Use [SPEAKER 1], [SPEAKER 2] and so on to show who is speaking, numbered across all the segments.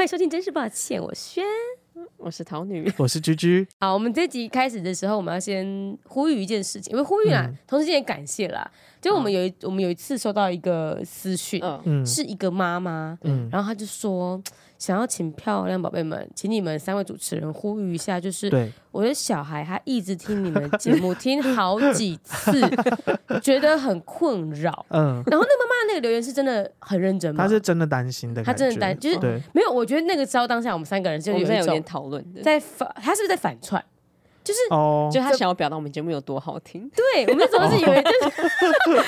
[SPEAKER 1] 迎收听，真是抱歉，我轩。
[SPEAKER 2] 我是桃女，
[SPEAKER 3] 我是居居，
[SPEAKER 1] 好，我们这集开始的时候，我们要先呼吁一件事情，因为呼吁啦，同时间也感谢啦。就我们有一、我们有一次收到一个私讯，
[SPEAKER 2] 嗯，
[SPEAKER 3] 嗯
[SPEAKER 1] 是一个妈妈，
[SPEAKER 3] 嗯
[SPEAKER 1] 然后她就说想要请漂亮宝贝们，请你们三位主持人呼吁一下，就是
[SPEAKER 3] 对，
[SPEAKER 1] 我的小孩他一直听你们节目，听好几次，觉得很困扰。
[SPEAKER 3] 嗯，
[SPEAKER 1] 然后那妈妈那个留言是真的很认真吗？
[SPEAKER 3] 他是真的担心的
[SPEAKER 1] 她
[SPEAKER 3] 感觉，
[SPEAKER 1] 嗯真的担，就是
[SPEAKER 3] 对，
[SPEAKER 1] 没有。我觉得那个时候当下我们三个人就
[SPEAKER 2] 我
[SPEAKER 1] 有
[SPEAKER 2] 们现在
[SPEAKER 1] 一
[SPEAKER 2] 有点
[SPEAKER 1] 种
[SPEAKER 2] 讨论的，
[SPEAKER 1] 在反，他是不是在反串？ 就是
[SPEAKER 3] 哦
[SPEAKER 2] 就，他想要表达我们节目有多好听，
[SPEAKER 1] 对我们那时候是以为，就是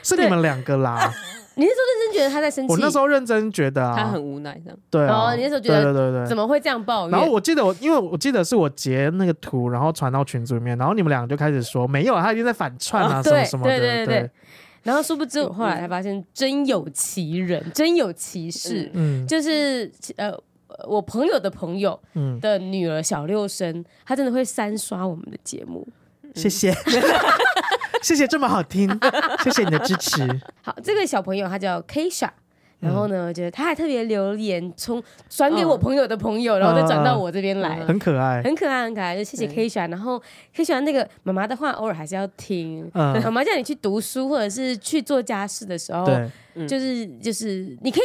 [SPEAKER 3] 是你们两个啦，
[SPEAKER 1] 你那时候认真觉得他在生气，
[SPEAKER 3] 我那时候认真觉得
[SPEAKER 2] 他
[SPEAKER 3] 啊
[SPEAKER 2] 很，无奈这样。
[SPEAKER 3] 对啊，
[SPEAKER 1] 哦你那时候觉得
[SPEAKER 3] 对对对对。
[SPEAKER 1] 怎么会这样抱怨？
[SPEAKER 3] 然后我记得我，因为我记得是我截那个图，然后传到群组里面，然后你们两个就开始说没有，啊，他已经在反串啊，
[SPEAKER 1] 哦
[SPEAKER 3] 什
[SPEAKER 1] 对
[SPEAKER 3] 么什么的，
[SPEAKER 1] 对对对对然后殊不知我后来才发现真有其人，真有其事，
[SPEAKER 3] 嗯
[SPEAKER 1] 就是呃。我朋友的朋友
[SPEAKER 3] 嗯，
[SPEAKER 1] 的女儿小六生，她真的会三刷我们的节目。
[SPEAKER 3] 谢谢，
[SPEAKER 1] 嗯
[SPEAKER 3] 谢谢这么好听，谢谢你的支持，
[SPEAKER 1] 好，这个小朋友她叫 Kisha，然后
[SPEAKER 3] 嗯
[SPEAKER 1] 呢，我觉得她还特别留言，从转给我朋友的朋友，然后再转
[SPEAKER 3] 嗯
[SPEAKER 1] 到我这边来，
[SPEAKER 3] 很可爱，
[SPEAKER 1] 很可爱，很可爱。就谢谢 Kisha，然后 Kisha 那个妈妈的话，偶尔还是要听。妈
[SPEAKER 3] 嗯，
[SPEAKER 1] 妈叫你去读书或者是去做家事的时候，
[SPEAKER 3] 对
[SPEAKER 1] 就是就是你可以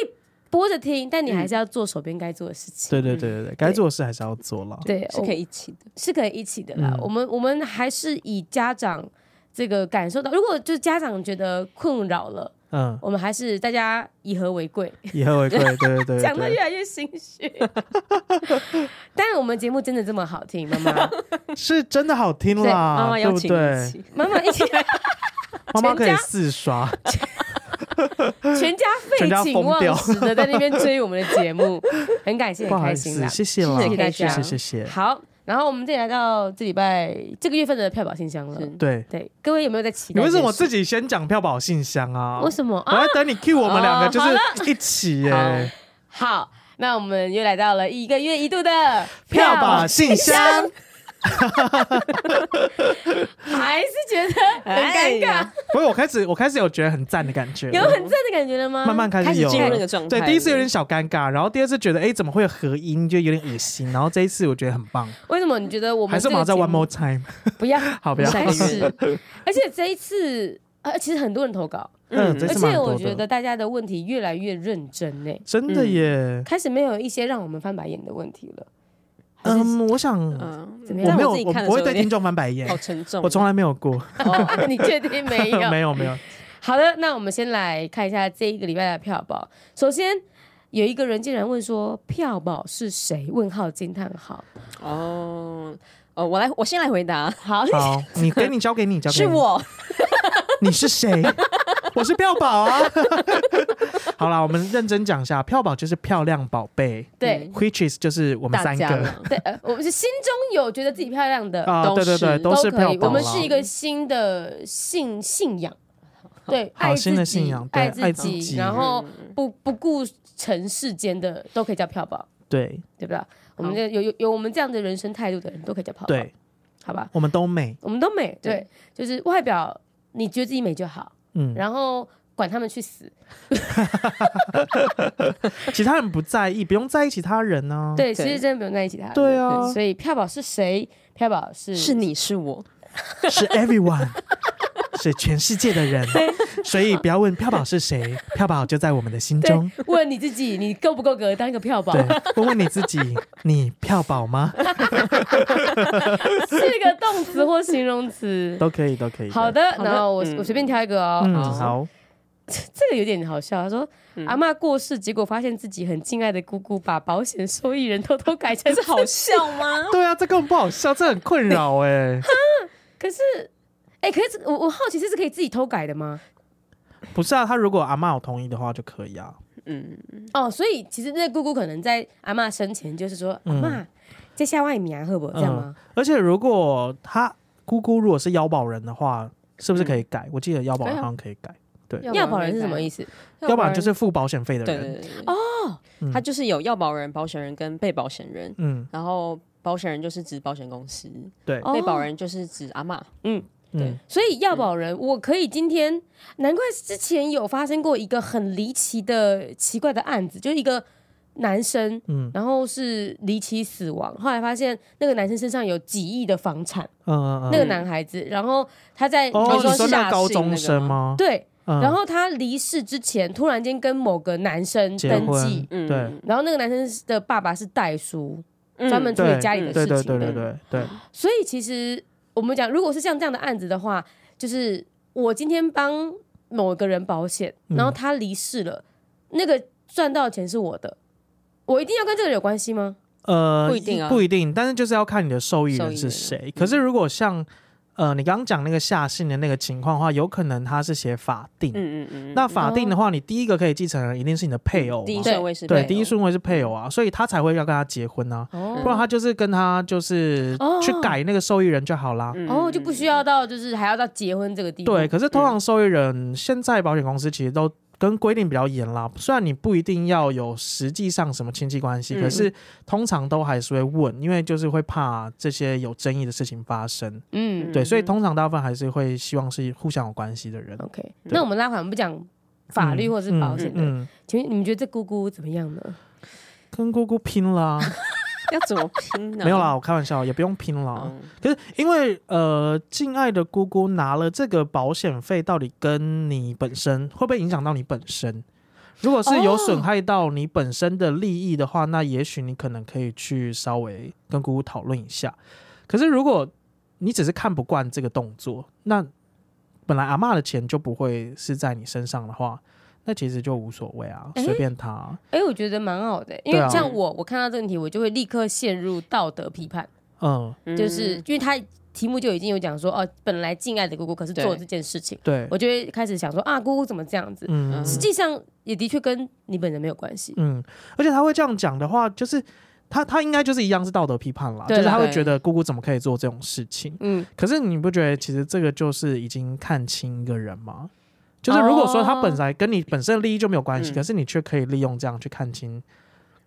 [SPEAKER 1] 播着听，但你还是要做手边该做的事情。
[SPEAKER 3] 对对对对对，该做的事还是要做了，
[SPEAKER 1] 嗯对，
[SPEAKER 2] 是
[SPEAKER 1] 我
[SPEAKER 2] 可以一起的。
[SPEAKER 1] 是可以一起的啦。
[SPEAKER 3] 嗯
[SPEAKER 1] 我们我们还是以家长这个感受到，如果就是家长觉得困扰了，
[SPEAKER 3] 嗯，
[SPEAKER 1] 我们还是大家以和为贵。
[SPEAKER 3] 以和为贵，对对对对，
[SPEAKER 1] 讲的越来越心 虚，但我们节目真的这么好听，妈妈
[SPEAKER 3] 是真的好听
[SPEAKER 1] 对
[SPEAKER 3] 啦，
[SPEAKER 2] 妈妈
[SPEAKER 3] 啊对
[SPEAKER 2] 邀
[SPEAKER 3] 不
[SPEAKER 2] 请
[SPEAKER 3] 对
[SPEAKER 2] 一？起，
[SPEAKER 1] 妈妈一起
[SPEAKER 3] 妈妈
[SPEAKER 1] 全
[SPEAKER 3] 可以
[SPEAKER 1] 家
[SPEAKER 3] 四刷，
[SPEAKER 1] 全家废
[SPEAKER 3] 全家
[SPEAKER 1] 寝
[SPEAKER 3] 疯
[SPEAKER 1] 忘
[SPEAKER 3] 掉
[SPEAKER 1] 食的在那边追我们的节目，很感谢，
[SPEAKER 3] 不
[SPEAKER 1] 很
[SPEAKER 3] 好
[SPEAKER 1] 开
[SPEAKER 3] 意
[SPEAKER 1] 心
[SPEAKER 3] 思，
[SPEAKER 1] 啦。
[SPEAKER 3] 谢谢
[SPEAKER 2] 谢
[SPEAKER 3] 啦，
[SPEAKER 2] 谢大
[SPEAKER 3] 谢
[SPEAKER 2] 家
[SPEAKER 3] 谢谢谢。
[SPEAKER 1] 好，然后我们再来到这礼拜这个月份的票宝信箱了。
[SPEAKER 2] 是
[SPEAKER 3] 对，
[SPEAKER 1] 对，各位有没有在期
[SPEAKER 3] 你
[SPEAKER 1] 待这
[SPEAKER 3] 为
[SPEAKER 1] 件事？
[SPEAKER 3] 什么自己先讲票宝信箱啊？
[SPEAKER 1] 为什么
[SPEAKER 3] 我
[SPEAKER 1] 啊？
[SPEAKER 3] 要等你 cue 我们两
[SPEAKER 1] 哦
[SPEAKER 3] 个，就是一起耶。
[SPEAKER 1] 好，那我们又来到了一个月一度的
[SPEAKER 3] 票宝信箱，
[SPEAKER 1] 还是觉得
[SPEAKER 2] 哎
[SPEAKER 1] 很尴
[SPEAKER 3] 哎
[SPEAKER 1] 尬，
[SPEAKER 3] 不是我开始，我开始有觉得很赞的感觉，
[SPEAKER 1] 有很嗯正的感觉了吗？
[SPEAKER 3] 慢慢开
[SPEAKER 2] 开
[SPEAKER 3] 始
[SPEAKER 2] 始
[SPEAKER 3] 有
[SPEAKER 2] 进入那
[SPEAKER 3] 了。
[SPEAKER 2] 个状态
[SPEAKER 3] 对，
[SPEAKER 2] 了。
[SPEAKER 3] 第一次有点小尴尬，然后第二次觉得哎，怎么会有合音，就有点恶心。然后这一次我觉得很棒，
[SPEAKER 1] 为什么你觉得我们
[SPEAKER 3] 还是
[SPEAKER 1] 这
[SPEAKER 3] 我
[SPEAKER 1] 个
[SPEAKER 3] 们要再
[SPEAKER 1] 节
[SPEAKER 3] one
[SPEAKER 1] 目
[SPEAKER 3] more time。
[SPEAKER 1] 不要
[SPEAKER 3] 好不要
[SPEAKER 1] 开 始，而且这一次。呃，其实很多人投稿，
[SPEAKER 3] 嗯，这
[SPEAKER 1] 而
[SPEAKER 3] 次蛮
[SPEAKER 1] 且
[SPEAKER 3] 多
[SPEAKER 1] 我觉得
[SPEAKER 3] 的，
[SPEAKER 1] 大家的问题越来越认真呢，
[SPEAKER 3] 真的
[SPEAKER 2] 嗯
[SPEAKER 3] 耶。
[SPEAKER 1] 开始没有一些让我们翻白眼的问题了。还是
[SPEAKER 3] 嗯，我想我
[SPEAKER 2] 嗯，
[SPEAKER 1] 怎么样
[SPEAKER 3] 没有，
[SPEAKER 2] 自己
[SPEAKER 3] 我
[SPEAKER 2] 看的
[SPEAKER 3] 不会
[SPEAKER 2] 时候
[SPEAKER 3] 对
[SPEAKER 2] 有点
[SPEAKER 3] 听众翻白眼
[SPEAKER 2] 好，沉重。
[SPEAKER 3] 我从来没有过，
[SPEAKER 1] 哦， 你确定没有？
[SPEAKER 3] 没有没 有。
[SPEAKER 1] 好的，那我们先来看一下这一个礼拜的票宝。首先有一个人竟然问说票宝是谁？问号惊叹号。
[SPEAKER 2] 哦哦，我来，我先来回答。好
[SPEAKER 3] 好，你给你交给你交给你，
[SPEAKER 2] 是我，
[SPEAKER 3] 你是谁？我是票宝啊！ 好啦，我们认真讲一下，票宝就是漂亮宝贝
[SPEAKER 1] 对、
[SPEAKER 3] ，which is 就是我们
[SPEAKER 2] 嗯大
[SPEAKER 3] 三
[SPEAKER 2] 家
[SPEAKER 3] 个
[SPEAKER 2] 了。
[SPEAKER 1] 对，呃，我们是心中有觉得自己漂亮的。
[SPEAKER 3] 嗯啊，
[SPEAKER 2] 都
[SPEAKER 3] 对对对，
[SPEAKER 2] 是
[SPEAKER 3] 都是
[SPEAKER 1] 可
[SPEAKER 3] 票
[SPEAKER 1] 以，
[SPEAKER 3] 宝啦。
[SPEAKER 1] 我们是一个新的信信仰，对，
[SPEAKER 3] 好
[SPEAKER 1] 爱
[SPEAKER 3] 新的
[SPEAKER 1] 自己
[SPEAKER 3] 信仰对
[SPEAKER 1] 爱自
[SPEAKER 3] 爱自
[SPEAKER 1] 己，
[SPEAKER 3] 己嗯
[SPEAKER 1] 然
[SPEAKER 2] 哦
[SPEAKER 1] 后不不顾尘世间的都可以叫票宝，
[SPEAKER 3] 对
[SPEAKER 1] 对不对？我们这有有有我们这样的人生态度的人都可以叫票宝，
[SPEAKER 3] 对，
[SPEAKER 1] 好吧？
[SPEAKER 3] 我们都美，
[SPEAKER 1] 我们都美，对，就是外表你觉得自己美就好，
[SPEAKER 3] 嗯，
[SPEAKER 1] 然后管他们去死，
[SPEAKER 3] 其他人不在意，不用在意其他人呢。
[SPEAKER 1] 对，其
[SPEAKER 2] 对
[SPEAKER 1] 实真的不用在一起他人，
[SPEAKER 3] 哦对啊
[SPEAKER 1] 所以票宝是谁？票宝是
[SPEAKER 2] 是你是我，
[SPEAKER 3] 是 everyone，是全世界的人。所以不要问票宝是谁，票宝就在我们的心
[SPEAKER 1] 对
[SPEAKER 3] 中。，
[SPEAKER 1] 问你自己，你够不够格当一个票宝？
[SPEAKER 3] 对，问问你自己，你票宝吗？
[SPEAKER 1] 是一个动词或形容词。
[SPEAKER 3] 都可以，都可以。
[SPEAKER 1] 好，的，
[SPEAKER 2] 好的
[SPEAKER 1] 然后我
[SPEAKER 2] 嗯
[SPEAKER 1] 我随便挑一个哦，
[SPEAKER 3] 嗯，
[SPEAKER 2] 好
[SPEAKER 3] 好，
[SPEAKER 1] 这个有点好笑。他说阿嬷过世，结果发现自己很敬爱的姑姑把保险受益人偷偷改成
[SPEAKER 2] 这
[SPEAKER 1] 是，
[SPEAKER 2] 好笑吗？
[SPEAKER 3] 对啊，这根本不好笑，这很困扰哎、
[SPEAKER 1] 可是。哎、可是我我好奇，这是可以自己偷改的吗？
[SPEAKER 3] 不是啊，他如果阿妈有同意的话就可以啊。
[SPEAKER 2] 嗯，
[SPEAKER 1] 哦，所以其实那姑姑可能在阿嬷生前就是说，
[SPEAKER 3] 嗯
[SPEAKER 1] 阿嬷在下外面啊，会不会这样吗？
[SPEAKER 3] 而且如果他姑姑如果是腰保人的话，是不是可以改？我记得腰保人好像可以改，
[SPEAKER 1] 要保人啊是什么意思？
[SPEAKER 3] 要不然就是付保险费的
[SPEAKER 2] 对
[SPEAKER 3] 人。
[SPEAKER 2] 对对哦，他就是有要保人、保险人跟被保险人，
[SPEAKER 3] 嗯，
[SPEAKER 2] 然后保险人就是指保险公司，
[SPEAKER 3] 对，
[SPEAKER 1] 哦
[SPEAKER 2] 被保人就是指阿嬷。
[SPEAKER 3] 嗯，
[SPEAKER 1] 所以要保人，我可以今天，难怪之前有发生过一个很离奇的、奇怪的案子，就是一个男生，
[SPEAKER 3] 嗯
[SPEAKER 1] 然后是离奇死亡，后来发现那个男生身上有几亿的房产，
[SPEAKER 3] 嗯嗯
[SPEAKER 1] 那个
[SPEAKER 3] 嗯
[SPEAKER 1] 男孩子，然后他在
[SPEAKER 3] 哦，
[SPEAKER 2] 说
[SPEAKER 3] 你说
[SPEAKER 2] 下
[SPEAKER 3] 那高
[SPEAKER 2] 姓
[SPEAKER 3] 中
[SPEAKER 2] 那个
[SPEAKER 3] 生吗？
[SPEAKER 1] 对，
[SPEAKER 3] 嗯
[SPEAKER 1] 然后他离世之前突然间跟某个男生
[SPEAKER 3] 结
[SPEAKER 1] 登
[SPEAKER 3] 婚
[SPEAKER 1] 记，
[SPEAKER 2] 嗯，
[SPEAKER 3] 对
[SPEAKER 1] 然后那个男生的爸爸是代叔，
[SPEAKER 2] 嗯
[SPEAKER 1] 专门处
[SPEAKER 3] 对
[SPEAKER 1] 理家里的
[SPEAKER 3] 对
[SPEAKER 1] 事
[SPEAKER 3] 对
[SPEAKER 1] 情
[SPEAKER 3] 对
[SPEAKER 1] 的
[SPEAKER 3] 对。对对，
[SPEAKER 1] 所以其实我们讲，如果是像这样的案子的话，就是我今天帮某个人保险，
[SPEAKER 3] 嗯
[SPEAKER 1] 然后他离世了，那个赚到的钱是我的，我一定要跟这个人有关系吗？
[SPEAKER 3] 呃，
[SPEAKER 2] 不一定啊
[SPEAKER 3] 不一定，但是就是要看你的受益人是
[SPEAKER 2] 受益
[SPEAKER 3] 谁。可是如果像呃你刚刚讲那个下信的那个情况的话，有可能他是写法定。
[SPEAKER 2] 嗯嗯嗯，
[SPEAKER 3] 那法定的话，你第一个可以继承人一定是你的配偶
[SPEAKER 2] 第一
[SPEAKER 3] 嘛？
[SPEAKER 2] 顺位是
[SPEAKER 3] 对，
[SPEAKER 2] 配
[SPEAKER 3] 第一
[SPEAKER 2] 偶
[SPEAKER 3] 顺位是配偶啊，所以他才会要跟他结婚啊，不然
[SPEAKER 1] 哦，
[SPEAKER 3] 他就是跟他就是
[SPEAKER 1] 哦
[SPEAKER 3] 去改那个受益人就好啦。
[SPEAKER 2] 嗯
[SPEAKER 1] 哦，就不需要到就是还要到结婚这个地步。
[SPEAKER 3] 对，，可是
[SPEAKER 1] 嗯
[SPEAKER 3] 通常受益人现在保险公司其实都跟规定比较严啦，虽然你不一定要有实际上什么亲戚关系，
[SPEAKER 2] 嗯
[SPEAKER 3] 可是通常都还是会问，因为就是会怕这些有争议的事情发生。
[SPEAKER 1] 嗯
[SPEAKER 3] 对，
[SPEAKER 2] 嗯
[SPEAKER 3] 所以通常大部分还是会希望是互相有关系的人。
[SPEAKER 1] 嗯，OK。那我们拉回来，我们不讲法律或是保险的，
[SPEAKER 3] 嗯，
[SPEAKER 1] 请问你们觉得这姑姑怎么样呢？
[SPEAKER 3] 跟姑姑拼 啦，
[SPEAKER 2] 要怎么拼呢？
[SPEAKER 3] 没有啦，我啊开玩笑，也不用拼
[SPEAKER 1] 哦
[SPEAKER 3] 啦。
[SPEAKER 2] 嗯，
[SPEAKER 3] 可是因为呃，敬爱的姑姑拿了这个保险费，到底跟你本身会不会影响到你本身？如果是有损害到你本身的利益的话，那也许你可能可以去稍微跟姑姑讨论一下。可是如果你只是看不惯这个动作，那本来阿嬷的钱就不会是在你身上的话，那其实就无所谓啊，
[SPEAKER 1] 诶
[SPEAKER 3] 随便他
[SPEAKER 1] 哎、我觉得蛮好的、因
[SPEAKER 3] 对啊
[SPEAKER 1] 为像我，我看到这个问题，我就会立刻陷入道德批判。
[SPEAKER 3] 嗯，
[SPEAKER 2] 嗯
[SPEAKER 1] 就是因为他题目就已经有讲说，哦，本来敬爱的姑姑可是做了这件事情，
[SPEAKER 3] 对，
[SPEAKER 1] 我就会开始想说啊，姑姑怎么这样子？
[SPEAKER 3] 嗯，
[SPEAKER 1] 实际上也的确跟你本人没有关系。
[SPEAKER 3] 嗯，而且他会这样讲的话，就是他他应该就是一样是道德批判啦，就
[SPEAKER 1] 对
[SPEAKER 3] 是他会
[SPEAKER 2] 对
[SPEAKER 3] 觉得姑姑怎么可以做这种事情？
[SPEAKER 1] 嗯，
[SPEAKER 3] 可是你不觉得其实这个就是已经看清一个人吗？就是如果说他本来跟你本身的利益就没有关系，
[SPEAKER 2] 哦嗯
[SPEAKER 3] 可是你却可以利用这样去看清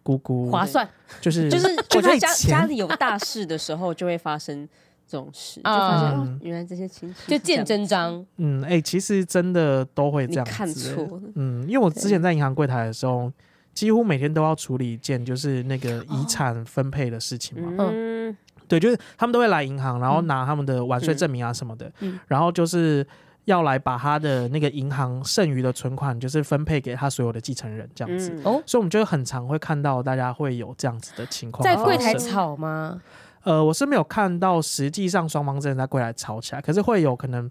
[SPEAKER 3] 姑姑，
[SPEAKER 1] 划算
[SPEAKER 3] 就是
[SPEAKER 2] 就是，
[SPEAKER 3] 就
[SPEAKER 2] 我觉
[SPEAKER 3] 在
[SPEAKER 2] 得家家
[SPEAKER 3] 钱。
[SPEAKER 2] 里有大事的时候，就会发生这种 事，就
[SPEAKER 1] 啊
[SPEAKER 2] 发现
[SPEAKER 3] 嗯
[SPEAKER 2] 哦原来这些亲戚
[SPEAKER 1] 就是
[SPEAKER 2] 这
[SPEAKER 1] 见
[SPEAKER 2] 样
[SPEAKER 1] 真章。
[SPEAKER 3] 嗯，哎、其实真的都会这
[SPEAKER 2] 你
[SPEAKER 3] 样子、
[SPEAKER 2] 看错了，
[SPEAKER 3] 嗯，因为我之前在银行柜台的时候，几乎每天都要处理一件就是那个
[SPEAKER 2] 哦
[SPEAKER 3] 遗产分配的事情嘛。
[SPEAKER 2] 嗯，
[SPEAKER 3] 对，就是他们都会来银行，然后拿他们的晚税证明啊什么的，
[SPEAKER 1] 嗯
[SPEAKER 3] 然后就是要来把他的那个银行剩余的存款，就是分配给他所有的继承人这样子。
[SPEAKER 2] 嗯
[SPEAKER 1] 哦
[SPEAKER 3] 所以，我们就很常会看到大家会有这样子的情况发
[SPEAKER 1] 在
[SPEAKER 3] 生。
[SPEAKER 1] 柜台吵吗？
[SPEAKER 3] 呃，我是没有看到实际上双方真的在柜台吵起来，可是会有可能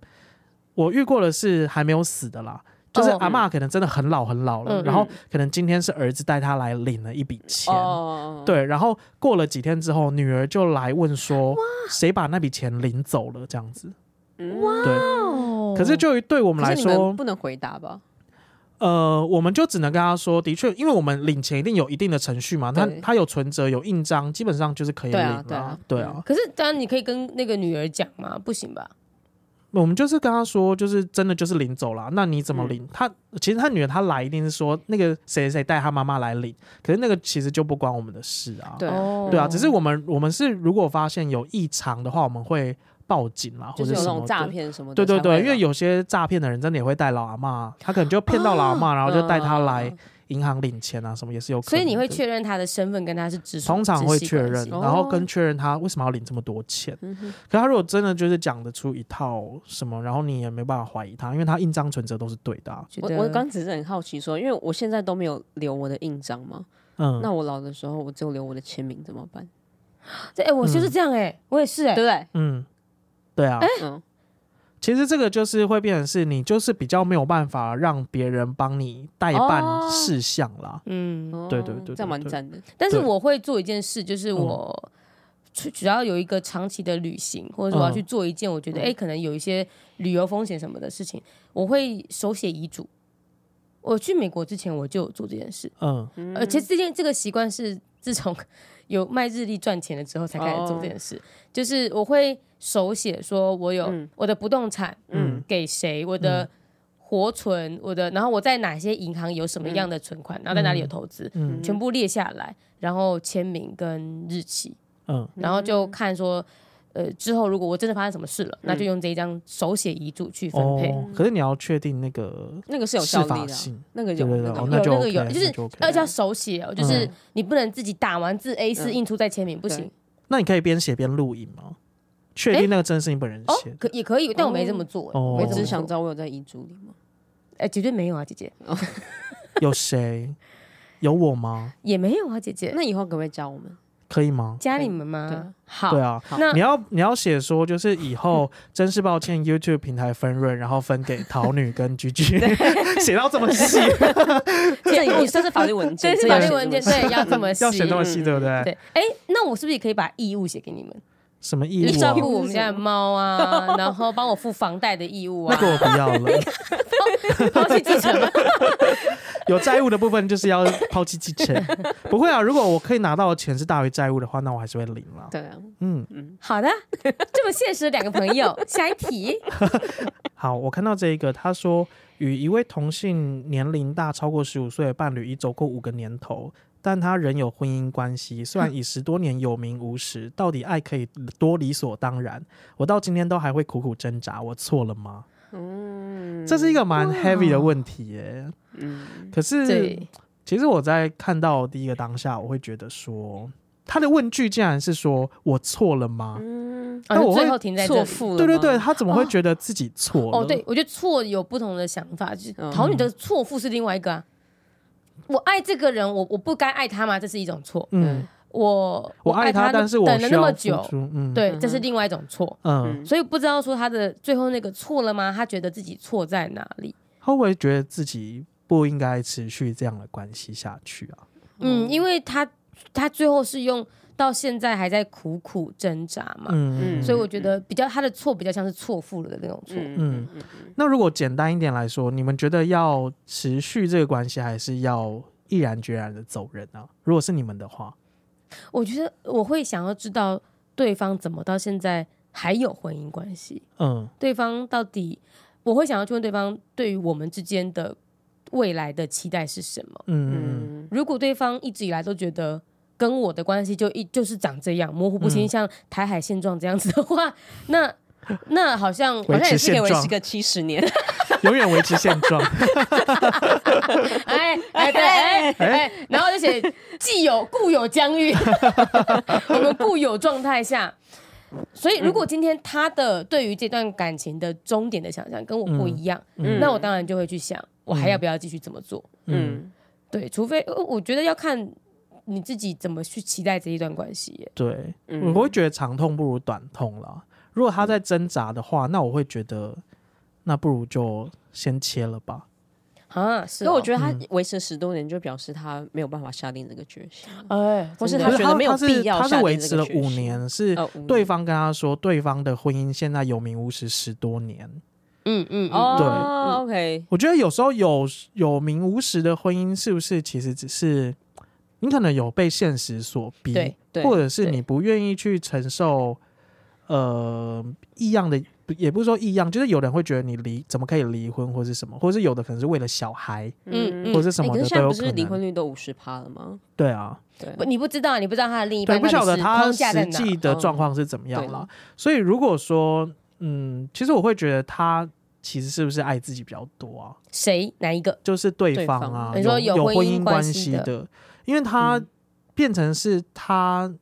[SPEAKER 3] 我遇过的是还没有死的啦，就是
[SPEAKER 1] 哦
[SPEAKER 3] 阿嬷可能真的很老很老了，
[SPEAKER 1] 嗯
[SPEAKER 3] 然后可能今天是儿子带他来领了一笔钱，
[SPEAKER 2] 哦，
[SPEAKER 3] 对，然后过了几天之后，女儿就来问说，谁把那笔钱领走了？这样子，
[SPEAKER 2] 嗯，
[SPEAKER 3] 对。
[SPEAKER 1] 哦
[SPEAKER 3] 可是就于对我们
[SPEAKER 2] 可
[SPEAKER 3] 来
[SPEAKER 2] 是你们
[SPEAKER 3] 说，
[SPEAKER 2] 不能回答吧？
[SPEAKER 3] 呃，我们就只能跟他说，的确，因为我们领钱一定有一定的程序嘛，他
[SPEAKER 2] 对
[SPEAKER 3] 他有存折，有印章，基本上就是可以领
[SPEAKER 2] 对啊
[SPEAKER 3] 了。
[SPEAKER 2] 对啊
[SPEAKER 3] 对啊，
[SPEAKER 1] 可是当然你可以跟那个女儿讲嘛，不行吧？
[SPEAKER 3] 我们就是跟他说，就是真的就是领走了。那你怎
[SPEAKER 2] 嗯
[SPEAKER 3] 么领？他其实他女儿她来一定是说那个谁谁谁带他妈妈来领，可是那个其实就不关我们的事啊。
[SPEAKER 2] 对啊
[SPEAKER 1] 哦
[SPEAKER 3] 对啊，只是我们我们是如果发现有异常的话，我们会报警啦，或
[SPEAKER 2] 就是
[SPEAKER 3] 者
[SPEAKER 2] 有
[SPEAKER 3] 什
[SPEAKER 2] 那
[SPEAKER 3] 么
[SPEAKER 2] 种
[SPEAKER 3] 的
[SPEAKER 2] 诈。骗什么的
[SPEAKER 3] 对
[SPEAKER 2] 才
[SPEAKER 3] 对
[SPEAKER 2] 会吧，
[SPEAKER 3] 对，因为有些诈骗的人真的也会带老阿嬷，
[SPEAKER 2] 啊
[SPEAKER 3] 他可能就骗到老阿嬷，然后就带他来
[SPEAKER 2] 嗯
[SPEAKER 3] 银行领钱啊，什么也是有可能的。
[SPEAKER 1] 所以你会确认他的身份跟他是直属，
[SPEAKER 3] 通常会
[SPEAKER 1] 直系
[SPEAKER 3] 确
[SPEAKER 1] 关
[SPEAKER 3] 认，
[SPEAKER 1] 系
[SPEAKER 2] 哦
[SPEAKER 3] 然后跟确认他为什么要领这么多钱。
[SPEAKER 2] 嗯哼
[SPEAKER 3] 可他如果真的就是讲得出一套什么，然后你也没办法怀疑他，因为他印章存折都是对的啊、
[SPEAKER 1] 觉
[SPEAKER 2] 我
[SPEAKER 1] 得
[SPEAKER 2] 我刚只是很好奇说，因为我现在都没有留我的印章嘛，
[SPEAKER 3] 嗯，
[SPEAKER 2] 那我老的时候我只有留我的签名怎么办？
[SPEAKER 1] 这哎，我就是这样哎，我也是哎
[SPEAKER 2] 对不，对？
[SPEAKER 3] 嗯，对啊。
[SPEAKER 2] 嗯，
[SPEAKER 3] 其实这个就是会变成是你就是比较没有办法让别人帮你代办
[SPEAKER 2] 哦
[SPEAKER 3] 事项啦。
[SPEAKER 1] 嗯，
[SPEAKER 2] 哦
[SPEAKER 3] 对对对对
[SPEAKER 2] 这样蛮
[SPEAKER 3] 对
[SPEAKER 2] 赞的。
[SPEAKER 1] 但是
[SPEAKER 3] 对
[SPEAKER 1] 我会做一件事，就是
[SPEAKER 2] 嗯
[SPEAKER 1] 我去只要有一个长期的旅行，或者说我要去做一件我觉得
[SPEAKER 2] 嗯
[SPEAKER 1] 哎、诶可能有一些旅游风险什么的事情，我会手写遗嘱。我去美国之前我就有做这件事，
[SPEAKER 3] 嗯，
[SPEAKER 1] 而且这件这个习惯是自从有卖日历赚钱了之后才开始做这件事，就是我会手写说我有
[SPEAKER 2] 嗯
[SPEAKER 1] 我的不动产
[SPEAKER 3] 嗯
[SPEAKER 1] 给谁，我的活存，我的然后我在哪些银行有什么样的存款，然后在哪里有投资，
[SPEAKER 3] 嗯
[SPEAKER 1] 全部列下来，然后签名跟日期，
[SPEAKER 3] 嗯嗯
[SPEAKER 1] 然后就看说，呃，之后如果我真的发生什么事了，那就用这一张手写遗嘱去分配。
[SPEAKER 3] 哦，可是你要确定那个
[SPEAKER 2] 那个是有
[SPEAKER 3] 适
[SPEAKER 2] 效
[SPEAKER 3] 法
[SPEAKER 2] 力的啊，
[SPEAKER 3] 性，
[SPEAKER 2] 那个
[SPEAKER 3] 对
[SPEAKER 2] 有
[SPEAKER 3] 对对，
[SPEAKER 2] 那
[SPEAKER 3] 哦
[SPEAKER 2] 个
[SPEAKER 3] 那
[SPEAKER 1] 有
[SPEAKER 3] 就
[SPEAKER 1] 那个
[SPEAKER 3] OK，
[SPEAKER 1] 有就是
[SPEAKER 3] 那就 OK
[SPEAKER 1] 而且要手写哦，就是
[SPEAKER 3] 嗯
[SPEAKER 1] 你不能自己打完字 A 四
[SPEAKER 2] 嗯
[SPEAKER 1] 印出再签名，不行
[SPEAKER 2] 对。
[SPEAKER 3] 那你可以边写边录影吗？确定那个真的是你本人
[SPEAKER 1] 哦
[SPEAKER 3] 写，的
[SPEAKER 1] 可也可以，但我没这么做。
[SPEAKER 3] 哦
[SPEAKER 1] 没
[SPEAKER 2] 我
[SPEAKER 1] 这
[SPEAKER 2] 只
[SPEAKER 1] 么
[SPEAKER 2] 是
[SPEAKER 1] 做
[SPEAKER 2] 想知道我有在遗嘱里吗？
[SPEAKER 1] 哎，绝对没有啊，姐姐
[SPEAKER 3] 有谁？有我吗？
[SPEAKER 1] 也没有啊，姐姐
[SPEAKER 2] 那以后可不可以教我们？
[SPEAKER 3] 可以吗？
[SPEAKER 1] 加你
[SPEAKER 2] 可以
[SPEAKER 1] 们
[SPEAKER 2] 对
[SPEAKER 1] 吗
[SPEAKER 2] 啊？
[SPEAKER 1] 好嗯
[SPEAKER 3] 对，啊，
[SPEAKER 2] 好
[SPEAKER 1] 那
[SPEAKER 3] 你要你要写说，就是以后真是抱歉，YouTube 平台分润，然后分给桃女跟居居， 写到这么细，
[SPEAKER 1] 这
[SPEAKER 2] 这
[SPEAKER 1] 也
[SPEAKER 2] 也算 是 法律文件，
[SPEAKER 1] 这是
[SPEAKER 2] 这
[SPEAKER 1] 法
[SPEAKER 2] 也
[SPEAKER 1] 律
[SPEAKER 2] 是
[SPEAKER 1] 文件， 对，要这么细
[SPEAKER 3] 要。写这么细，对不对？
[SPEAKER 1] 对，哎，那我是不是也可以把义务写给你们？
[SPEAKER 3] 什么义
[SPEAKER 1] 你
[SPEAKER 3] 务
[SPEAKER 1] 照
[SPEAKER 3] 啊？
[SPEAKER 1] 顾我们家的猫啊，然后帮我付房贷的义务
[SPEAKER 3] 那
[SPEAKER 1] 啊，
[SPEAKER 3] 个我不要 了，
[SPEAKER 1] 抛弃继承吗？
[SPEAKER 3] 有债务的部分就是要抛弃继承。不会啊，如果我可以拿到的钱是大于债务的话，那我还是会领啦。
[SPEAKER 2] 对啊，
[SPEAKER 3] 嗯，
[SPEAKER 1] 好的， 这么现实的两个朋 友，下一题。
[SPEAKER 3] 好，我看到这一个，他说与一位同性年龄大超过十五岁的伴侣已走过五个年头，但他仍有婚姻关系，虽
[SPEAKER 2] 嗯
[SPEAKER 3] 然已十多年有名无实，到底爱可以多理所当然？我到今天都还会苦苦挣扎，我错了吗？
[SPEAKER 2] 嗯，
[SPEAKER 3] 这是一个蛮
[SPEAKER 1] 哇
[SPEAKER 3] heavy 的问题耶、
[SPEAKER 2] 嗯，
[SPEAKER 3] 可是
[SPEAKER 1] 对，
[SPEAKER 3] 其实我在看到第一个当下，我会觉得说，他的问句竟然是说我错了吗？
[SPEAKER 2] 嗯，
[SPEAKER 1] 哦
[SPEAKER 3] 那我会
[SPEAKER 1] 最后停在这
[SPEAKER 2] 错
[SPEAKER 1] 里。
[SPEAKER 2] 付了，哦
[SPEAKER 3] 对对对，，他怎么会觉得自己错了？
[SPEAKER 1] 哦，对，我觉得错有不同的想法，就是
[SPEAKER 2] 嗯
[SPEAKER 1] 桃女的错付是另外一个啊。我爱这个人，我我不该爱他吗？这是一种错。
[SPEAKER 3] 嗯，
[SPEAKER 1] 我
[SPEAKER 3] 我爱
[SPEAKER 1] 他，
[SPEAKER 3] 但是我
[SPEAKER 1] 等了
[SPEAKER 3] 需要
[SPEAKER 1] 那么
[SPEAKER 3] 付
[SPEAKER 1] 久
[SPEAKER 3] 出，嗯，
[SPEAKER 1] 对，
[SPEAKER 2] 嗯
[SPEAKER 1] 这是另外一种错。
[SPEAKER 3] 嗯，
[SPEAKER 2] 嗯，
[SPEAKER 1] 所以不知道说他的最后那个错了吗？他觉得自己错在哪里？
[SPEAKER 3] 他会不会觉得自己不应该持续这样的关系下去啊？
[SPEAKER 1] 嗯，因为他他最后是用到现在还在苦苦挣扎嘛，
[SPEAKER 3] 嗯，
[SPEAKER 2] 嗯
[SPEAKER 1] 所以我觉得比较他的错比较像是错付了的那种错。
[SPEAKER 2] 嗯嗯
[SPEAKER 3] 那如果简单一点来说，你们觉得要持续这个关系，还是要毅然决然的走人啊？如果是你们的话，
[SPEAKER 1] 我觉得我会想要知道对方怎么到现在还有婚姻关系，
[SPEAKER 3] 嗯
[SPEAKER 1] 对方到底，我会想要去问对方对于我们之间的未来的期待是什么。
[SPEAKER 3] 嗯嗯
[SPEAKER 2] 嗯
[SPEAKER 1] 如果对方一直以来都觉得跟我的关系就一就是长这样模糊不清，
[SPEAKER 3] 嗯
[SPEAKER 1] 像台海现状这样子的话，那那好像
[SPEAKER 2] 好
[SPEAKER 3] 维
[SPEAKER 2] 像
[SPEAKER 3] 持
[SPEAKER 2] 也是可以
[SPEAKER 3] 现
[SPEAKER 2] 维
[SPEAKER 3] 状
[SPEAKER 2] 持，个 七十年，
[SPEAKER 1] 嗯
[SPEAKER 3] 永远维持现 状。
[SPEAKER 1] 哎哎对哎哎，然后就写既有固有疆域， 我们固有状态下。所以，如果今天他的对于这段感情的终点的想象跟我不一样，
[SPEAKER 3] 嗯
[SPEAKER 1] 那我当然就会去想，我还要不要继续这么做？
[SPEAKER 3] 嗯，
[SPEAKER 2] 嗯
[SPEAKER 1] 对，除非呃我觉得要看你自己怎么去期待这一段关系耶。
[SPEAKER 3] 对，
[SPEAKER 2] 嗯
[SPEAKER 3] 我会觉得长痛不如短痛啦。如果
[SPEAKER 1] 嗯
[SPEAKER 3] 他在挣扎的话，那我会觉得，那不如就先切了吧。
[SPEAKER 1] 啊，是、
[SPEAKER 2] 所以我觉
[SPEAKER 1] 得，
[SPEAKER 2] 得他
[SPEAKER 3] 嗯
[SPEAKER 2] 维持十多年，就表示他没有办法下定这个决心，
[SPEAKER 1] 哎，
[SPEAKER 2] 或是
[SPEAKER 1] 真
[SPEAKER 2] 他
[SPEAKER 1] 的
[SPEAKER 2] 觉得没有
[SPEAKER 3] 可是
[SPEAKER 2] 必要
[SPEAKER 3] 他是
[SPEAKER 2] 下定
[SPEAKER 3] 维
[SPEAKER 2] 这
[SPEAKER 3] 持
[SPEAKER 2] 个
[SPEAKER 3] 了
[SPEAKER 2] 决
[SPEAKER 3] 五
[SPEAKER 2] 心
[SPEAKER 3] 年，是
[SPEAKER 2] 哦，嗯
[SPEAKER 3] 对方跟他说，对方的婚姻现在有名无实十多年。
[SPEAKER 1] 嗯嗯哦，
[SPEAKER 2] 哦，OK，
[SPEAKER 3] 我觉得有时候有有名无实的婚姻，是不是其实只是你可能有被现实所逼，
[SPEAKER 1] 对
[SPEAKER 3] 嗯
[SPEAKER 2] 对
[SPEAKER 3] 或者是
[SPEAKER 1] 对
[SPEAKER 3] 你不愿意去承受，呃，异样的，也不是说异样，就是有人会觉得你离怎么可以离婚，或是什么，或是有的可能是为了小孩，
[SPEAKER 1] 嗯
[SPEAKER 3] 或是什
[SPEAKER 2] 哎
[SPEAKER 3] 么
[SPEAKER 2] 可
[SPEAKER 3] 的
[SPEAKER 2] 是
[SPEAKER 3] 都
[SPEAKER 2] 现在
[SPEAKER 3] 有
[SPEAKER 2] 不
[SPEAKER 3] 可
[SPEAKER 2] 是
[SPEAKER 3] 能。
[SPEAKER 2] 离婚率都五十趴了吗？
[SPEAKER 3] 对啊，
[SPEAKER 2] 对，
[SPEAKER 1] 不你不知道，你不知道他的另一
[SPEAKER 3] 对，
[SPEAKER 1] 半
[SPEAKER 3] 不晓得
[SPEAKER 1] 到底是
[SPEAKER 3] 他
[SPEAKER 1] 框架在
[SPEAKER 3] 实
[SPEAKER 1] 哪。
[SPEAKER 3] 际的
[SPEAKER 2] 嗯
[SPEAKER 3] 状况是怎么样了
[SPEAKER 2] 对。
[SPEAKER 3] 所以如果说，嗯，其实我会觉得他其实是不是爱自己比较多啊？
[SPEAKER 1] 谁哪一个？
[SPEAKER 3] 就是对
[SPEAKER 2] 对
[SPEAKER 3] 方
[SPEAKER 2] 方
[SPEAKER 3] 啊，
[SPEAKER 1] 你说
[SPEAKER 3] 有
[SPEAKER 1] 有
[SPEAKER 3] 婚
[SPEAKER 1] 婚姻
[SPEAKER 3] 关
[SPEAKER 1] 关系的
[SPEAKER 3] 的，因为他
[SPEAKER 2] 嗯
[SPEAKER 3] 变成是他，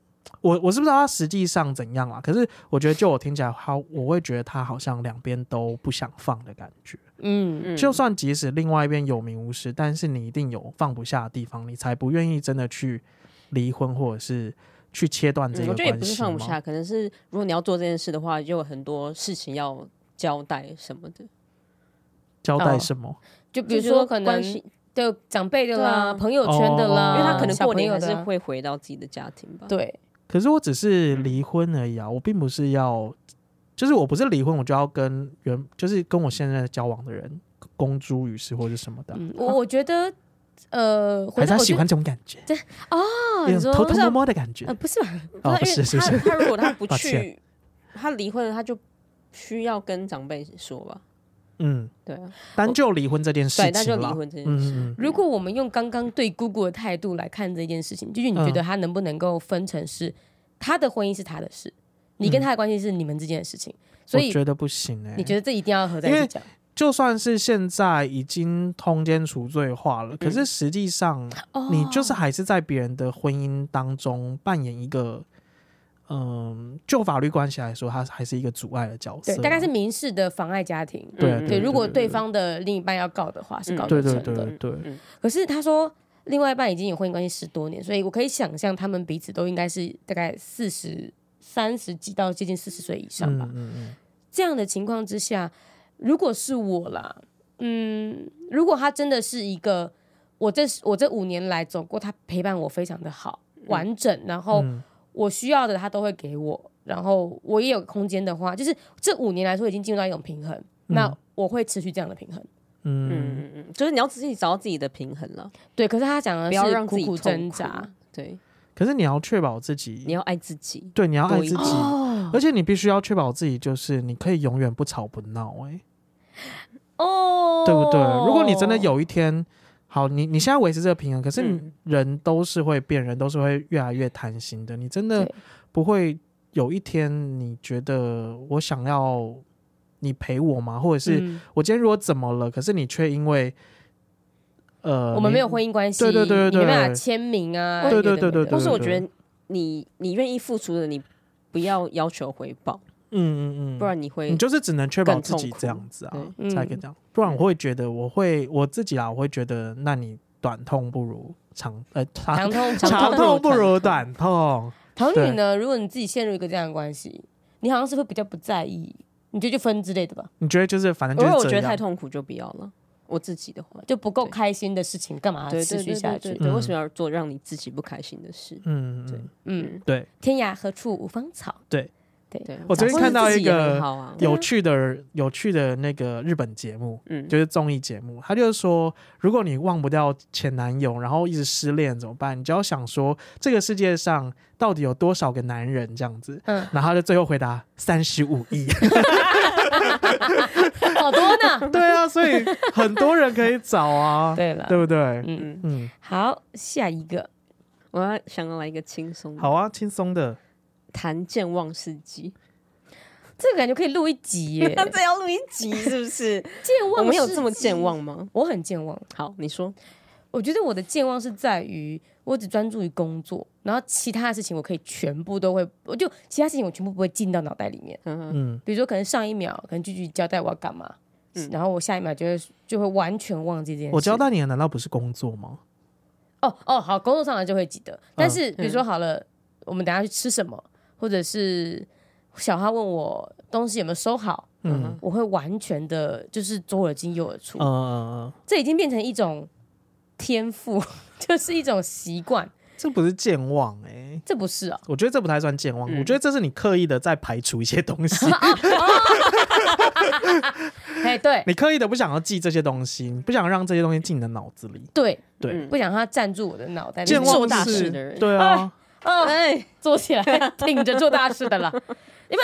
[SPEAKER 3] 我我是不知道他实际上怎样啦。可是我觉得，就我听起来，他我会觉得他好像两边都不想放的感觉。
[SPEAKER 1] 嗯，
[SPEAKER 2] 嗯
[SPEAKER 3] 就算即使另外一边有名无实，但是你一定有放不下的地方，你才不愿意真的去离婚，或者是去切断这
[SPEAKER 2] 嗯
[SPEAKER 3] 个
[SPEAKER 2] 我
[SPEAKER 3] 关
[SPEAKER 2] 觉
[SPEAKER 3] 系
[SPEAKER 2] 得
[SPEAKER 3] 吗。
[SPEAKER 2] 也不是放不下，可能是如果你要做这件事的话，就有很多事情要交代什么的。
[SPEAKER 3] 交代
[SPEAKER 2] 嗯
[SPEAKER 1] 哦
[SPEAKER 3] 什么？
[SPEAKER 1] 就比如
[SPEAKER 2] 就是
[SPEAKER 1] 说可能
[SPEAKER 2] 关系
[SPEAKER 1] 的长辈的啦、
[SPEAKER 2] 对啊
[SPEAKER 1] 朋友圈的啦，
[SPEAKER 3] 哦
[SPEAKER 2] 因为他可能
[SPEAKER 1] 小
[SPEAKER 2] 过
[SPEAKER 1] 朋
[SPEAKER 2] 年
[SPEAKER 1] 友
[SPEAKER 2] 还
[SPEAKER 1] 的
[SPEAKER 2] 是
[SPEAKER 1] 啦
[SPEAKER 2] 会回到自己的家庭吧。，
[SPEAKER 1] 对，
[SPEAKER 3] 可是我只是离婚而已啊，我并不是要，就是我不是离婚，我就要跟原就是跟我现在交往的人公诸于世或者什么的啊，
[SPEAKER 1] 嗯，我我觉得，呃，
[SPEAKER 3] 还
[SPEAKER 1] 回
[SPEAKER 3] 是
[SPEAKER 1] 到
[SPEAKER 3] 他
[SPEAKER 1] 我
[SPEAKER 3] 喜
[SPEAKER 1] 觉得
[SPEAKER 3] 欢这种感觉，
[SPEAKER 1] 哦，
[SPEAKER 3] 有
[SPEAKER 1] 你
[SPEAKER 3] 种
[SPEAKER 1] 说
[SPEAKER 3] 偷偷
[SPEAKER 1] 不是啊
[SPEAKER 3] 摸摸的感觉
[SPEAKER 2] 嗯
[SPEAKER 1] 呃，不是吧？
[SPEAKER 3] 哦，不
[SPEAKER 2] 因
[SPEAKER 3] 是
[SPEAKER 2] 为
[SPEAKER 3] 是不
[SPEAKER 2] 他
[SPEAKER 3] 是？
[SPEAKER 2] 他如果他不
[SPEAKER 3] 抱
[SPEAKER 2] 去
[SPEAKER 3] 歉，
[SPEAKER 2] 他离婚了，他就需要跟长辈说吧。
[SPEAKER 3] 嗯，
[SPEAKER 2] 对啊，
[SPEAKER 3] 单就离婚这件事
[SPEAKER 2] 对，
[SPEAKER 3] 情
[SPEAKER 2] 那就离
[SPEAKER 3] 啦
[SPEAKER 2] 婚这件事。
[SPEAKER 3] 嗯嗯
[SPEAKER 1] 如果我们用刚刚对姑姑的态
[SPEAKER 3] 嗯
[SPEAKER 1] 度来看这件事情，就是你觉得他能不能够分成是他的婚姻是他的事，你跟他的关系是你们之间的事情，所以
[SPEAKER 3] 嗯我觉得不行哎、
[SPEAKER 1] 你觉得这一定要合在
[SPEAKER 3] 因
[SPEAKER 1] 一
[SPEAKER 3] 为
[SPEAKER 1] 起讲？
[SPEAKER 3] 就算是现在已经通奸除罪化了，可是实际上
[SPEAKER 1] 哦
[SPEAKER 3] 你就是还是在别人的婚姻当中扮演一个，嗯、就法律关系来说，他还是一个阻碍的角色
[SPEAKER 1] 对
[SPEAKER 3] 啊。，
[SPEAKER 1] 大概是民事的妨碍家庭。
[SPEAKER 3] 对啊
[SPEAKER 2] 嗯
[SPEAKER 1] 对，如果对
[SPEAKER 3] 对
[SPEAKER 1] 方的另一半要告的话，是告
[SPEAKER 2] 嗯
[SPEAKER 1] 得
[SPEAKER 3] 对
[SPEAKER 1] 成
[SPEAKER 3] 对
[SPEAKER 1] 的。
[SPEAKER 3] 对对对，
[SPEAKER 2] 嗯
[SPEAKER 1] 可是他说，另外一半已经有婚姻关系十多年，所以我可以想象他们彼此都应该是大概四十三十几到接近四十岁以上
[SPEAKER 3] 嗯
[SPEAKER 1] 吧。
[SPEAKER 3] 嗯嗯，
[SPEAKER 1] 这样的情况之下，如果是我啦，嗯，如果他真的是一个我这我这五年来走过，他陪伴我非常的好
[SPEAKER 2] 嗯
[SPEAKER 1] 完整，然后
[SPEAKER 3] 嗯
[SPEAKER 1] 我需要的他都会给我，然后我也有空间的话，就是这五年来说已经进入到一种平衡，那我会持续这样的平衡。
[SPEAKER 3] 嗯，
[SPEAKER 2] 嗯嗯，就是你要自己找到自己的平衡了，
[SPEAKER 1] 对，可是他讲的
[SPEAKER 2] 不要
[SPEAKER 1] 是
[SPEAKER 2] 让自
[SPEAKER 1] 苦
[SPEAKER 2] 己
[SPEAKER 1] 苦
[SPEAKER 2] 痛
[SPEAKER 1] 挣扎，
[SPEAKER 2] 对，
[SPEAKER 3] 可是你要确保自己，
[SPEAKER 2] 你要爱自己。
[SPEAKER 3] 对，你要爱
[SPEAKER 2] 多一
[SPEAKER 3] 自己，
[SPEAKER 2] 点
[SPEAKER 1] 哦
[SPEAKER 3] 而且你必须要确保自己，就是你可以永远不吵不闹、欸，
[SPEAKER 1] 哦，
[SPEAKER 3] 对不对？如果你真的，有一天，好，你你现在维持这个平衡，可是你
[SPEAKER 2] 嗯
[SPEAKER 3] 人都是会变，人都是会越来越贪心的，你真的
[SPEAKER 1] 对
[SPEAKER 3] 不会有一天你觉得我想要你陪我吗？或者是
[SPEAKER 1] 嗯
[SPEAKER 3] 我今天如果怎么了，可是你却因为呃，
[SPEAKER 1] 我们
[SPEAKER 3] 你
[SPEAKER 1] 没有婚姻关系，
[SPEAKER 3] 对对对对
[SPEAKER 1] 你没办法
[SPEAKER 3] 对
[SPEAKER 1] 签名啊，
[SPEAKER 3] 对对
[SPEAKER 1] 等
[SPEAKER 3] 对
[SPEAKER 1] 等
[SPEAKER 3] 对
[SPEAKER 1] 等
[SPEAKER 2] 或
[SPEAKER 1] 等
[SPEAKER 2] 是我觉得你你愿意付出的，你不要要求回报，
[SPEAKER 3] 嗯嗯嗯，
[SPEAKER 2] 不然你会
[SPEAKER 3] 你就是只能确保
[SPEAKER 2] 更
[SPEAKER 3] 自己
[SPEAKER 2] 痛苦
[SPEAKER 3] 这样子啊，
[SPEAKER 1] 对
[SPEAKER 3] 才可以这样。不然我会觉得，我会我自己啊，我会觉得，那你短痛不如长，呃，
[SPEAKER 1] 长
[SPEAKER 3] 长
[SPEAKER 1] 痛
[SPEAKER 3] 长
[SPEAKER 1] 痛
[SPEAKER 3] 痛不如短痛。
[SPEAKER 1] 唐
[SPEAKER 3] 对
[SPEAKER 1] 女呢？如果你自己陷入一个这样的关系，你好像是会比较不在意，你就就分之类的吧，
[SPEAKER 3] 你觉得就是反正
[SPEAKER 2] 偶尔我
[SPEAKER 3] 就是
[SPEAKER 2] 觉
[SPEAKER 3] 这
[SPEAKER 2] 得太
[SPEAKER 3] 样，
[SPEAKER 2] 痛苦就不要了。我自己的话，
[SPEAKER 1] 就不够
[SPEAKER 2] 对
[SPEAKER 1] 开心的事情，干嘛
[SPEAKER 2] 对
[SPEAKER 1] 持
[SPEAKER 2] 对
[SPEAKER 1] 续
[SPEAKER 2] 对
[SPEAKER 1] 下
[SPEAKER 2] 对
[SPEAKER 1] 去
[SPEAKER 2] 对？
[SPEAKER 3] 嗯
[SPEAKER 2] 对，为什么要做让你自己不开心的事？
[SPEAKER 3] 嗯嗯，
[SPEAKER 1] 嗯，
[SPEAKER 3] 对。
[SPEAKER 1] 天涯何处无芳草。
[SPEAKER 2] 对
[SPEAKER 3] 我昨天看到一个
[SPEAKER 2] 找自己也很好啊，
[SPEAKER 3] 有趣的有趣的那个日本节目，
[SPEAKER 2] 嗯，
[SPEAKER 3] 就是综艺节目，他就是说，如果你忘不掉前男友，然后一直失恋怎么办？你就要想说，这个世界上到底有多少个男人这样子？
[SPEAKER 1] 嗯，
[SPEAKER 3] 然后他就最后回答三十五 亿。
[SPEAKER 1] 好多呢。
[SPEAKER 3] 对啊，所以很多人可以找 啊，
[SPEAKER 1] 对了，
[SPEAKER 3] 对不对？
[SPEAKER 1] 嗯，
[SPEAKER 3] 嗯，
[SPEAKER 1] 好，下一个
[SPEAKER 2] 我要想要来一个轻松的，
[SPEAKER 3] 好啊，轻松的，
[SPEAKER 2] 谈健忘事记，
[SPEAKER 1] 这个感觉可以录一集耶。
[SPEAKER 2] 这要录一集是不是？
[SPEAKER 1] 健忘，
[SPEAKER 2] 我们有这么健？忘吗？
[SPEAKER 1] 我很健忘。
[SPEAKER 2] 好，你说，
[SPEAKER 1] 我觉得我的健忘是在于我只专注于工作，然后其他的事情我可以全部都会，我就其他事情我全部不会进到脑袋里面。
[SPEAKER 2] 嗯，
[SPEAKER 3] 嗯
[SPEAKER 1] 比如说，可能上一秒可能句句交代我要干嘛，
[SPEAKER 2] 嗯
[SPEAKER 1] 然后我下一秒就会就会完全忘记这件事。
[SPEAKER 3] 我交代你的难道不是工作吗？
[SPEAKER 1] 哦哦，好，工作上来就会记得。但是比如说好了，我们等下去吃什么，或者是小哈问我东西有没有收好，
[SPEAKER 3] 嗯
[SPEAKER 2] 嗯
[SPEAKER 1] 我会完全的就是左耳进右耳出，
[SPEAKER 3] 呃，
[SPEAKER 1] 这已经变成一种天赋， 就是一种习惯。
[SPEAKER 3] 这不是健忘哎、
[SPEAKER 1] 这不是哦，
[SPEAKER 3] 我觉得这不太算健忘，
[SPEAKER 2] 嗯
[SPEAKER 3] 我觉得这是你刻意的在排除一些东 西，
[SPEAKER 1] 哎，对
[SPEAKER 3] 你刻意的不想要记这些东西，你不想让这些东西进你的脑子里。
[SPEAKER 1] 对，
[SPEAKER 3] 对，
[SPEAKER 2] 嗯
[SPEAKER 1] 不想让它占住我的脑袋。
[SPEAKER 3] 健
[SPEAKER 2] 做
[SPEAKER 3] 忘
[SPEAKER 2] 大
[SPEAKER 3] 是
[SPEAKER 2] 事的人
[SPEAKER 3] 对啊，
[SPEAKER 1] 哦，
[SPEAKER 2] 哎，
[SPEAKER 1] 做起 来挺着做大事的啦。一般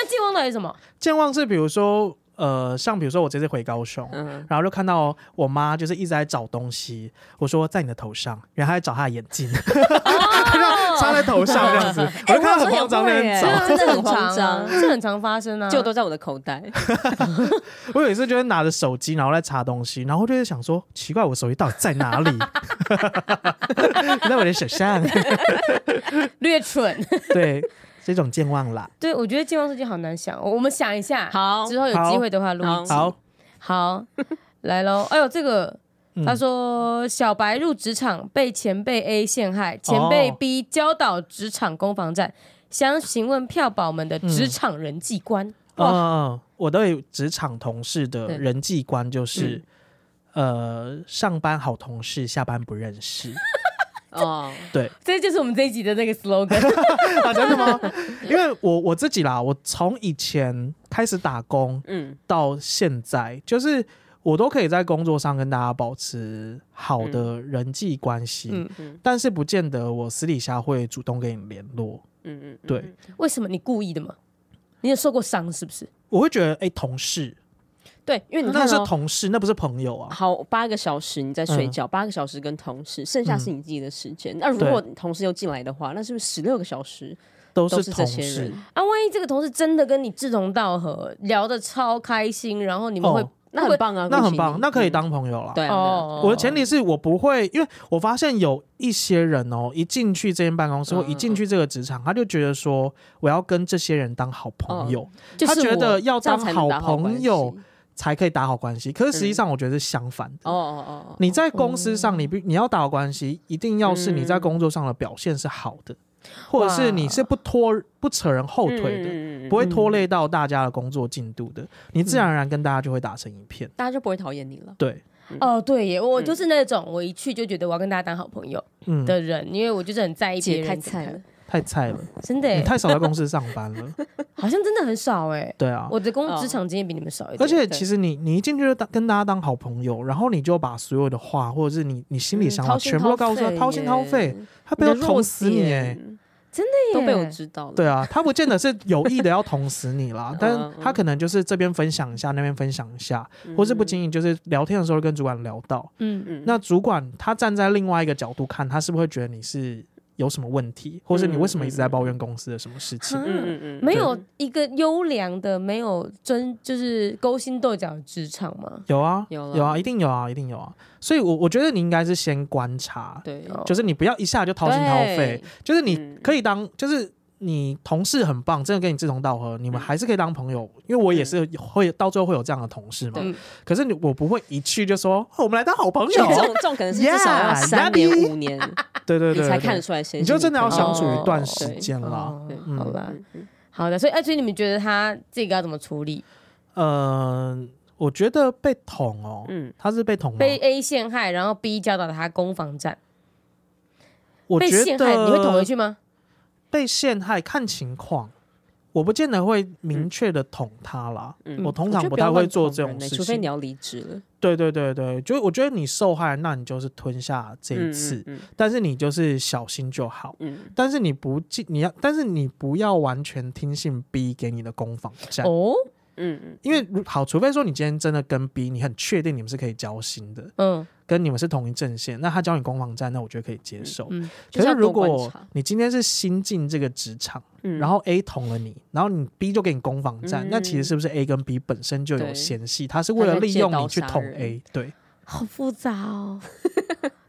[SPEAKER 1] 健忘到底是什么？
[SPEAKER 3] 健忘是比如说呃，像比如说我这次回高雄，
[SPEAKER 2] 嗯，
[SPEAKER 3] 然后就看到我妈就是一直在找东西，我说在你的头上，然后她在找她的眼镜， 插在头上这样子，我就看到很慌张在那边
[SPEAKER 2] 哦哎哎我好
[SPEAKER 3] 找。
[SPEAKER 1] 这
[SPEAKER 2] 像有过耶真的很
[SPEAKER 1] 常
[SPEAKER 2] 慌
[SPEAKER 1] 啊，
[SPEAKER 2] 张
[SPEAKER 1] 这很常发生啊。
[SPEAKER 2] 就都在我的口袋，
[SPEAKER 3] 我有一次就是拿着手机，然后在查东西，然后就是想说奇怪，我手机到底在哪里？ 在我的手上，
[SPEAKER 1] 略蠢。
[SPEAKER 3] 对，这种健忘啦。
[SPEAKER 1] 对，我觉得健忘事情好难想，我我们想一下，
[SPEAKER 2] 好
[SPEAKER 1] 之后有机会的话录
[SPEAKER 2] 哦
[SPEAKER 1] 一集。
[SPEAKER 3] 好，
[SPEAKER 1] 好，来喽。哎呦，这个
[SPEAKER 3] 嗯
[SPEAKER 1] 他说小白入职场被前辈 A 陷害，前辈
[SPEAKER 3] 哦
[SPEAKER 1] B 教导职场攻防战，想询问票宝们的职场人际观。
[SPEAKER 3] 嗯
[SPEAKER 1] 哇，
[SPEAKER 3] 嗯，嗯我对职场同事的
[SPEAKER 1] 对
[SPEAKER 3] 人际观
[SPEAKER 2] 嗯
[SPEAKER 3] 就是，呃，上班好同事，下班不认 识。
[SPEAKER 2] 哦，
[SPEAKER 3] 对
[SPEAKER 1] 这就是我们这一集的那个 slogan。
[SPEAKER 3] 啊，真的吗？因为我我自己啦，我从以前开始打工
[SPEAKER 2] 嗯，
[SPEAKER 3] 到现在，就是我都可以在工作上跟大家保持好的人际关系，
[SPEAKER 1] 嗯
[SPEAKER 2] 嗯
[SPEAKER 3] 但是不见得我私底下会主动跟你联络。
[SPEAKER 2] 嗯嗯，
[SPEAKER 3] 对，
[SPEAKER 1] 为什么你故意的吗？你有受过伤是不是？
[SPEAKER 3] 我会觉得，哎、同事，
[SPEAKER 2] 对，因为你
[SPEAKER 3] 那
[SPEAKER 2] 看
[SPEAKER 3] 是
[SPEAKER 2] 哦
[SPEAKER 3] 同事，那不是朋友啊。
[SPEAKER 2] 好，八个小时你在睡
[SPEAKER 3] 嗯
[SPEAKER 2] 觉，八个小时跟同事，剩下是你自己的时间。那如果同事又进来的话，那是不是十六个小时
[SPEAKER 3] 都
[SPEAKER 2] 都
[SPEAKER 3] 是
[SPEAKER 2] 是这
[SPEAKER 3] 同
[SPEAKER 2] 些
[SPEAKER 3] 事
[SPEAKER 2] 人，。
[SPEAKER 1] 啊，万一这个同事真的跟你志同道合，聊得超开心，然后你们会
[SPEAKER 3] 哦
[SPEAKER 2] 那很棒啊，
[SPEAKER 3] 那
[SPEAKER 2] 恭喜
[SPEAKER 3] 很棒，
[SPEAKER 2] 你
[SPEAKER 3] 那可以
[SPEAKER 2] 嗯
[SPEAKER 3] 当朋友了。
[SPEAKER 2] 对啊。
[SPEAKER 1] 哦
[SPEAKER 3] 我的前提是我不会，因为我发现有一些人哦，一进去这间办公室
[SPEAKER 2] 嗯
[SPEAKER 3] 或一进去这个职场，他就觉得说我要跟这些人当好朋友，
[SPEAKER 2] 对啊
[SPEAKER 3] 他
[SPEAKER 2] 就是
[SPEAKER 3] 觉得
[SPEAKER 2] 我
[SPEAKER 3] 要
[SPEAKER 2] 这样
[SPEAKER 3] 当
[SPEAKER 2] 才能
[SPEAKER 3] 好
[SPEAKER 2] 打好
[SPEAKER 3] 朋
[SPEAKER 2] 关
[SPEAKER 3] 友
[SPEAKER 2] 系嗯
[SPEAKER 3] 才可以打好关系。可是实际上，我觉得是相反的。
[SPEAKER 2] 哦哦哦哦，嗯
[SPEAKER 3] 你在公司上，你必你要打好关系，一定要是你在工作上的表现是好的，或者是你是不拖不扯人后腿的，
[SPEAKER 2] 的
[SPEAKER 3] 不会拖累到大家的工作进度的，你自然而然跟大家就会打成一片。
[SPEAKER 2] 大家就不会讨厌你了。
[SPEAKER 3] 对，
[SPEAKER 1] 哦，对耶，我就是那种我一去就觉得我要跟大家当好朋友
[SPEAKER 3] 嗯，
[SPEAKER 1] 的人，因为我就是很在意别
[SPEAKER 2] 姐
[SPEAKER 1] 人
[SPEAKER 2] 太
[SPEAKER 1] 怎么
[SPEAKER 2] 菜
[SPEAKER 1] 看
[SPEAKER 2] 了，，
[SPEAKER 3] 太菜了，
[SPEAKER 1] 真的
[SPEAKER 3] 你
[SPEAKER 1] 耶，
[SPEAKER 3] 太少在公司上班 了。
[SPEAKER 1] 好像真的很少哎。
[SPEAKER 3] 对啊，
[SPEAKER 1] 我的工
[SPEAKER 2] 哦
[SPEAKER 1] 职场经验比你们少一点，
[SPEAKER 3] 而且
[SPEAKER 2] 对
[SPEAKER 3] 其实你你一进去就当跟大家当好朋友，然后你就把所有的话或者是你你心里想法
[SPEAKER 2] 嗯掏心
[SPEAKER 3] 全部都
[SPEAKER 2] 掏
[SPEAKER 3] 告诉他，
[SPEAKER 2] 肺
[SPEAKER 3] 掏心掏
[SPEAKER 2] 耶
[SPEAKER 3] 肺，他
[SPEAKER 2] 你
[SPEAKER 3] 不
[SPEAKER 2] 的
[SPEAKER 3] 要
[SPEAKER 2] 弱
[SPEAKER 3] 捅死你哎、
[SPEAKER 2] 点
[SPEAKER 1] 对
[SPEAKER 2] 都被我
[SPEAKER 1] 耶
[SPEAKER 2] 知道了。，
[SPEAKER 3] 对啊，他不见得是有意的要捅死你啦 但
[SPEAKER 2] 嗯嗯
[SPEAKER 3] 他可能就是这边分享一下，那边分享一下，
[SPEAKER 2] 嗯，
[SPEAKER 3] 或是不经意就是聊天的时候跟主管聊到，
[SPEAKER 1] 嗯，
[SPEAKER 2] 嗯
[SPEAKER 3] 那主管他站在另外一个角度看，他是不是会觉得你是有什么问题，或是
[SPEAKER 2] 嗯
[SPEAKER 3] 你为什么一直在抱怨公司的什么事情？
[SPEAKER 1] 嗯
[SPEAKER 2] 嗯嗯
[SPEAKER 1] 没
[SPEAKER 2] 嗯，
[SPEAKER 1] 有一个优良的，没有真就是勾心斗角的职场吗？
[SPEAKER 3] 有啊，
[SPEAKER 2] 有啦
[SPEAKER 3] 有啊，一定有啊，一定有啊。所以我，我觉得你应该是先观察，
[SPEAKER 2] 对，
[SPEAKER 3] 就是你不要一下就掏心掏肺，就是你
[SPEAKER 2] 哦嗯
[SPEAKER 3] 可以当，就是你同事很棒，真的跟你志同道合，你们
[SPEAKER 2] 嗯
[SPEAKER 3] 还是可以当朋友，因为我也是会到最后会有这样的同事嘛
[SPEAKER 2] 对。
[SPEAKER 3] 可是你我不会一去就说哦我们来当好朋
[SPEAKER 2] 这
[SPEAKER 3] 友，
[SPEAKER 2] 种这种可能是至少要
[SPEAKER 3] Yeah，
[SPEAKER 2] 三
[SPEAKER 3] Daddy
[SPEAKER 2] 年五年，
[SPEAKER 3] 对对
[SPEAKER 2] 你
[SPEAKER 3] 对
[SPEAKER 2] 才
[SPEAKER 3] 对
[SPEAKER 2] 看
[SPEAKER 3] 对，
[SPEAKER 2] 得出来谁
[SPEAKER 3] 你就真的要
[SPEAKER 1] 想
[SPEAKER 3] 相
[SPEAKER 2] 相
[SPEAKER 3] 处
[SPEAKER 1] 处
[SPEAKER 3] 一段时间啦。
[SPEAKER 1] 哦
[SPEAKER 2] 对
[SPEAKER 3] 嗯
[SPEAKER 1] 好啦，好的，所以哎，所以你们觉得他这个要怎么处理？
[SPEAKER 3] 嗯，我觉得被捅哦，
[SPEAKER 2] 哦嗯，
[SPEAKER 3] 他是被捅吗？
[SPEAKER 1] 被 A 陷害，然后 B 教导他攻防战，
[SPEAKER 3] 我
[SPEAKER 1] 被
[SPEAKER 3] 觉
[SPEAKER 1] 陷害
[SPEAKER 3] 得
[SPEAKER 1] 你会捅回去吗？
[SPEAKER 3] 被陷害看情况，我不见得会明确的捅他啦。
[SPEAKER 2] 嗯
[SPEAKER 3] 我通
[SPEAKER 2] 觉
[SPEAKER 3] 常
[SPEAKER 2] 得
[SPEAKER 3] 不
[SPEAKER 2] 要
[SPEAKER 3] 太会
[SPEAKER 2] 乱
[SPEAKER 3] 做
[SPEAKER 2] 捅
[SPEAKER 3] 这
[SPEAKER 2] 人
[SPEAKER 3] 种
[SPEAKER 2] 欸
[SPEAKER 3] 事
[SPEAKER 2] 除非你
[SPEAKER 3] 情。
[SPEAKER 2] 要离职了。
[SPEAKER 3] 对对对对，就我觉得你受害，那你就是吞下这一次，
[SPEAKER 2] 嗯
[SPEAKER 3] 但是你就是小心就好。
[SPEAKER 2] 嗯，
[SPEAKER 3] 但是你不记，你要，但是你不要完全听信 B 给你的攻防战，
[SPEAKER 1] 哦，
[SPEAKER 2] 嗯嗯
[SPEAKER 3] 因为如好，除非说你今天真的跟 B，你很确定你们是可以交心的，
[SPEAKER 1] 嗯，
[SPEAKER 3] 跟你们是同一阵线，那他教你攻防战，那我觉得可以接受。
[SPEAKER 1] 嗯嗯
[SPEAKER 2] 就
[SPEAKER 3] 可
[SPEAKER 2] 是要
[SPEAKER 3] 是如
[SPEAKER 2] 多观
[SPEAKER 3] 果
[SPEAKER 2] 察
[SPEAKER 3] 你今天是新进这个职场，
[SPEAKER 2] 嗯，
[SPEAKER 3] 然后 A 捅了你，然后你 B 就给你攻防战，
[SPEAKER 2] 嗯
[SPEAKER 3] 那其实是不是 A 跟 B 本身就有
[SPEAKER 2] 对
[SPEAKER 3] 嫌隙？他是为了利用你去捅 A，对，
[SPEAKER 1] 好复杂哦。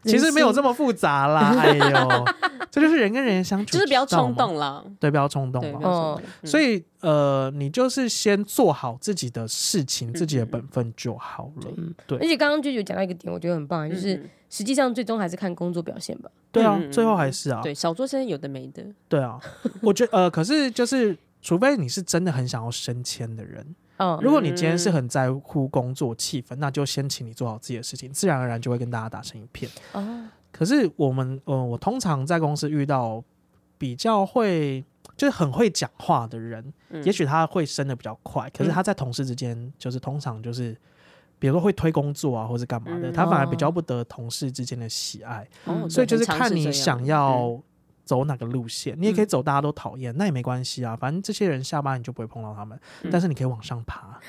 [SPEAKER 3] 其实没有这么复杂啦。哎 呦，这就是人跟人相处，
[SPEAKER 2] 就是不要
[SPEAKER 3] 知道吗
[SPEAKER 2] 冲，动啦，
[SPEAKER 3] 对，不要冲动
[SPEAKER 2] 对，不
[SPEAKER 3] 嘛。
[SPEAKER 2] 要冲
[SPEAKER 1] 哦
[SPEAKER 2] 动。嗯
[SPEAKER 3] 所以呃，你就是先做好自己的事情，自己的
[SPEAKER 2] 嗯嗯
[SPEAKER 3] 本分就好了。
[SPEAKER 1] 而且刚刚就有讲到一个点，我觉得很棒，就
[SPEAKER 2] 嗯
[SPEAKER 1] 是
[SPEAKER 2] 嗯
[SPEAKER 1] 实际上最终还是看工作表现吧。
[SPEAKER 3] 对啊
[SPEAKER 2] 嗯，嗯
[SPEAKER 3] 最后还是啊，
[SPEAKER 2] 对少做些有的没的，
[SPEAKER 3] 对啊，我觉呃，可是就是。除非你是真的很想要升迁的人，
[SPEAKER 1] 嗯，
[SPEAKER 3] 如果你今天是很在乎工作气氛，那就先请你做好自己的事情，自然而然就会跟大家打成一片。
[SPEAKER 1] 哦，
[SPEAKER 3] 可是我们，呃，我通常在公司遇到比较会，就是很会讲话的人，
[SPEAKER 2] 嗯
[SPEAKER 3] 也许他会升的比较快，可是他在同事之间，就是通常就是，比如说会推工作啊，或是干嘛的，
[SPEAKER 2] 嗯
[SPEAKER 3] 他反而
[SPEAKER 1] 哦
[SPEAKER 3] 比较不得同事之间的喜爱，
[SPEAKER 2] 哦
[SPEAKER 3] 嗯所以就是
[SPEAKER 2] 很常
[SPEAKER 3] 看
[SPEAKER 2] 这
[SPEAKER 3] 你
[SPEAKER 2] 样
[SPEAKER 3] 想
[SPEAKER 1] 嗯
[SPEAKER 3] 要。走哪个路线，你也可以走大家都讨厌，那也没关系啊，反正这些人下班你就不会碰到他们，
[SPEAKER 2] 嗯
[SPEAKER 3] 但是你可以往上爬啊，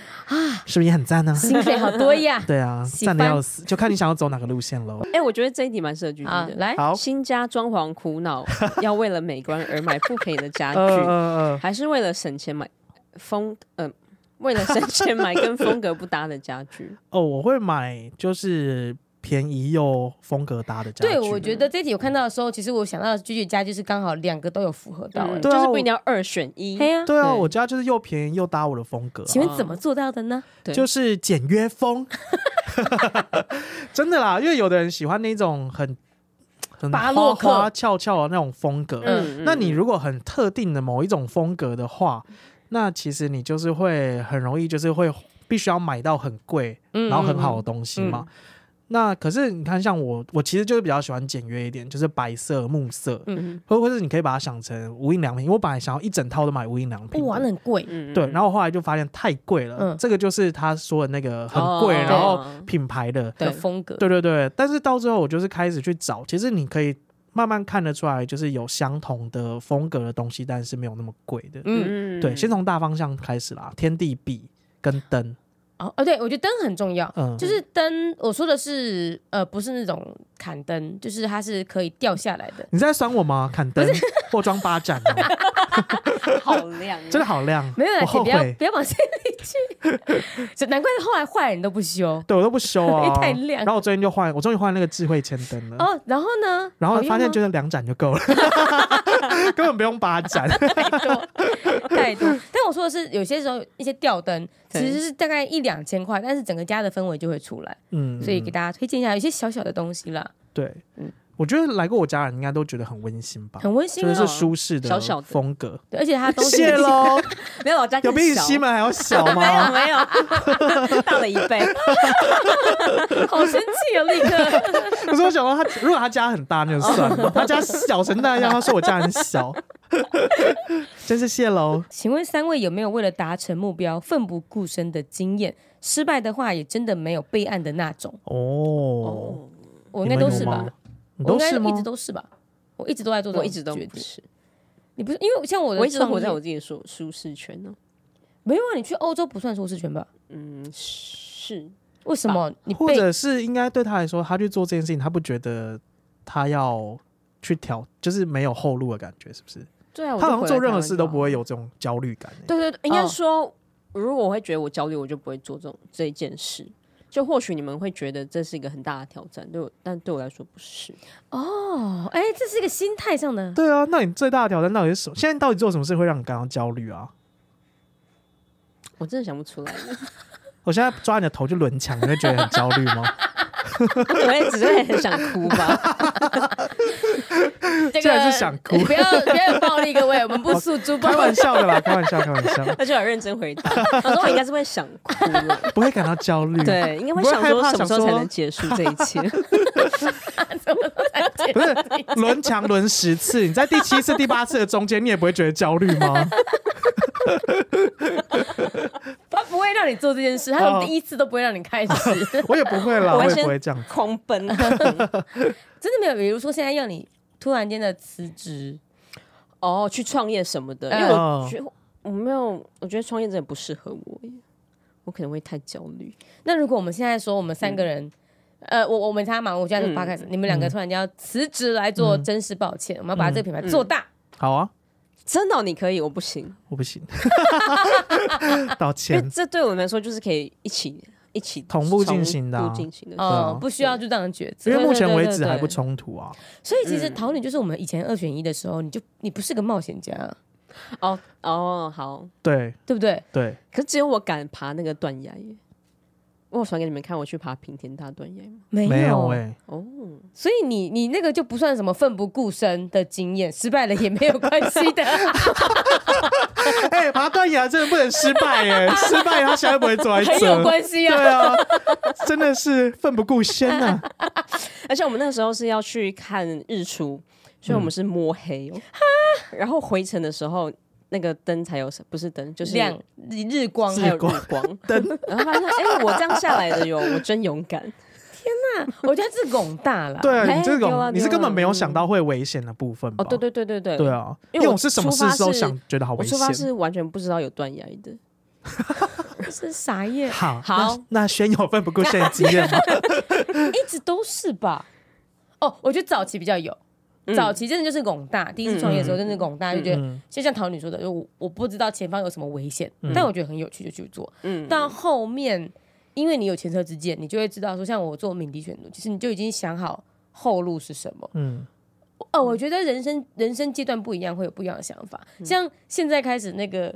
[SPEAKER 3] 是不是也很赞呢、。
[SPEAKER 1] 薪水好多呀
[SPEAKER 3] 对啊，
[SPEAKER 1] 喜
[SPEAKER 3] 赞的
[SPEAKER 1] 欢
[SPEAKER 3] 要死，就看你想要走哪个路线 喽。
[SPEAKER 2] 哎，我觉得这一题蛮适合居居
[SPEAKER 1] 好，
[SPEAKER 2] 的。
[SPEAKER 1] 来，
[SPEAKER 3] 好，
[SPEAKER 2] 新家装潢苦恼，要为了美观而买不便宜的家
[SPEAKER 3] 呃
[SPEAKER 2] 具，
[SPEAKER 3] 呃
[SPEAKER 2] 还是为了省钱买风呃，为了 省钱买跟风格不搭的家具？
[SPEAKER 3] 哦，我会买就是便宜又风格搭的家具。
[SPEAKER 1] 对，我觉得这题我看到的时候，其实我想到的居居家就是刚好两个都有符合到。
[SPEAKER 2] 嗯
[SPEAKER 1] 哎
[SPEAKER 3] 对啊
[SPEAKER 2] 就是不
[SPEAKER 3] 我
[SPEAKER 2] 一定要二选一。
[SPEAKER 1] 嘿呀，
[SPEAKER 3] 对啊，
[SPEAKER 2] 对
[SPEAKER 3] 我家就是又便宜又搭我的风格啊、啊
[SPEAKER 1] 请问怎么做到的呢？
[SPEAKER 2] 对
[SPEAKER 3] 就是简约 风。真的啦，因为有的人喜欢那种很很
[SPEAKER 1] 巴洛克
[SPEAKER 3] 花花俏俏的那种风格，
[SPEAKER 1] 嗯
[SPEAKER 3] 那你如果很特定的某一种风格的话，那其实你就是会很容易就是会必须要买到很贵，
[SPEAKER 1] 嗯
[SPEAKER 3] 然后很好的东西嘛。那可是你看，像我，我其实就是比较喜欢简约一点，就是白色、木色，
[SPEAKER 1] 嗯，
[SPEAKER 3] 或或是你可以把它想成无印良品。因为我本来想要一整套都买无印良品的，
[SPEAKER 1] 哇，那很贵。
[SPEAKER 2] 嗯
[SPEAKER 3] 对，然后我后来就发现太贵了。
[SPEAKER 1] 嗯
[SPEAKER 3] 这个就是他说的那个很贵，
[SPEAKER 2] 哦
[SPEAKER 3] 然后品牌的，
[SPEAKER 1] 的
[SPEAKER 2] 对
[SPEAKER 1] 风格，
[SPEAKER 3] 对对对。但是到最后，我就是开始去找，其实你可以慢慢看得出来，就是有相同的风格的东西，但是没有那么贵的。
[SPEAKER 1] 嗯，
[SPEAKER 2] 嗯
[SPEAKER 3] 对，先从大方向开始啦，天地壁跟灯，
[SPEAKER 1] 哦哦，对，我觉得灯很重要，
[SPEAKER 3] 嗯，
[SPEAKER 1] 就是灯，我说的是呃，不是那种砍灯，就是它是可以掉下来的。
[SPEAKER 3] 你在酸我吗？砍灯或装巴掌哦，
[SPEAKER 2] 好亮啊，
[SPEAKER 3] 真的好亮，
[SPEAKER 1] 没有啦，
[SPEAKER 3] 我
[SPEAKER 1] 姐
[SPEAKER 3] 后
[SPEAKER 1] 不要
[SPEAKER 3] 悔
[SPEAKER 1] 不要往心里去， 就难怪后来坏人都不修，
[SPEAKER 3] 对我都不修啊
[SPEAKER 1] 太亮
[SPEAKER 3] 然后我最近就换，我终于换那个智慧千灯了。
[SPEAKER 1] 哦。然后呢？
[SPEAKER 3] 嗯然后
[SPEAKER 1] 好用哦
[SPEAKER 3] 发现
[SPEAKER 1] 吗
[SPEAKER 3] 觉得两盏就够了， 根本不用八盏。
[SPEAKER 1] 太多 太多。但我说的是，有些时候一些吊灯其
[SPEAKER 2] 对
[SPEAKER 1] 实是大概一两千块，但是整个家的氛围就会出来，
[SPEAKER 3] 嗯，
[SPEAKER 1] 所以给大家推荐一下，有一些小小的东西啦，
[SPEAKER 3] 对
[SPEAKER 2] 嗯，
[SPEAKER 3] 我觉得来过我家人应该都觉得很温馨吧，
[SPEAKER 1] 很温馨
[SPEAKER 3] 就
[SPEAKER 1] 啊。
[SPEAKER 3] 是舒适的
[SPEAKER 2] 小小的
[SPEAKER 3] 风格。
[SPEAKER 1] 对而且它东西
[SPEAKER 3] 谢喽，
[SPEAKER 2] 没有老家
[SPEAKER 3] 有
[SPEAKER 2] 更
[SPEAKER 3] 比你
[SPEAKER 2] 小
[SPEAKER 3] 西门还要小
[SPEAKER 2] 没有
[SPEAKER 3] 吗？
[SPEAKER 2] 没有，大了一倍。
[SPEAKER 1] 好生气啊！立刻
[SPEAKER 3] 可是我想到他，如果他家很大那就算了，
[SPEAKER 1] 哦
[SPEAKER 3] 他家小成那样，他说我家很 小，真是谢喽。
[SPEAKER 1] 请问三位有没有为了达成目标奋不顾身的经验？失败的话也真的没有备案的那种，
[SPEAKER 3] 哦，
[SPEAKER 1] 我应该都是
[SPEAKER 3] 你们有
[SPEAKER 1] 吧
[SPEAKER 3] 吗？？你
[SPEAKER 1] 我应
[SPEAKER 3] 都
[SPEAKER 1] 该
[SPEAKER 3] 是吗
[SPEAKER 1] 一直？都是吧？我一直都在做这
[SPEAKER 2] 我
[SPEAKER 1] 种
[SPEAKER 2] 一直都
[SPEAKER 1] 决
[SPEAKER 2] 不
[SPEAKER 1] 定。
[SPEAKER 2] 是，
[SPEAKER 1] 你不是因为像我的
[SPEAKER 2] 我一直都活
[SPEAKER 1] 创业
[SPEAKER 2] 在我自己的舒舒适圈呢。
[SPEAKER 1] 没有啊？你去欧洲不算舒适圈吧？
[SPEAKER 2] 嗯，是
[SPEAKER 1] 为什么你
[SPEAKER 3] 啊或
[SPEAKER 1] 被
[SPEAKER 3] 者是应该对他来说，他去做这件事情，他不觉得他要去挑，就是没有后路的感觉，是不是？
[SPEAKER 2] 对啊，我
[SPEAKER 3] 他
[SPEAKER 2] 就
[SPEAKER 3] 好像
[SPEAKER 2] 回
[SPEAKER 3] 做
[SPEAKER 2] 来
[SPEAKER 3] 任
[SPEAKER 2] 台
[SPEAKER 3] 何
[SPEAKER 2] 湾
[SPEAKER 3] 事
[SPEAKER 2] 就
[SPEAKER 3] 都
[SPEAKER 2] 好
[SPEAKER 3] 不会有这种焦虑感、欸。
[SPEAKER 2] 对对对，应该
[SPEAKER 1] 哦
[SPEAKER 2] 说，如果我会觉得我焦虑，我就不会做这种这一件事。就或许你们会觉得这是一个很大的挑战，对我，但对我来说不是。
[SPEAKER 1] 哦？哎，这是一个心态上的
[SPEAKER 3] 对啊，那你最大的挑战到底是什么？现在到底做什么事会让你感到焦虑啊？
[SPEAKER 2] 我真的想不出来，
[SPEAKER 3] 我现在抓你的头去轮墙，你会觉得很焦虑 吗？
[SPEAKER 2] 我也只是很想哭吧。
[SPEAKER 1] 这
[SPEAKER 3] 竟然
[SPEAKER 1] 个
[SPEAKER 3] 是想哭
[SPEAKER 1] 不要不要有暴力，各位，我们不 诉诸暴
[SPEAKER 3] 开玩
[SPEAKER 1] 力。
[SPEAKER 3] 笑的啦，开玩笑，开玩笑，
[SPEAKER 2] 而且我认真回答，我说我应该是会想哭了，
[SPEAKER 3] 不会感到焦虑。，
[SPEAKER 2] 对，应该
[SPEAKER 3] 嗯不会
[SPEAKER 2] 会想
[SPEAKER 3] 害
[SPEAKER 2] 说
[SPEAKER 3] 怕
[SPEAKER 2] 什么
[SPEAKER 3] 想
[SPEAKER 2] 时候才
[SPEAKER 3] 说
[SPEAKER 2] 能结束这一切。
[SPEAKER 3] 不是轮墙轮十次，你在第七次、第八次的中间，你也不会觉得焦虑 吗？
[SPEAKER 1] 他不会让你做这件事，他
[SPEAKER 3] 哦
[SPEAKER 1] 从第一次都不会让你开始。
[SPEAKER 3] 我也不会啦，
[SPEAKER 2] 我
[SPEAKER 3] 我
[SPEAKER 2] 还
[SPEAKER 3] 也
[SPEAKER 2] 先
[SPEAKER 3] 不会这样。
[SPEAKER 2] 狂奔，啊
[SPEAKER 1] 真的没有，比如说现在要你突然间的辞职，
[SPEAKER 2] 哦，去创业什么的，因
[SPEAKER 1] 嗯
[SPEAKER 2] 为我
[SPEAKER 3] 哦
[SPEAKER 2] 觉得我没有，我觉得创业真的不适合我耶，我可能会太焦虑。
[SPEAKER 1] 那如果我们现在说我们
[SPEAKER 3] 嗯
[SPEAKER 1] 三个人，呃，我我们他忙，我现在就八开始，你们两个突然间要辞职来做
[SPEAKER 3] 嗯
[SPEAKER 1] 真实抱歉，我们要把这个品牌做大。
[SPEAKER 3] 好啊，
[SPEAKER 2] 真的哦、你可以，我不行，
[SPEAKER 3] 我不 行，道
[SPEAKER 2] 因为
[SPEAKER 3] 歉。
[SPEAKER 2] 这对我们来说就是可以一起一起
[SPEAKER 3] 啊同步进行的啊
[SPEAKER 2] 同步进行的。
[SPEAKER 1] 哦
[SPEAKER 3] 对啊，
[SPEAKER 1] 不需要就这样抉择
[SPEAKER 3] 因。为目前为
[SPEAKER 2] 对
[SPEAKER 3] 止
[SPEAKER 2] 对对
[SPEAKER 3] 还不冲突啊。
[SPEAKER 1] 所以其实桃女就是我们以前二选一的时候，你就你不是个冒险家，
[SPEAKER 2] 哦哦，好，
[SPEAKER 3] 对
[SPEAKER 1] 对不对？
[SPEAKER 3] 对，
[SPEAKER 2] 可是只有我敢爬那个断崖耶。我有传给你们看，我去爬平田大断崖吗？
[SPEAKER 1] 没
[SPEAKER 3] 没有
[SPEAKER 1] 有
[SPEAKER 3] 哎、
[SPEAKER 2] 哦，
[SPEAKER 1] 所以你你那个就不算什么奋不顾身的经验，失败了也没有关系的。
[SPEAKER 3] 哎、爬断崖真的不能失败哎、 失败他现在不会坐在
[SPEAKER 1] 很有
[SPEAKER 3] 这。
[SPEAKER 1] 关系啊。
[SPEAKER 3] 对啊，真的是奋不顾身啊！
[SPEAKER 2] 而且我们那个时候是要去看日出，所以
[SPEAKER 3] 嗯
[SPEAKER 2] 我们是摸黑哦。然后回程的时候，那个灯才有，不是灯，就是
[SPEAKER 1] 亮日光啊
[SPEAKER 2] 还
[SPEAKER 1] 还
[SPEAKER 2] 有日
[SPEAKER 1] 有
[SPEAKER 2] 光灯，然后发现哎、我这样下来的哟，我真勇敢。
[SPEAKER 1] 我觉得是拱大啦。
[SPEAKER 3] 对啊，
[SPEAKER 2] 哎
[SPEAKER 3] 你这
[SPEAKER 2] 丢啊
[SPEAKER 3] 种你是
[SPEAKER 2] 丢啊
[SPEAKER 3] 根本没有想到会危险的部分吧？
[SPEAKER 2] 哦，对对对对对，
[SPEAKER 3] 对啊，因
[SPEAKER 2] 因为
[SPEAKER 3] 为
[SPEAKER 2] 我
[SPEAKER 3] 我是什么事都想觉得好
[SPEAKER 2] 我
[SPEAKER 3] 危
[SPEAKER 2] 出
[SPEAKER 3] 险。
[SPEAKER 2] 发是完全不知道有断崖的，
[SPEAKER 1] 是啥耶？
[SPEAKER 3] 好
[SPEAKER 2] 好
[SPEAKER 3] 那那轩有奋不顾身的经 验吗？
[SPEAKER 1] 一直都是吧？哦，我觉得早期比较有，早期真的就是拱大，第一次创业的时候真的是拱大，就觉得
[SPEAKER 3] 嗯
[SPEAKER 1] 就像桃女说的，就我我不知道前方有什么危险，但我觉得很有趣就去做。
[SPEAKER 2] 嗯，
[SPEAKER 1] 到后面，因为你有前车之鉴，你就会知道说，像我做敏迪选读，其实你就已经想好后路是什么。
[SPEAKER 3] 嗯，
[SPEAKER 1] 哦，我觉得人生人生阶段不一样，会有不一样的想法。像现在开始那个，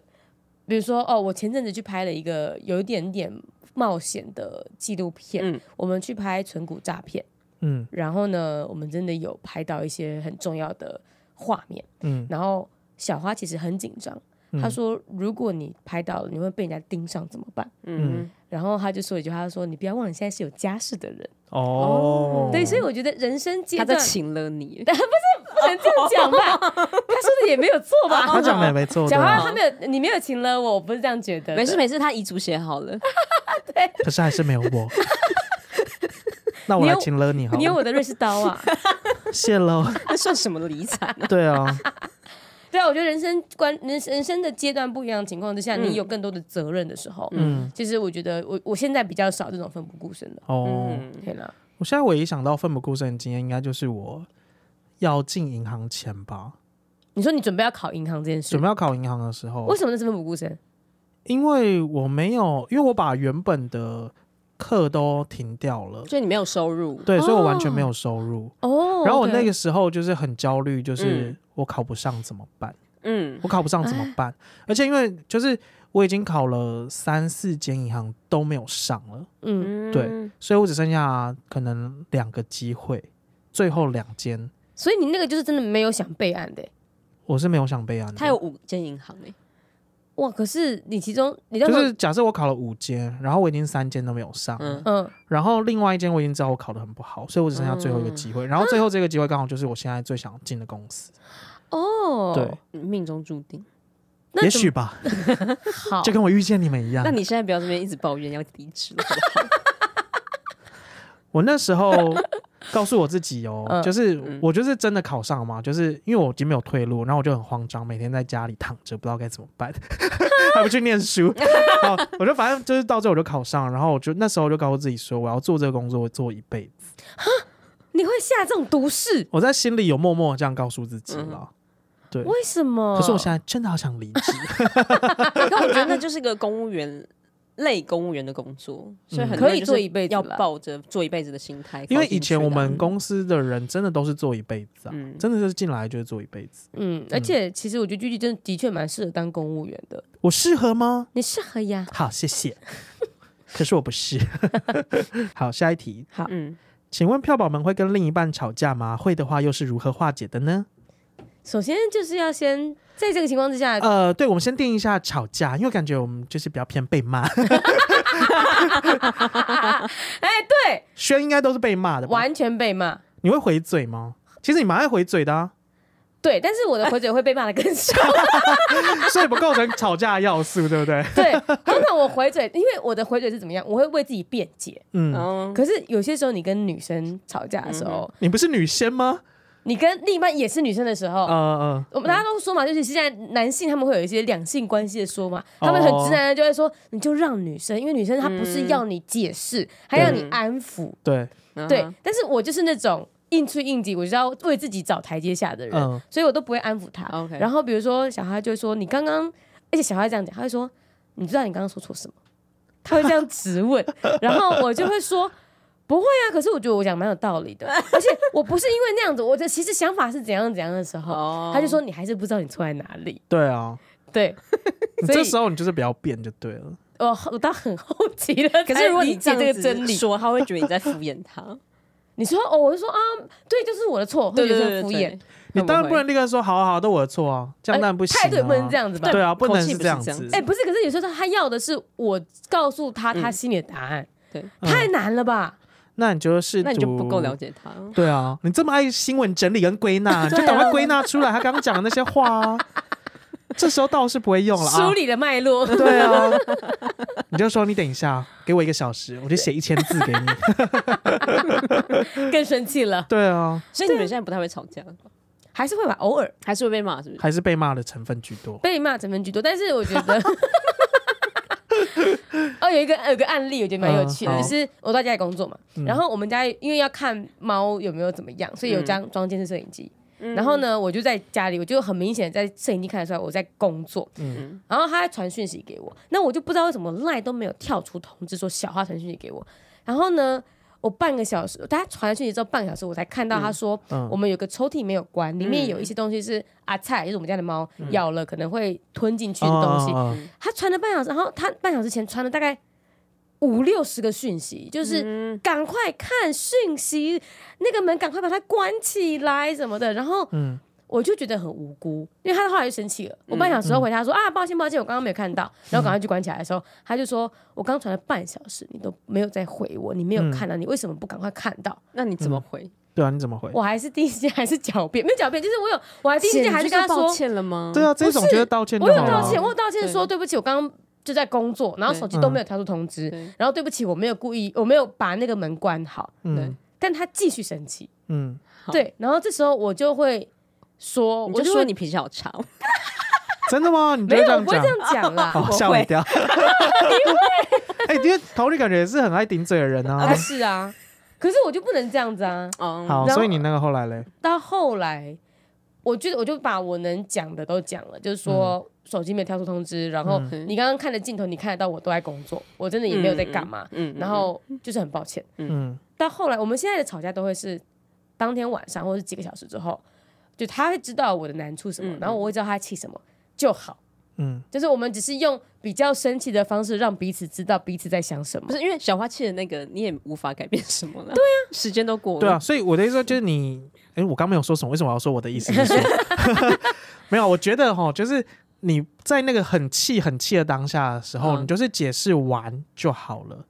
[SPEAKER 1] 比如说哦，我前阵子去拍了一个有一点点冒险的纪录片，
[SPEAKER 2] 嗯
[SPEAKER 1] 我们去拍存股诈骗，
[SPEAKER 3] 嗯
[SPEAKER 1] 然后呢，我们真的有拍到一些很重要的画面，
[SPEAKER 3] 嗯
[SPEAKER 1] 然后小花其实很紧张，她说如果你拍到了，你会被人家盯上怎么办？
[SPEAKER 2] 嗯，
[SPEAKER 1] 然后她就说一句话，她说你不要忘了，你现在是有家室的人。
[SPEAKER 3] 哦，
[SPEAKER 1] 对，所以我觉得人生阶
[SPEAKER 2] 他
[SPEAKER 1] 段
[SPEAKER 2] 在请了你，
[SPEAKER 1] 能这样讲吧？她说的也没有错吧？
[SPEAKER 3] 啊他哦讲的也没错
[SPEAKER 1] 小花
[SPEAKER 3] 的，
[SPEAKER 1] 他没有，你没有请了我，我不是这样觉得的。
[SPEAKER 2] 没事没事，他遗嘱写好了，
[SPEAKER 3] 可是还是没有我。那我来请了你好
[SPEAKER 1] 你有
[SPEAKER 3] 了，
[SPEAKER 1] 我的瑞士刀啊！
[SPEAKER 3] 谢喽。
[SPEAKER 2] 那算什么理财？
[SPEAKER 3] 对啊，
[SPEAKER 1] 对啊，我觉得人生观、人人生的阶段不一样的情况之下，
[SPEAKER 2] 嗯
[SPEAKER 1] 你有更多的责任的时候，
[SPEAKER 3] 嗯，
[SPEAKER 1] 其实我觉得我我现在比较少这种奋不顾身的。
[SPEAKER 3] 哦，
[SPEAKER 2] 嗯，
[SPEAKER 1] 对啦，
[SPEAKER 3] 我现在唯一想到奋不顾身的经验，应该就是我要进银行前吧，
[SPEAKER 1] 你说你准备要考银行这件事
[SPEAKER 3] 准，备要考银行的时候
[SPEAKER 1] 为，什么那是奋不顾身？
[SPEAKER 3] 因为我没有，因为我把原本的课都停掉了，
[SPEAKER 2] 所以你没有收入，
[SPEAKER 3] 对，所以我完
[SPEAKER 1] 哦
[SPEAKER 3] 全没有收入。
[SPEAKER 1] 哦，
[SPEAKER 3] 然后我
[SPEAKER 1] OK
[SPEAKER 3] 那个时候就是很焦虑，就是
[SPEAKER 2] 嗯
[SPEAKER 3] 我考不上怎么办？
[SPEAKER 2] 嗯
[SPEAKER 3] 我考不上怎么办？而且因为就是我已经考了三四间银行都没有上了，
[SPEAKER 1] 嗯，
[SPEAKER 2] 嗯，
[SPEAKER 3] 对，所以我只剩下可能两个机会，最后两间
[SPEAKER 1] 所以你那个就是真的没有想备案的欸、
[SPEAKER 3] 我是没有想备案的。
[SPEAKER 2] 他有五间银行哎，
[SPEAKER 1] 哇！可是你其中你当
[SPEAKER 3] 就
[SPEAKER 1] 时、
[SPEAKER 3] 是假设我考了五间，然后我已经三间都没有上，
[SPEAKER 2] 嗯
[SPEAKER 1] 嗯，
[SPEAKER 3] 然后另外一间我已经知道我考得很不好，所以我只剩下最后一个机
[SPEAKER 1] 嗯
[SPEAKER 3] 会。然后最后这个机会刚好就是我现在最想进的公司，
[SPEAKER 1] 哦，
[SPEAKER 3] 对，
[SPEAKER 2] 嗯命中注定。
[SPEAKER 1] 那
[SPEAKER 3] 也
[SPEAKER 1] 怎么
[SPEAKER 3] 许吧，
[SPEAKER 1] 好
[SPEAKER 3] 就，跟我遇见你们一样
[SPEAKER 2] 那。你现在不要这边一直抱怨要离 职了，
[SPEAKER 3] 我那时 候告诉我自己哦，
[SPEAKER 1] 嗯
[SPEAKER 3] 就是我就是真的考上了嘛，就是因为我已经没有退路，然后我就很慌张，每天在家里躺着，不知道该怎么 办，还不去念书。 然后我就反正就是到这我就考上，然后我就那时候我就告诉自己说，我要做这个工作，我做一辈子。
[SPEAKER 1] 你会下这种毒誓？
[SPEAKER 3] 我在心里有默默地这样告诉自己了。
[SPEAKER 1] 嗯
[SPEAKER 3] 对，
[SPEAKER 1] 为什么？
[SPEAKER 2] 嗯
[SPEAKER 3] 可是我现在真的好想离 职。
[SPEAKER 2] 可我觉得那就是个公务员类公务员的工作，所以很多
[SPEAKER 1] 可
[SPEAKER 2] 人
[SPEAKER 1] 以
[SPEAKER 2] 就是
[SPEAKER 1] 做一辈子
[SPEAKER 2] 要
[SPEAKER 1] 啦
[SPEAKER 2] 抱着做一辈子的心态。
[SPEAKER 3] 嗯因为
[SPEAKER 2] 考进
[SPEAKER 3] 以前
[SPEAKER 2] 去
[SPEAKER 3] 我
[SPEAKER 2] 的
[SPEAKER 3] 们公司的人真的都是做一辈子啊，
[SPEAKER 2] 嗯
[SPEAKER 3] 真的就是进来就是做一辈子。
[SPEAKER 1] 嗯，而且其实我觉得居居真的的确蛮适合当公务员的，
[SPEAKER 3] 我适合吗？
[SPEAKER 1] 你适合呀。
[SPEAKER 3] 好，谢谢。 可是我不 是。好，下一题，
[SPEAKER 2] 嗯，
[SPEAKER 3] 请问票宝们会跟另一半吵架吗？会的话，又是如何化解的呢？
[SPEAKER 1] 首先就是要先在这个情况之下，
[SPEAKER 2] 哎
[SPEAKER 3] 呃，对，我们先定一下吵架，因为感觉我们就是比较偏被 骂，
[SPEAKER 1] 哎，对，
[SPEAKER 3] 轩应该都是被骂的吧？
[SPEAKER 1] 完全被骂。
[SPEAKER 3] 你会回嘴吗？其实你蛮爱回嘴的、啊，
[SPEAKER 1] 对，但是我的回嘴会被骂的 更少。
[SPEAKER 3] 所以不构成吵架要素，对不对？
[SPEAKER 1] 对，通常我回嘴，因为我的回嘴是怎么样，我会为自己辩解。
[SPEAKER 3] 嗯，
[SPEAKER 2] 哦，
[SPEAKER 1] 可是有些时候，你跟女生吵架的时候，
[SPEAKER 3] 你不是女仙吗？
[SPEAKER 1] 你跟另一半也是女生的时候，
[SPEAKER 3] 呃呃，
[SPEAKER 1] 我们大家都说嘛，就是现在男性他们会有一些两性关系的说嘛，他们很直男的就会说，你就让女生，因为女生她不是要你解释，还要你安抚，
[SPEAKER 3] 对，
[SPEAKER 2] 嗯
[SPEAKER 1] 对。但是我就是那种应出应急，我就要为自己找台阶下的人，
[SPEAKER 3] 嗯
[SPEAKER 1] 所以我都不会安抚他。
[SPEAKER 2] OK
[SPEAKER 1] 然后比如说小孩就会说，你刚刚，而且小孩这样讲，他会说，你知道你刚刚说错什么？他会这样质 问，然后我就会说。不会啊，可是我觉得我讲蛮有道理 的，而且我不是因为那样子，我的其实想法是怎样怎样的时候，
[SPEAKER 2] 哦
[SPEAKER 1] 他就说你还是不知道你错在哪里。
[SPEAKER 3] 对啊，
[SPEAKER 1] 对，
[SPEAKER 3] 你
[SPEAKER 1] 所以
[SPEAKER 3] 这时候你就是不要变就对了。
[SPEAKER 1] 我我到很后期了，
[SPEAKER 2] 可是如果
[SPEAKER 1] 才
[SPEAKER 2] 你
[SPEAKER 1] 理解
[SPEAKER 2] 这
[SPEAKER 1] 哎这
[SPEAKER 2] 样
[SPEAKER 1] 个
[SPEAKER 2] 子
[SPEAKER 1] 真理，
[SPEAKER 2] 说，他会觉得你在敷衍他，
[SPEAKER 1] 你说哦，我就说啊，对，就是我的错，会觉得很敷衍。，
[SPEAKER 3] 你当然
[SPEAKER 2] 会
[SPEAKER 3] 不能立刻说好啊好啊，都我的错啊，这样当然不行、啊。
[SPEAKER 1] 哎态度也不能这样子吧？
[SPEAKER 3] 对啊，
[SPEAKER 2] 口
[SPEAKER 3] 不能
[SPEAKER 2] 气
[SPEAKER 3] 是
[SPEAKER 2] 不
[SPEAKER 3] 这
[SPEAKER 2] 是
[SPEAKER 3] 样
[SPEAKER 2] 这样
[SPEAKER 3] 子。
[SPEAKER 1] 哎，不是，可是有时候他要的是我告诉他
[SPEAKER 2] 嗯
[SPEAKER 1] 他心里的答案，
[SPEAKER 2] 对，
[SPEAKER 3] 嗯
[SPEAKER 1] 太难了吧？
[SPEAKER 3] 那你就是
[SPEAKER 2] 那你就不够了。解他。
[SPEAKER 3] 对啊，你这么爱新闻整理跟归 纳，你就
[SPEAKER 1] 对啊
[SPEAKER 3] 赶快归纳出来他刚刚讲的那些话 啊。这时候倒是不会用了啊
[SPEAKER 1] 梳。理了脉络，
[SPEAKER 3] 对啊，你就说你等一下，给我一个小时，我就写一千字给 你。
[SPEAKER 1] 更生气了，
[SPEAKER 3] 对啊，
[SPEAKER 2] 所以你们现在不太会吵架，
[SPEAKER 1] 还是会吧，偶尔
[SPEAKER 2] 还是会被骂，是不是？
[SPEAKER 3] 还是被骂的成分居多。
[SPEAKER 1] 被骂成分居多，但是我觉 得。哦，有一个有个案例，我觉得蛮有趣
[SPEAKER 3] 嗯
[SPEAKER 1] 的，
[SPEAKER 3] 好
[SPEAKER 1] 就是我在家里工作嘛，然后我们家因为要看猫有没有怎么样，所以有装装监视摄影机。然后呢，我就在家里，我就很明显在摄影机看得出来我在工作。
[SPEAKER 3] 嗯
[SPEAKER 1] 嗯，然后他还传讯息给我，那我就不知道为什么赖都没有跳出通知说小花传讯息给我。然后呢，我半个小时，他传了讯息之后半个小时，我才看到他说、
[SPEAKER 3] 嗯
[SPEAKER 1] 我们有个抽屉没有关，里面有一些东西是阿菜，就是我们家的猫、咬了可能会吞进去的东西。
[SPEAKER 3] 啊
[SPEAKER 1] 他传了半小时，然后他半小时前传了大概五六十个讯息，就是赶快看讯息，那个门赶快把它关起来什么的。然后
[SPEAKER 3] 嗯，
[SPEAKER 1] 我就觉得很无辜，因为他后来就生气了。我半小时后回他说、啊，抱歉抱歉，我刚刚没有看到，然后赶快去关起来的时候，他就说我刚传了半小时，你都没有再回我，你没有看到，你为什么不赶快看到？
[SPEAKER 2] 那你怎么回？
[SPEAKER 3] 对啊，你怎么回？
[SPEAKER 1] 我还是第一时间还是狡辩，没有狡辩，就是我有，我还第一时
[SPEAKER 2] 姐
[SPEAKER 1] 间还
[SPEAKER 2] 你
[SPEAKER 1] 是
[SPEAKER 2] 就
[SPEAKER 1] 跟他说
[SPEAKER 2] 抱歉了吗？
[SPEAKER 3] 对啊，这种
[SPEAKER 1] 不是
[SPEAKER 3] 就是道歉就
[SPEAKER 1] 我有
[SPEAKER 3] 好了
[SPEAKER 1] 道
[SPEAKER 3] 啊。
[SPEAKER 1] 歉，我有道歉说对不起，我刚刚就在工作，然后
[SPEAKER 2] 对嗯
[SPEAKER 1] 手机都没有跳出通知
[SPEAKER 2] 对，
[SPEAKER 1] 然后对不起，我没有故意，我没有把那个门关好。
[SPEAKER 3] 嗯
[SPEAKER 1] 但他继续生气，
[SPEAKER 3] 嗯，
[SPEAKER 1] 对，然后这时候我就会说，
[SPEAKER 2] 我
[SPEAKER 1] 我
[SPEAKER 2] 就
[SPEAKER 1] 就
[SPEAKER 2] 说
[SPEAKER 1] 会
[SPEAKER 2] 你脾气好差，
[SPEAKER 3] 真的吗？你就
[SPEAKER 1] 没
[SPEAKER 3] 会这
[SPEAKER 1] 有，我
[SPEAKER 3] 样
[SPEAKER 1] 不会
[SPEAKER 3] 讲
[SPEAKER 1] 这？样 讲啦。
[SPEAKER 3] 哦，吓我 一跳。哎，因为桃李感觉也是很爱顶嘴的人啊
[SPEAKER 1] 啊，。 是啊，可是我就不能这样子啊。
[SPEAKER 2] 嗯，
[SPEAKER 3] 好，
[SPEAKER 1] 然后
[SPEAKER 3] 所以你那个后来嘞，
[SPEAKER 1] 到后来，我觉得我就把我能讲的都讲了，就是说。手机没有跳出通知，然后
[SPEAKER 2] 嗯
[SPEAKER 1] 你刚刚看的镜头，你看得到我都在工作，我真的也没有在干嘛，
[SPEAKER 2] 嗯，嗯
[SPEAKER 1] 然后就是很抱歉。
[SPEAKER 3] 嗯，
[SPEAKER 1] 到后来，我们现在的吵架都会是当天晚上或者是几个小时之后，就他会知道我的难处什么，
[SPEAKER 2] 嗯
[SPEAKER 1] 然后我会知道他气什么就好。
[SPEAKER 3] 嗯，
[SPEAKER 1] 就是我们只是用比较生气的方式，让彼此知道彼此在想什么
[SPEAKER 2] 不。是因为小花气的那个，你也无法改变什么了。对啊，时间都过了。
[SPEAKER 3] 对啊，，所以我的意思说就是你，哎，我刚没有说什么，为什么我要 说我的意思是说？ 没有，我觉得哈，就是你在那个很气、很气的当下的时候，
[SPEAKER 2] 嗯
[SPEAKER 3] 你就是解释完就好了，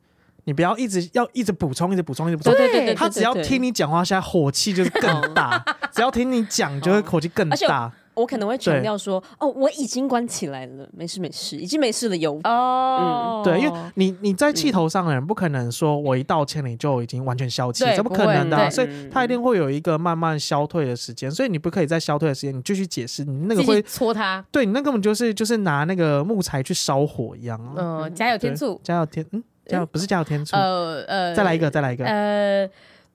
[SPEAKER 3] 你不要一直要一直补充、一直补充、一直补充
[SPEAKER 2] 对。对对对，
[SPEAKER 3] 他只要听
[SPEAKER 2] 你，
[SPEAKER 3] 你讲话，现在火气就是
[SPEAKER 1] 哦
[SPEAKER 3] 更 大；只要听你讲，就会口气更
[SPEAKER 2] 而且
[SPEAKER 3] 大。
[SPEAKER 2] 我可能会强调说，哦，我已经关起来了，没事没事，已经没事了，有
[SPEAKER 1] 哦
[SPEAKER 3] 对，因为你你在气头上的人，不可能说我一道歉你就已经完全消气，
[SPEAKER 1] 对
[SPEAKER 3] 这不可能的啊、
[SPEAKER 1] 不会对
[SPEAKER 3] 所以他一定会有一个慢慢消退的时间。所以你不可以在消退的时间，你继续解释，你那个
[SPEAKER 1] 继续
[SPEAKER 3] 会
[SPEAKER 1] 戳他，
[SPEAKER 3] 对你那根本就是就是拿那个木材去烧火一样啊。
[SPEAKER 1] 嗯、加油添醋，
[SPEAKER 3] 加油添嗯，加油不是加油添醋，
[SPEAKER 1] 呃呃，
[SPEAKER 3] 再来一个，再来一个，
[SPEAKER 1] 呃，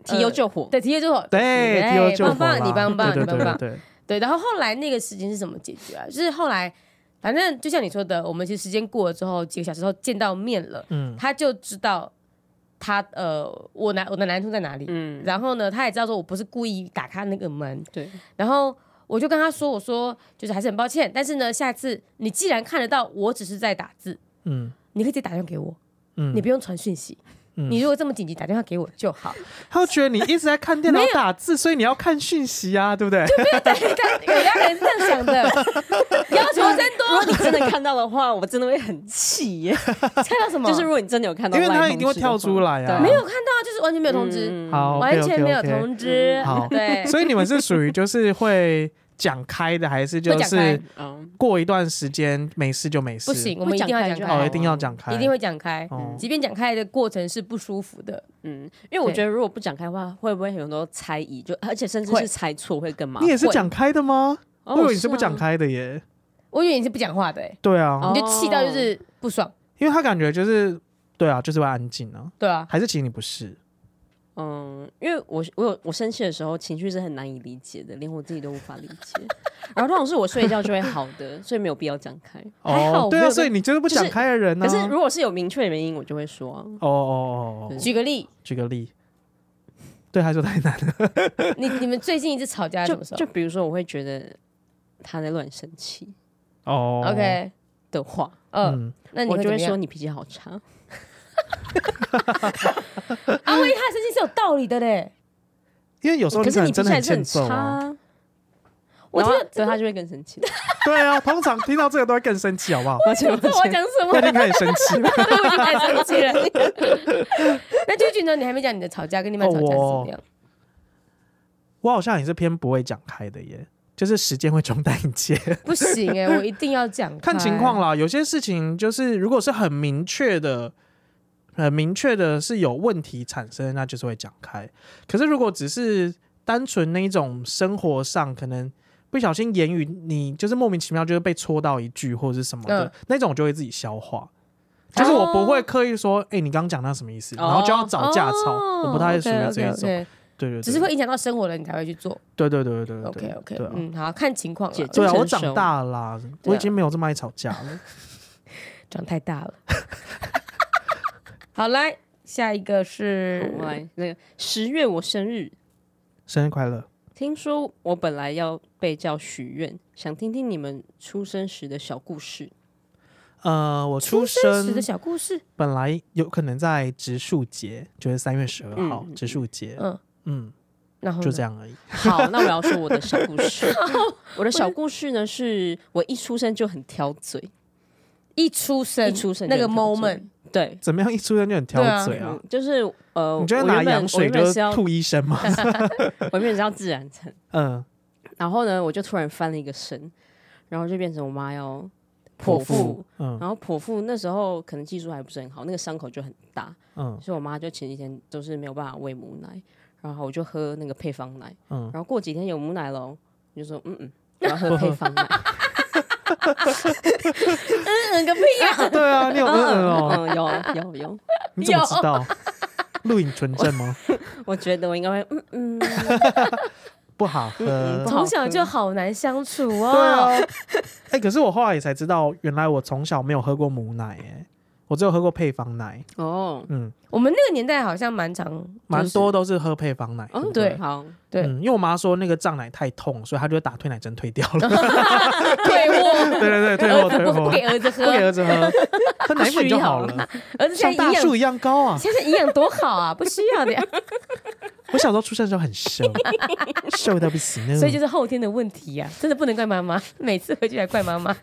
[SPEAKER 2] 提油救火。
[SPEAKER 1] 对，提油救火，
[SPEAKER 3] 对，提油救火
[SPEAKER 1] 棒棒，
[SPEAKER 3] 啦
[SPEAKER 1] 你棒棒，
[SPEAKER 3] 对对
[SPEAKER 1] 你棒
[SPEAKER 3] 对
[SPEAKER 1] 棒
[SPEAKER 3] 对，对，
[SPEAKER 1] 对。然后后来那个事情是怎么解决啊？就是后来，反正就像你说的，我们其实时间过了之后，几个小时后见到面了，
[SPEAKER 3] 嗯
[SPEAKER 1] 他就知道他呃，我难我的难处在哪里。
[SPEAKER 2] 嗯，
[SPEAKER 1] 然后呢，他也知道说我不是故意打开那个门，
[SPEAKER 2] 对，
[SPEAKER 1] 然后我就跟他说，我说就是还是很抱歉，但是呢，下次你既然看得到我只是在打字，
[SPEAKER 3] 嗯
[SPEAKER 1] 你可以直接打电话给我，
[SPEAKER 3] 嗯，
[SPEAKER 1] 你不用传讯息。
[SPEAKER 3] 嗯
[SPEAKER 1] 你如果这么紧急，打电话给我就好。
[SPEAKER 3] 他会觉得你一直在看电脑打字，所以你要看讯息啊，对不对？
[SPEAKER 1] 对，但有家人是这样想的， 要 求真
[SPEAKER 2] 如
[SPEAKER 1] 多。
[SPEAKER 2] 果你真的看到的话，我真的会很气耶。
[SPEAKER 1] 看到什么？
[SPEAKER 2] 就是如果你真的有看到，
[SPEAKER 3] 因为他一定会跳出来啊
[SPEAKER 2] 啊，
[SPEAKER 1] 没有看到，就是完全没有通知，
[SPEAKER 2] 嗯
[SPEAKER 3] 好，
[SPEAKER 1] 完全没
[SPEAKER 3] 哦
[SPEAKER 1] 有
[SPEAKER 3] OK，OK，OK
[SPEAKER 1] 通知。
[SPEAKER 3] 好
[SPEAKER 1] 对，
[SPEAKER 3] 所以你们是属于就是会讲开的，还是就
[SPEAKER 1] 会讲
[SPEAKER 3] 是
[SPEAKER 1] 开
[SPEAKER 2] 嗯，
[SPEAKER 3] 过一段时间没事就没事？
[SPEAKER 1] 不行，，我们一定要
[SPEAKER 2] 会
[SPEAKER 1] 讲
[SPEAKER 2] 讲开就
[SPEAKER 3] 哦，
[SPEAKER 1] 开
[SPEAKER 3] 一，定要讲开，
[SPEAKER 1] 一定会嗯讲开。
[SPEAKER 3] 哦。
[SPEAKER 1] 即便讲开的过程是不舒服的，
[SPEAKER 2] 嗯，因为我觉得如果不讲开的话，会不会有很多猜疑？就而且甚至
[SPEAKER 1] 会
[SPEAKER 2] 是猜错会更麻
[SPEAKER 3] 你
[SPEAKER 2] 烦。
[SPEAKER 3] 也是讲开的吗？
[SPEAKER 2] 哦，
[SPEAKER 3] 我以为你是不讲
[SPEAKER 2] 啊，
[SPEAKER 3] 开的耶。
[SPEAKER 1] 我以为你是不讲话的，欸
[SPEAKER 3] 对啊
[SPEAKER 2] 哦，
[SPEAKER 1] 你就气到就是不爽，
[SPEAKER 3] 因为他感觉就是对啊，就是会安静啊，
[SPEAKER 1] 对啊，
[SPEAKER 3] 还是其实你不是？
[SPEAKER 2] 嗯，因为我我有我生气的时候，情绪是很难以理解的，连我自己都无法理解。 然后通常是我睡觉就会好的，所以没有必要讲开。
[SPEAKER 1] 还好
[SPEAKER 3] 哦，对
[SPEAKER 1] 我没
[SPEAKER 3] 啊，
[SPEAKER 1] 有
[SPEAKER 3] 所以你就是不讲开的人呢。
[SPEAKER 2] 可是如果是有明确的原因，我就会说啊、
[SPEAKER 3] 哦哦哦哦，
[SPEAKER 2] 对
[SPEAKER 1] 举个例，
[SPEAKER 3] 举个例，对他说太难了。
[SPEAKER 1] 你你们最近一次吵架是
[SPEAKER 2] 就
[SPEAKER 1] 什么时
[SPEAKER 2] 就比如说，我会觉得他在乱生气
[SPEAKER 3] 哦
[SPEAKER 1] 候？OK，
[SPEAKER 2] 的话，
[SPEAKER 1] 嗯，
[SPEAKER 3] 嗯，
[SPEAKER 1] 那你
[SPEAKER 2] 我
[SPEAKER 1] 会
[SPEAKER 2] 就
[SPEAKER 1] 怎么
[SPEAKER 2] 会说
[SPEAKER 1] 样？
[SPEAKER 2] 你脾气好差。
[SPEAKER 1] 阿威他的生气是有道理的嘞，
[SPEAKER 3] 因为有时候
[SPEAKER 2] 可是
[SPEAKER 3] 可
[SPEAKER 2] 你
[SPEAKER 3] 能真
[SPEAKER 2] 脾气
[SPEAKER 3] 的
[SPEAKER 2] 还是
[SPEAKER 3] 欠
[SPEAKER 2] 很
[SPEAKER 3] 揍
[SPEAKER 2] 差
[SPEAKER 3] 啊。
[SPEAKER 2] 啊。
[SPEAKER 1] 我
[SPEAKER 2] 然
[SPEAKER 1] 觉
[SPEAKER 2] 后
[SPEAKER 1] 得
[SPEAKER 2] 对他就会更生气。
[SPEAKER 3] 对啊，通常听到这个都会更生气，好不 好？
[SPEAKER 2] 而且
[SPEAKER 1] 这我要讲什么
[SPEAKER 3] 他已？经开始生气了。
[SPEAKER 1] 对，我就太生气了。那就觉得你还没讲你的吵架跟你们吵架是怎么样？
[SPEAKER 3] 我好像也是偏不会讲开的耶，就是时间会冲淡一切，
[SPEAKER 1] 不行哎、我一定要讲。
[SPEAKER 3] 看情况，啦。有些事情就是如果是很明确的。很明确的是有问题产生，那就是会讲开。可是如果只是单纯那一种生活上可能不小心言语，你就是莫名其妙就是被戳到一句或者是什么的、
[SPEAKER 1] 嗯
[SPEAKER 3] 那种，我就会自己消化。就是我不会刻意说，哎、你刚刚讲那什么意思？然后就要找架吵，
[SPEAKER 1] 哦
[SPEAKER 3] 我不太属于这一种。
[SPEAKER 1] OK，OK，OK，
[SPEAKER 3] 对对对，
[SPEAKER 1] 只是会影响到生活了，你才会去做。
[SPEAKER 3] 对对对对对
[SPEAKER 1] OK
[SPEAKER 3] 对
[SPEAKER 1] OK，
[SPEAKER 3] 对啊
[SPEAKER 1] 嗯，好看情况
[SPEAKER 2] 姐
[SPEAKER 1] 了。
[SPEAKER 2] 姐
[SPEAKER 3] 对啊，
[SPEAKER 2] 成
[SPEAKER 3] 我长
[SPEAKER 2] 熟
[SPEAKER 3] 大了啦，我已经没有这么爱吵架了。
[SPEAKER 1] 长太大了。 好，来下一个 是
[SPEAKER 2] 我来那个十月我生日，
[SPEAKER 3] 生日快乐！
[SPEAKER 2] 听说我本来要被叫许愿，想听听你们出生时的小故事。
[SPEAKER 3] 呃，我出
[SPEAKER 1] 出生时
[SPEAKER 3] 生
[SPEAKER 1] 的小故事。
[SPEAKER 3] 本来有可能在植树节，就是三月十二号
[SPEAKER 2] 嗯嗯
[SPEAKER 3] 植树节，
[SPEAKER 1] 嗯
[SPEAKER 3] 嗯，
[SPEAKER 1] 然后
[SPEAKER 3] 就这
[SPEAKER 1] 样，
[SPEAKER 3] 样而已。
[SPEAKER 2] 好，那我要说我的小故事。我的小故事呢，是我一出生就很挑嘴，
[SPEAKER 1] 一出生
[SPEAKER 2] 一出生就
[SPEAKER 1] 那
[SPEAKER 2] 很
[SPEAKER 1] 个
[SPEAKER 2] 挑嘴
[SPEAKER 1] moment，
[SPEAKER 2] 对，
[SPEAKER 3] 怎么样？一出生就很挑嘴啊
[SPEAKER 2] 嗯？就是呃，
[SPEAKER 3] 你觉得
[SPEAKER 2] 我
[SPEAKER 3] 拿
[SPEAKER 2] 原本
[SPEAKER 3] 羊水
[SPEAKER 2] 我原
[SPEAKER 3] 就
[SPEAKER 2] 本是
[SPEAKER 3] 是
[SPEAKER 2] 要，
[SPEAKER 3] 吐医生吗？
[SPEAKER 2] 我原本是要自然产，
[SPEAKER 3] 嗯，
[SPEAKER 2] 然后呢，我就突然翻了一个身，然后就变成我妈要
[SPEAKER 3] 剖
[SPEAKER 2] 剖腹
[SPEAKER 3] 腹，嗯
[SPEAKER 2] 然后剖腹那时候可能技术还不是很好，那个伤口就很大，
[SPEAKER 3] 嗯
[SPEAKER 2] 所以我妈就前几天都是没有办法喂母奶，然后我就喝那个配方奶，
[SPEAKER 3] 嗯
[SPEAKER 2] 然后过几天有母奶喽，我就说嗯嗯，我要喝配方奶。
[SPEAKER 1] 嗯个屁 啊！
[SPEAKER 3] 对啊，你有没有嗯 哦？
[SPEAKER 2] 嗯，有有有，
[SPEAKER 3] 你怎么
[SPEAKER 1] 有
[SPEAKER 3] 知道？ 录影存证吗？
[SPEAKER 2] 我觉得我应该会，嗯嗯，
[SPEAKER 3] 不好喝
[SPEAKER 2] 嗯。
[SPEAKER 1] 从小就好难相处
[SPEAKER 3] 对啊
[SPEAKER 1] 哦。，
[SPEAKER 3] 哎、可是我后来也才知道，原来我从小没有喝过母奶、哎，我只有喝过配方奶，
[SPEAKER 2] 哦，
[SPEAKER 3] 嗯，
[SPEAKER 1] 我们那个年代好像蛮常，
[SPEAKER 3] 蛮
[SPEAKER 1] 就是
[SPEAKER 3] 多都是喝配方奶。对
[SPEAKER 2] 哦
[SPEAKER 3] 不对
[SPEAKER 1] 对
[SPEAKER 2] 好，
[SPEAKER 1] 对
[SPEAKER 3] 嗯，因为我妈说那个胀奶太痛，所以她就打退奶针退掉了。
[SPEAKER 1] 退 货，
[SPEAKER 3] 对对对，退货退
[SPEAKER 1] 儿子不
[SPEAKER 3] 货
[SPEAKER 1] 不，给儿子喝
[SPEAKER 3] 不，给儿子 喝，喝奶粉就好了，
[SPEAKER 1] 儿 子
[SPEAKER 3] 像
[SPEAKER 1] 现在
[SPEAKER 3] 大
[SPEAKER 1] 营
[SPEAKER 3] 树
[SPEAKER 1] 养，
[SPEAKER 3] 一样高啊！
[SPEAKER 1] 现在营养多好啊，不需要的呀。
[SPEAKER 3] 我小时候出生的时候很 瘦，瘦到不行呢。
[SPEAKER 1] 所以就是后天的问题呀、真的不能怪妈 妈，每次回去还怪妈妈。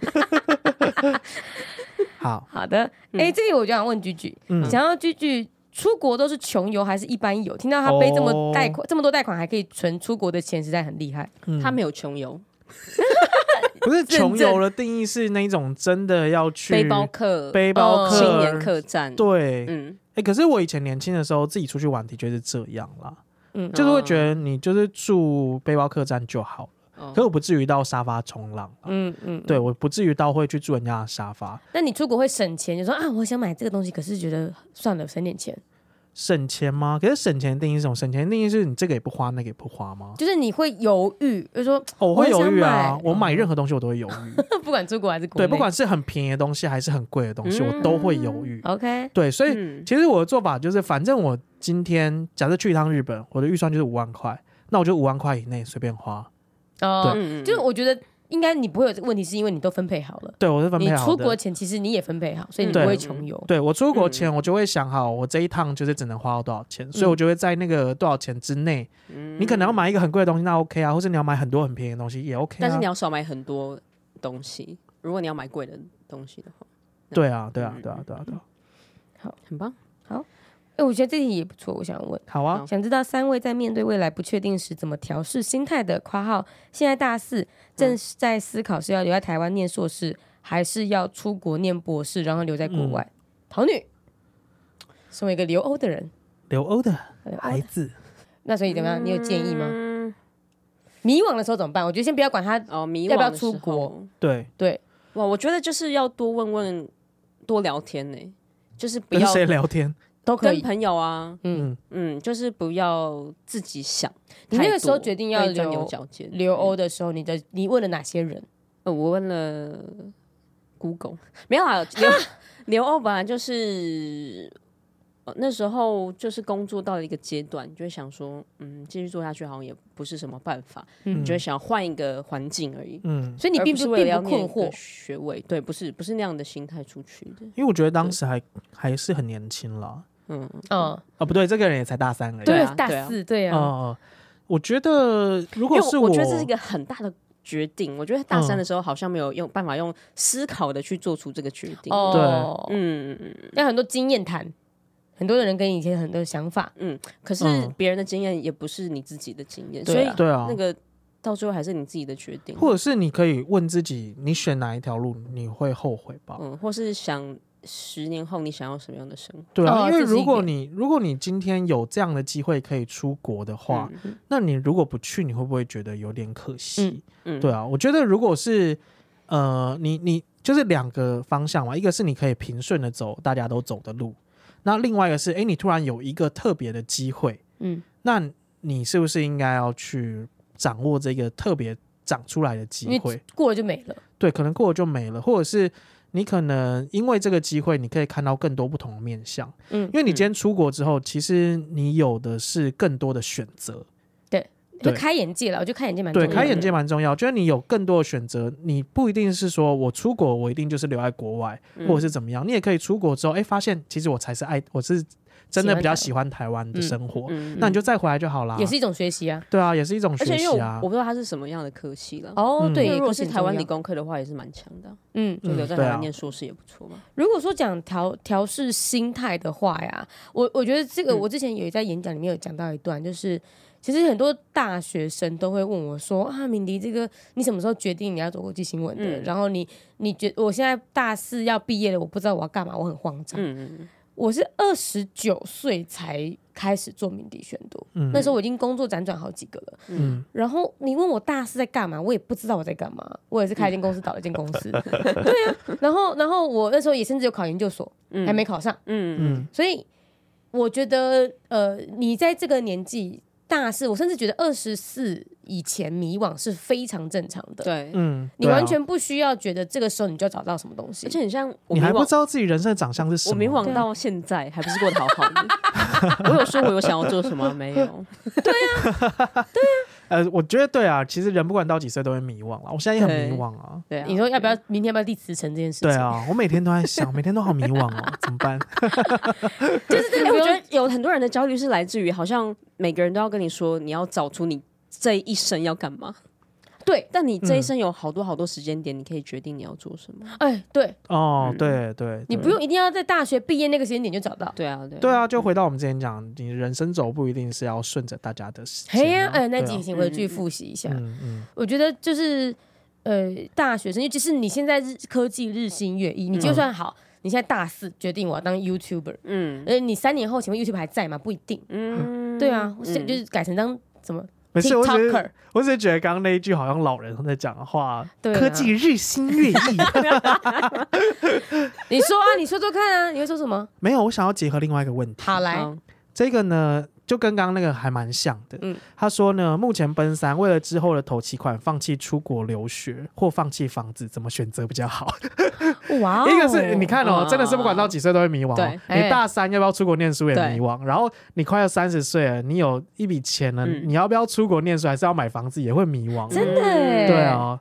[SPEAKER 3] 好，
[SPEAKER 1] 好的，哎、这里我就想问居居，
[SPEAKER 3] 嗯
[SPEAKER 1] 想要居居出国都是穷游还是一般游？听到他背这么
[SPEAKER 3] 哦
[SPEAKER 1] 贷款、这么多贷款，还可以存出国的钱，实在很厉害。
[SPEAKER 3] 嗯
[SPEAKER 2] 他没有穷游，
[SPEAKER 3] 不是
[SPEAKER 1] 认
[SPEAKER 3] 穷
[SPEAKER 1] 证
[SPEAKER 3] 游的定义是那种真的要去
[SPEAKER 2] 背包客、
[SPEAKER 3] 背包
[SPEAKER 1] 哦
[SPEAKER 3] 客、
[SPEAKER 2] 青年客栈，
[SPEAKER 3] 对，
[SPEAKER 2] 嗯，
[SPEAKER 3] 哎、可是我以前年轻的时候自己出去玩，的确是这样啦，
[SPEAKER 1] 嗯
[SPEAKER 3] 就是会觉得你就是住背包客栈就好了，
[SPEAKER 2] 哦
[SPEAKER 3] 可我不至于到沙发冲浪啊啦。
[SPEAKER 1] 嗯嗯，
[SPEAKER 3] 对，我不至于到会去住人家的沙发，
[SPEAKER 1] 那你出国会省钱，就说啊，我想买这个东西，可是觉得算了，省点钱。
[SPEAKER 3] 省钱吗？可是省钱的定义是什么？省钱的定义是你这个也不花，那个也不花吗？
[SPEAKER 1] 就是你会犹豫，就说
[SPEAKER 3] 哦我会犹豫啊
[SPEAKER 1] 我很想买，嗯哦
[SPEAKER 3] 我买任何东西我都会犹豫，
[SPEAKER 1] 不管出国还是国内，
[SPEAKER 3] 对，不管是很便宜的东西还是很贵的东西，我都会
[SPEAKER 1] 嗯
[SPEAKER 3] 犹豫。
[SPEAKER 1] OK，
[SPEAKER 3] 对，所以
[SPEAKER 2] 嗯
[SPEAKER 3] 其实我的做法就是，反正我今天假设去一趟日本，我的预算就是五万块，那我就五万块以内随便花。
[SPEAKER 1] 哦、
[SPEAKER 2] 嗯
[SPEAKER 1] 就是我觉得应该你不会有这个问题，是因为你都分配好了。
[SPEAKER 3] 对，我是分配
[SPEAKER 1] 你
[SPEAKER 3] 好的。
[SPEAKER 1] 出国前其实你也分配好，所以你不
[SPEAKER 3] 对
[SPEAKER 1] 会穷游。
[SPEAKER 3] 对我出国
[SPEAKER 2] 嗯
[SPEAKER 3] 前，我就会想好，我这一趟就是只能花到多少钱，所以我就会在那个多少钱之内。
[SPEAKER 2] 嗯
[SPEAKER 3] 你可能要买一个很贵的东西，那 OK 啊，或者你要买很多很便宜的东西也 OK 啊。
[SPEAKER 2] 但是你要少买很多东西，如果你要买贵的东西的话，
[SPEAKER 3] 对啊，对啊，
[SPEAKER 2] 嗯
[SPEAKER 3] 对啊，对啊，对啊，
[SPEAKER 2] 很棒。
[SPEAKER 1] 哎、我觉得这题也不错，我想问，
[SPEAKER 3] 好啊
[SPEAKER 2] 好，
[SPEAKER 1] 想知道三位在面对未来不确定时怎么调试心态的。（括号现在大四，
[SPEAKER 2] 嗯
[SPEAKER 1] 正是在思考是要留在台湾念硕士，还是要出国念博士，然后留在
[SPEAKER 2] 嗯
[SPEAKER 1] 国外。桃女，身为一个留欧的人，
[SPEAKER 3] 留欧的
[SPEAKER 1] 留欧
[SPEAKER 3] 孩子，
[SPEAKER 1] 那所以怎么样？你有建议吗？
[SPEAKER 2] 哎嗯，
[SPEAKER 1] 迷惘的时候怎么办？我觉得先不要管他，
[SPEAKER 2] 哦，迷惘
[SPEAKER 1] 要不要
[SPEAKER 2] 的
[SPEAKER 1] 出
[SPEAKER 2] 时
[SPEAKER 1] 国
[SPEAKER 2] 候？
[SPEAKER 3] 对，
[SPEAKER 1] 对，
[SPEAKER 2] 哇，我觉得就是要多问问，多聊天呢、就是不
[SPEAKER 3] 跟
[SPEAKER 2] 要
[SPEAKER 3] 谁聊天？
[SPEAKER 1] 都可
[SPEAKER 2] 跟
[SPEAKER 1] 以。
[SPEAKER 2] 朋友啊，
[SPEAKER 1] 嗯，
[SPEAKER 2] 嗯，就是不要自己想
[SPEAKER 1] 你
[SPEAKER 2] 太多。
[SPEAKER 1] 那个时候决定要
[SPEAKER 2] 会钻牛
[SPEAKER 1] 留
[SPEAKER 2] 角尖。
[SPEAKER 1] 留欧的时候，你的你问了哪些人？
[SPEAKER 2] 呃，我问了 Google，没有啊，留留欧本来就是。呃那时候就是工作到了一个阶段，就会想说，嗯，继续做下去好像也不是什么办法，
[SPEAKER 1] 嗯
[SPEAKER 2] 你就会想换一个环境而已。
[SPEAKER 3] 嗯，
[SPEAKER 1] 所以你
[SPEAKER 2] 而
[SPEAKER 1] 并
[SPEAKER 2] 不是为了
[SPEAKER 1] 并
[SPEAKER 2] 要
[SPEAKER 1] 不
[SPEAKER 2] 念
[SPEAKER 1] 困
[SPEAKER 2] 一个
[SPEAKER 1] 惑，
[SPEAKER 2] 学位，对，不是不是那样的心态出去的。
[SPEAKER 3] 因为我觉得当时还还是很年轻了。
[SPEAKER 2] 嗯，
[SPEAKER 1] 嗯，
[SPEAKER 3] 啊，不对，这个人也才大三而已。
[SPEAKER 2] 对啊
[SPEAKER 1] 大四，对
[SPEAKER 3] 嗯，
[SPEAKER 1] 啊，
[SPEAKER 3] 嗯我觉得如果
[SPEAKER 2] 因
[SPEAKER 3] 是
[SPEAKER 2] 为我嗯觉得这是一个很大的决定。我觉得大三的时候好像没有用办法用思考的去做出这个决定。哦，
[SPEAKER 1] 哦，
[SPEAKER 2] 嗯嗯
[SPEAKER 1] 要很多经验谈，很多的人跟你以前很多想法，
[SPEAKER 2] 嗯，可是
[SPEAKER 3] 嗯
[SPEAKER 2] 别人的经验也不是你自己的经验，
[SPEAKER 1] 对
[SPEAKER 2] 所以
[SPEAKER 1] 啊
[SPEAKER 3] 对啊
[SPEAKER 2] 那，个到最后还是你自己的决定，
[SPEAKER 3] 或者是你可以问自己，你选哪一条路你会后悔吧？
[SPEAKER 2] 嗯，或是想十年后你想要什么样的生活。
[SPEAKER 3] 对啊，
[SPEAKER 1] 哦
[SPEAKER 3] 因为
[SPEAKER 1] 这是一
[SPEAKER 3] 如果
[SPEAKER 1] 点
[SPEAKER 3] 你如果你今天有这样的机会可以出国的话，
[SPEAKER 2] 嗯
[SPEAKER 3] 那你如果不去，你会不会觉得有点可惜？
[SPEAKER 2] 嗯
[SPEAKER 3] 对啊，我觉得如果是呃，你你就是两个方向嘛，一个是你可以平顺的走大家都走的路，那另外一个是，哎，你突然有一个特别的机会，
[SPEAKER 1] 嗯，
[SPEAKER 3] 那你是不是应该要去掌握这个特别长出来的
[SPEAKER 1] 因
[SPEAKER 3] 机
[SPEAKER 1] 为
[SPEAKER 3] 会？
[SPEAKER 1] 过了就没了。
[SPEAKER 3] 对，可能过了就没了，或者是你可能因为这个机会，你可以看到更多不同的面相。
[SPEAKER 1] 嗯
[SPEAKER 3] 因为你今天出国之后，其实你有的是更多的选择。
[SPEAKER 1] 就
[SPEAKER 3] 对
[SPEAKER 1] 开眼界了，我觉得开眼界蛮重
[SPEAKER 3] 对，
[SPEAKER 1] 要的。
[SPEAKER 3] 开眼界蛮重要，就是你有更多的选择，你不一定是说我出国我一定就是留在国外，
[SPEAKER 2] 嗯
[SPEAKER 3] 或者是怎么样，你也可以出国之后，哎，发现其实我才是爱，我是真的比较喜欢台湾的生活，
[SPEAKER 2] 嗯
[SPEAKER 3] 那你就再回来就好啦。
[SPEAKER 1] 也是一种学习啊。
[SPEAKER 3] 对啊，也是一种
[SPEAKER 2] 而
[SPEAKER 3] 学
[SPEAKER 2] 且因为我
[SPEAKER 3] 习啊
[SPEAKER 2] 我。不知道他是什么样的科系了。
[SPEAKER 1] 哦，
[SPEAKER 3] 嗯
[SPEAKER 1] 对，
[SPEAKER 2] 因为
[SPEAKER 1] 也
[SPEAKER 2] 如果是
[SPEAKER 1] 是
[SPEAKER 2] 台湾理
[SPEAKER 1] 工，
[SPEAKER 2] 工科的话，也是蛮强的啊，
[SPEAKER 1] 嗯，
[SPEAKER 2] 就
[SPEAKER 3] 嗯
[SPEAKER 2] 留在
[SPEAKER 3] 对
[SPEAKER 2] 台
[SPEAKER 3] 啊
[SPEAKER 2] 湾念硕士也不错嘛。
[SPEAKER 1] 如果说讲调调试心态的话呀，我我觉得这个
[SPEAKER 2] 嗯
[SPEAKER 1] 我之前有在演讲里面有讲到一段，就是其实很多大学生都会问我说啊，敏迪，这个你什么时候决定你要走国际新闻的？
[SPEAKER 2] 嗯
[SPEAKER 1] 然后你你觉我现在大四要毕业了，我不知道我要干嘛，我很慌张。
[SPEAKER 2] 嗯嗯
[SPEAKER 1] 我是二十九岁才开始做鸣笛宣读，
[SPEAKER 3] 嗯
[SPEAKER 1] 那时候我已经工作辗转好几个了。
[SPEAKER 3] 嗯，
[SPEAKER 1] 然后你问我大四在干嘛，我也不知道我在干嘛。我也是开一间公司，倒了一间公 司。对啊，然后然后我那时候也甚至有考研究所，
[SPEAKER 2] 嗯
[SPEAKER 1] 还没考上。
[SPEAKER 2] 嗯
[SPEAKER 3] 嗯
[SPEAKER 1] 所以我觉得，呃，你在这个年纪大四，我甚至觉得二十四以前迷惘是非常正常的。
[SPEAKER 2] 对，
[SPEAKER 3] 嗯，
[SPEAKER 1] 你
[SPEAKER 3] 对啊
[SPEAKER 1] 完全不需要觉得这个时候你就要找到什么东西
[SPEAKER 2] 而。且很像我
[SPEAKER 3] 你还
[SPEAKER 2] 迷
[SPEAKER 3] 不
[SPEAKER 2] 惘
[SPEAKER 3] 知道自己人生的长相是什
[SPEAKER 2] 我迷
[SPEAKER 3] 么。
[SPEAKER 2] 惘到现在还不是过得好好的。 我有说我有想要做什么啊没有？
[SPEAKER 3] 呃，我觉得对啊，其实人不管到几岁都会迷惘啊。我现在也很迷惘啊。
[SPEAKER 2] 对啊，
[SPEAKER 1] 你说要不要明天要不要立辞呈这件事情？
[SPEAKER 3] 对， 啊，我每天都在想，每天都好迷惘哦，怎么办？
[SPEAKER 1] 就是这
[SPEAKER 2] 哎、
[SPEAKER 1] 个不
[SPEAKER 2] 我觉
[SPEAKER 1] 用
[SPEAKER 2] 得有很多人的焦虑是来自于，好像每个人都要跟你说，你要找出你这一生要干嘛。
[SPEAKER 1] 对，
[SPEAKER 2] 但你这一生有好多好多时间点，你可以决定你要做什么。
[SPEAKER 1] 哎，对
[SPEAKER 3] 哦，对对，
[SPEAKER 1] 你
[SPEAKER 3] 对
[SPEAKER 1] 不用一定要在大学毕业那个时间点就找到。
[SPEAKER 2] 对啊，对啊，
[SPEAKER 3] 对啊，就回到我们之前讲，你人生走不一定是要顺着大家的时间啊。
[SPEAKER 1] 嘿呀，哎，那
[SPEAKER 3] 对啊
[SPEAKER 1] 几题我有去复习一下。
[SPEAKER 3] 嗯嗯，
[SPEAKER 1] 我觉得就是呃，大学生，尤其是你现在日科技日新月异，你
[SPEAKER 3] 嗯
[SPEAKER 1] 就算好，你现在大四决定我要当 YouTuber，
[SPEAKER 2] 嗯
[SPEAKER 1] 呃，你三年后请问 YouTube 还在吗？不一定。
[SPEAKER 2] 嗯，
[SPEAKER 1] 对啊，我是
[SPEAKER 2] 嗯
[SPEAKER 1] 就是改成当什么
[SPEAKER 3] 没事，我只是
[SPEAKER 1] TikToker，
[SPEAKER 3] 我只是觉得刚刚那一句好像老人在讲话，
[SPEAKER 1] 对啊
[SPEAKER 3] 科技日新月 异。
[SPEAKER 1] 你说啊，你说说看啊，你会说什么？
[SPEAKER 3] 没有，我想要结合另外一个问题，
[SPEAKER 1] 好来，
[SPEAKER 2] 好
[SPEAKER 3] 这个呢就跟刚刚那个还蛮像的。
[SPEAKER 1] 嗯
[SPEAKER 3] 他说呢，目前奔三为了之后的投期款，放弃出国留学或放弃房子，怎么选择比较好？
[SPEAKER 1] 哇哦，
[SPEAKER 3] 一个是你看哦，
[SPEAKER 2] 哇
[SPEAKER 3] 真的是不管到几岁都会迷惘、哦。
[SPEAKER 2] 对
[SPEAKER 3] 你大三要不要出国念书也迷惘，然后你快要三十岁了，你有一笔钱了，
[SPEAKER 2] 嗯
[SPEAKER 3] 你要不要出国念书，还是要买房子也会迷惘。
[SPEAKER 1] 真的欸耶
[SPEAKER 3] 对，啊。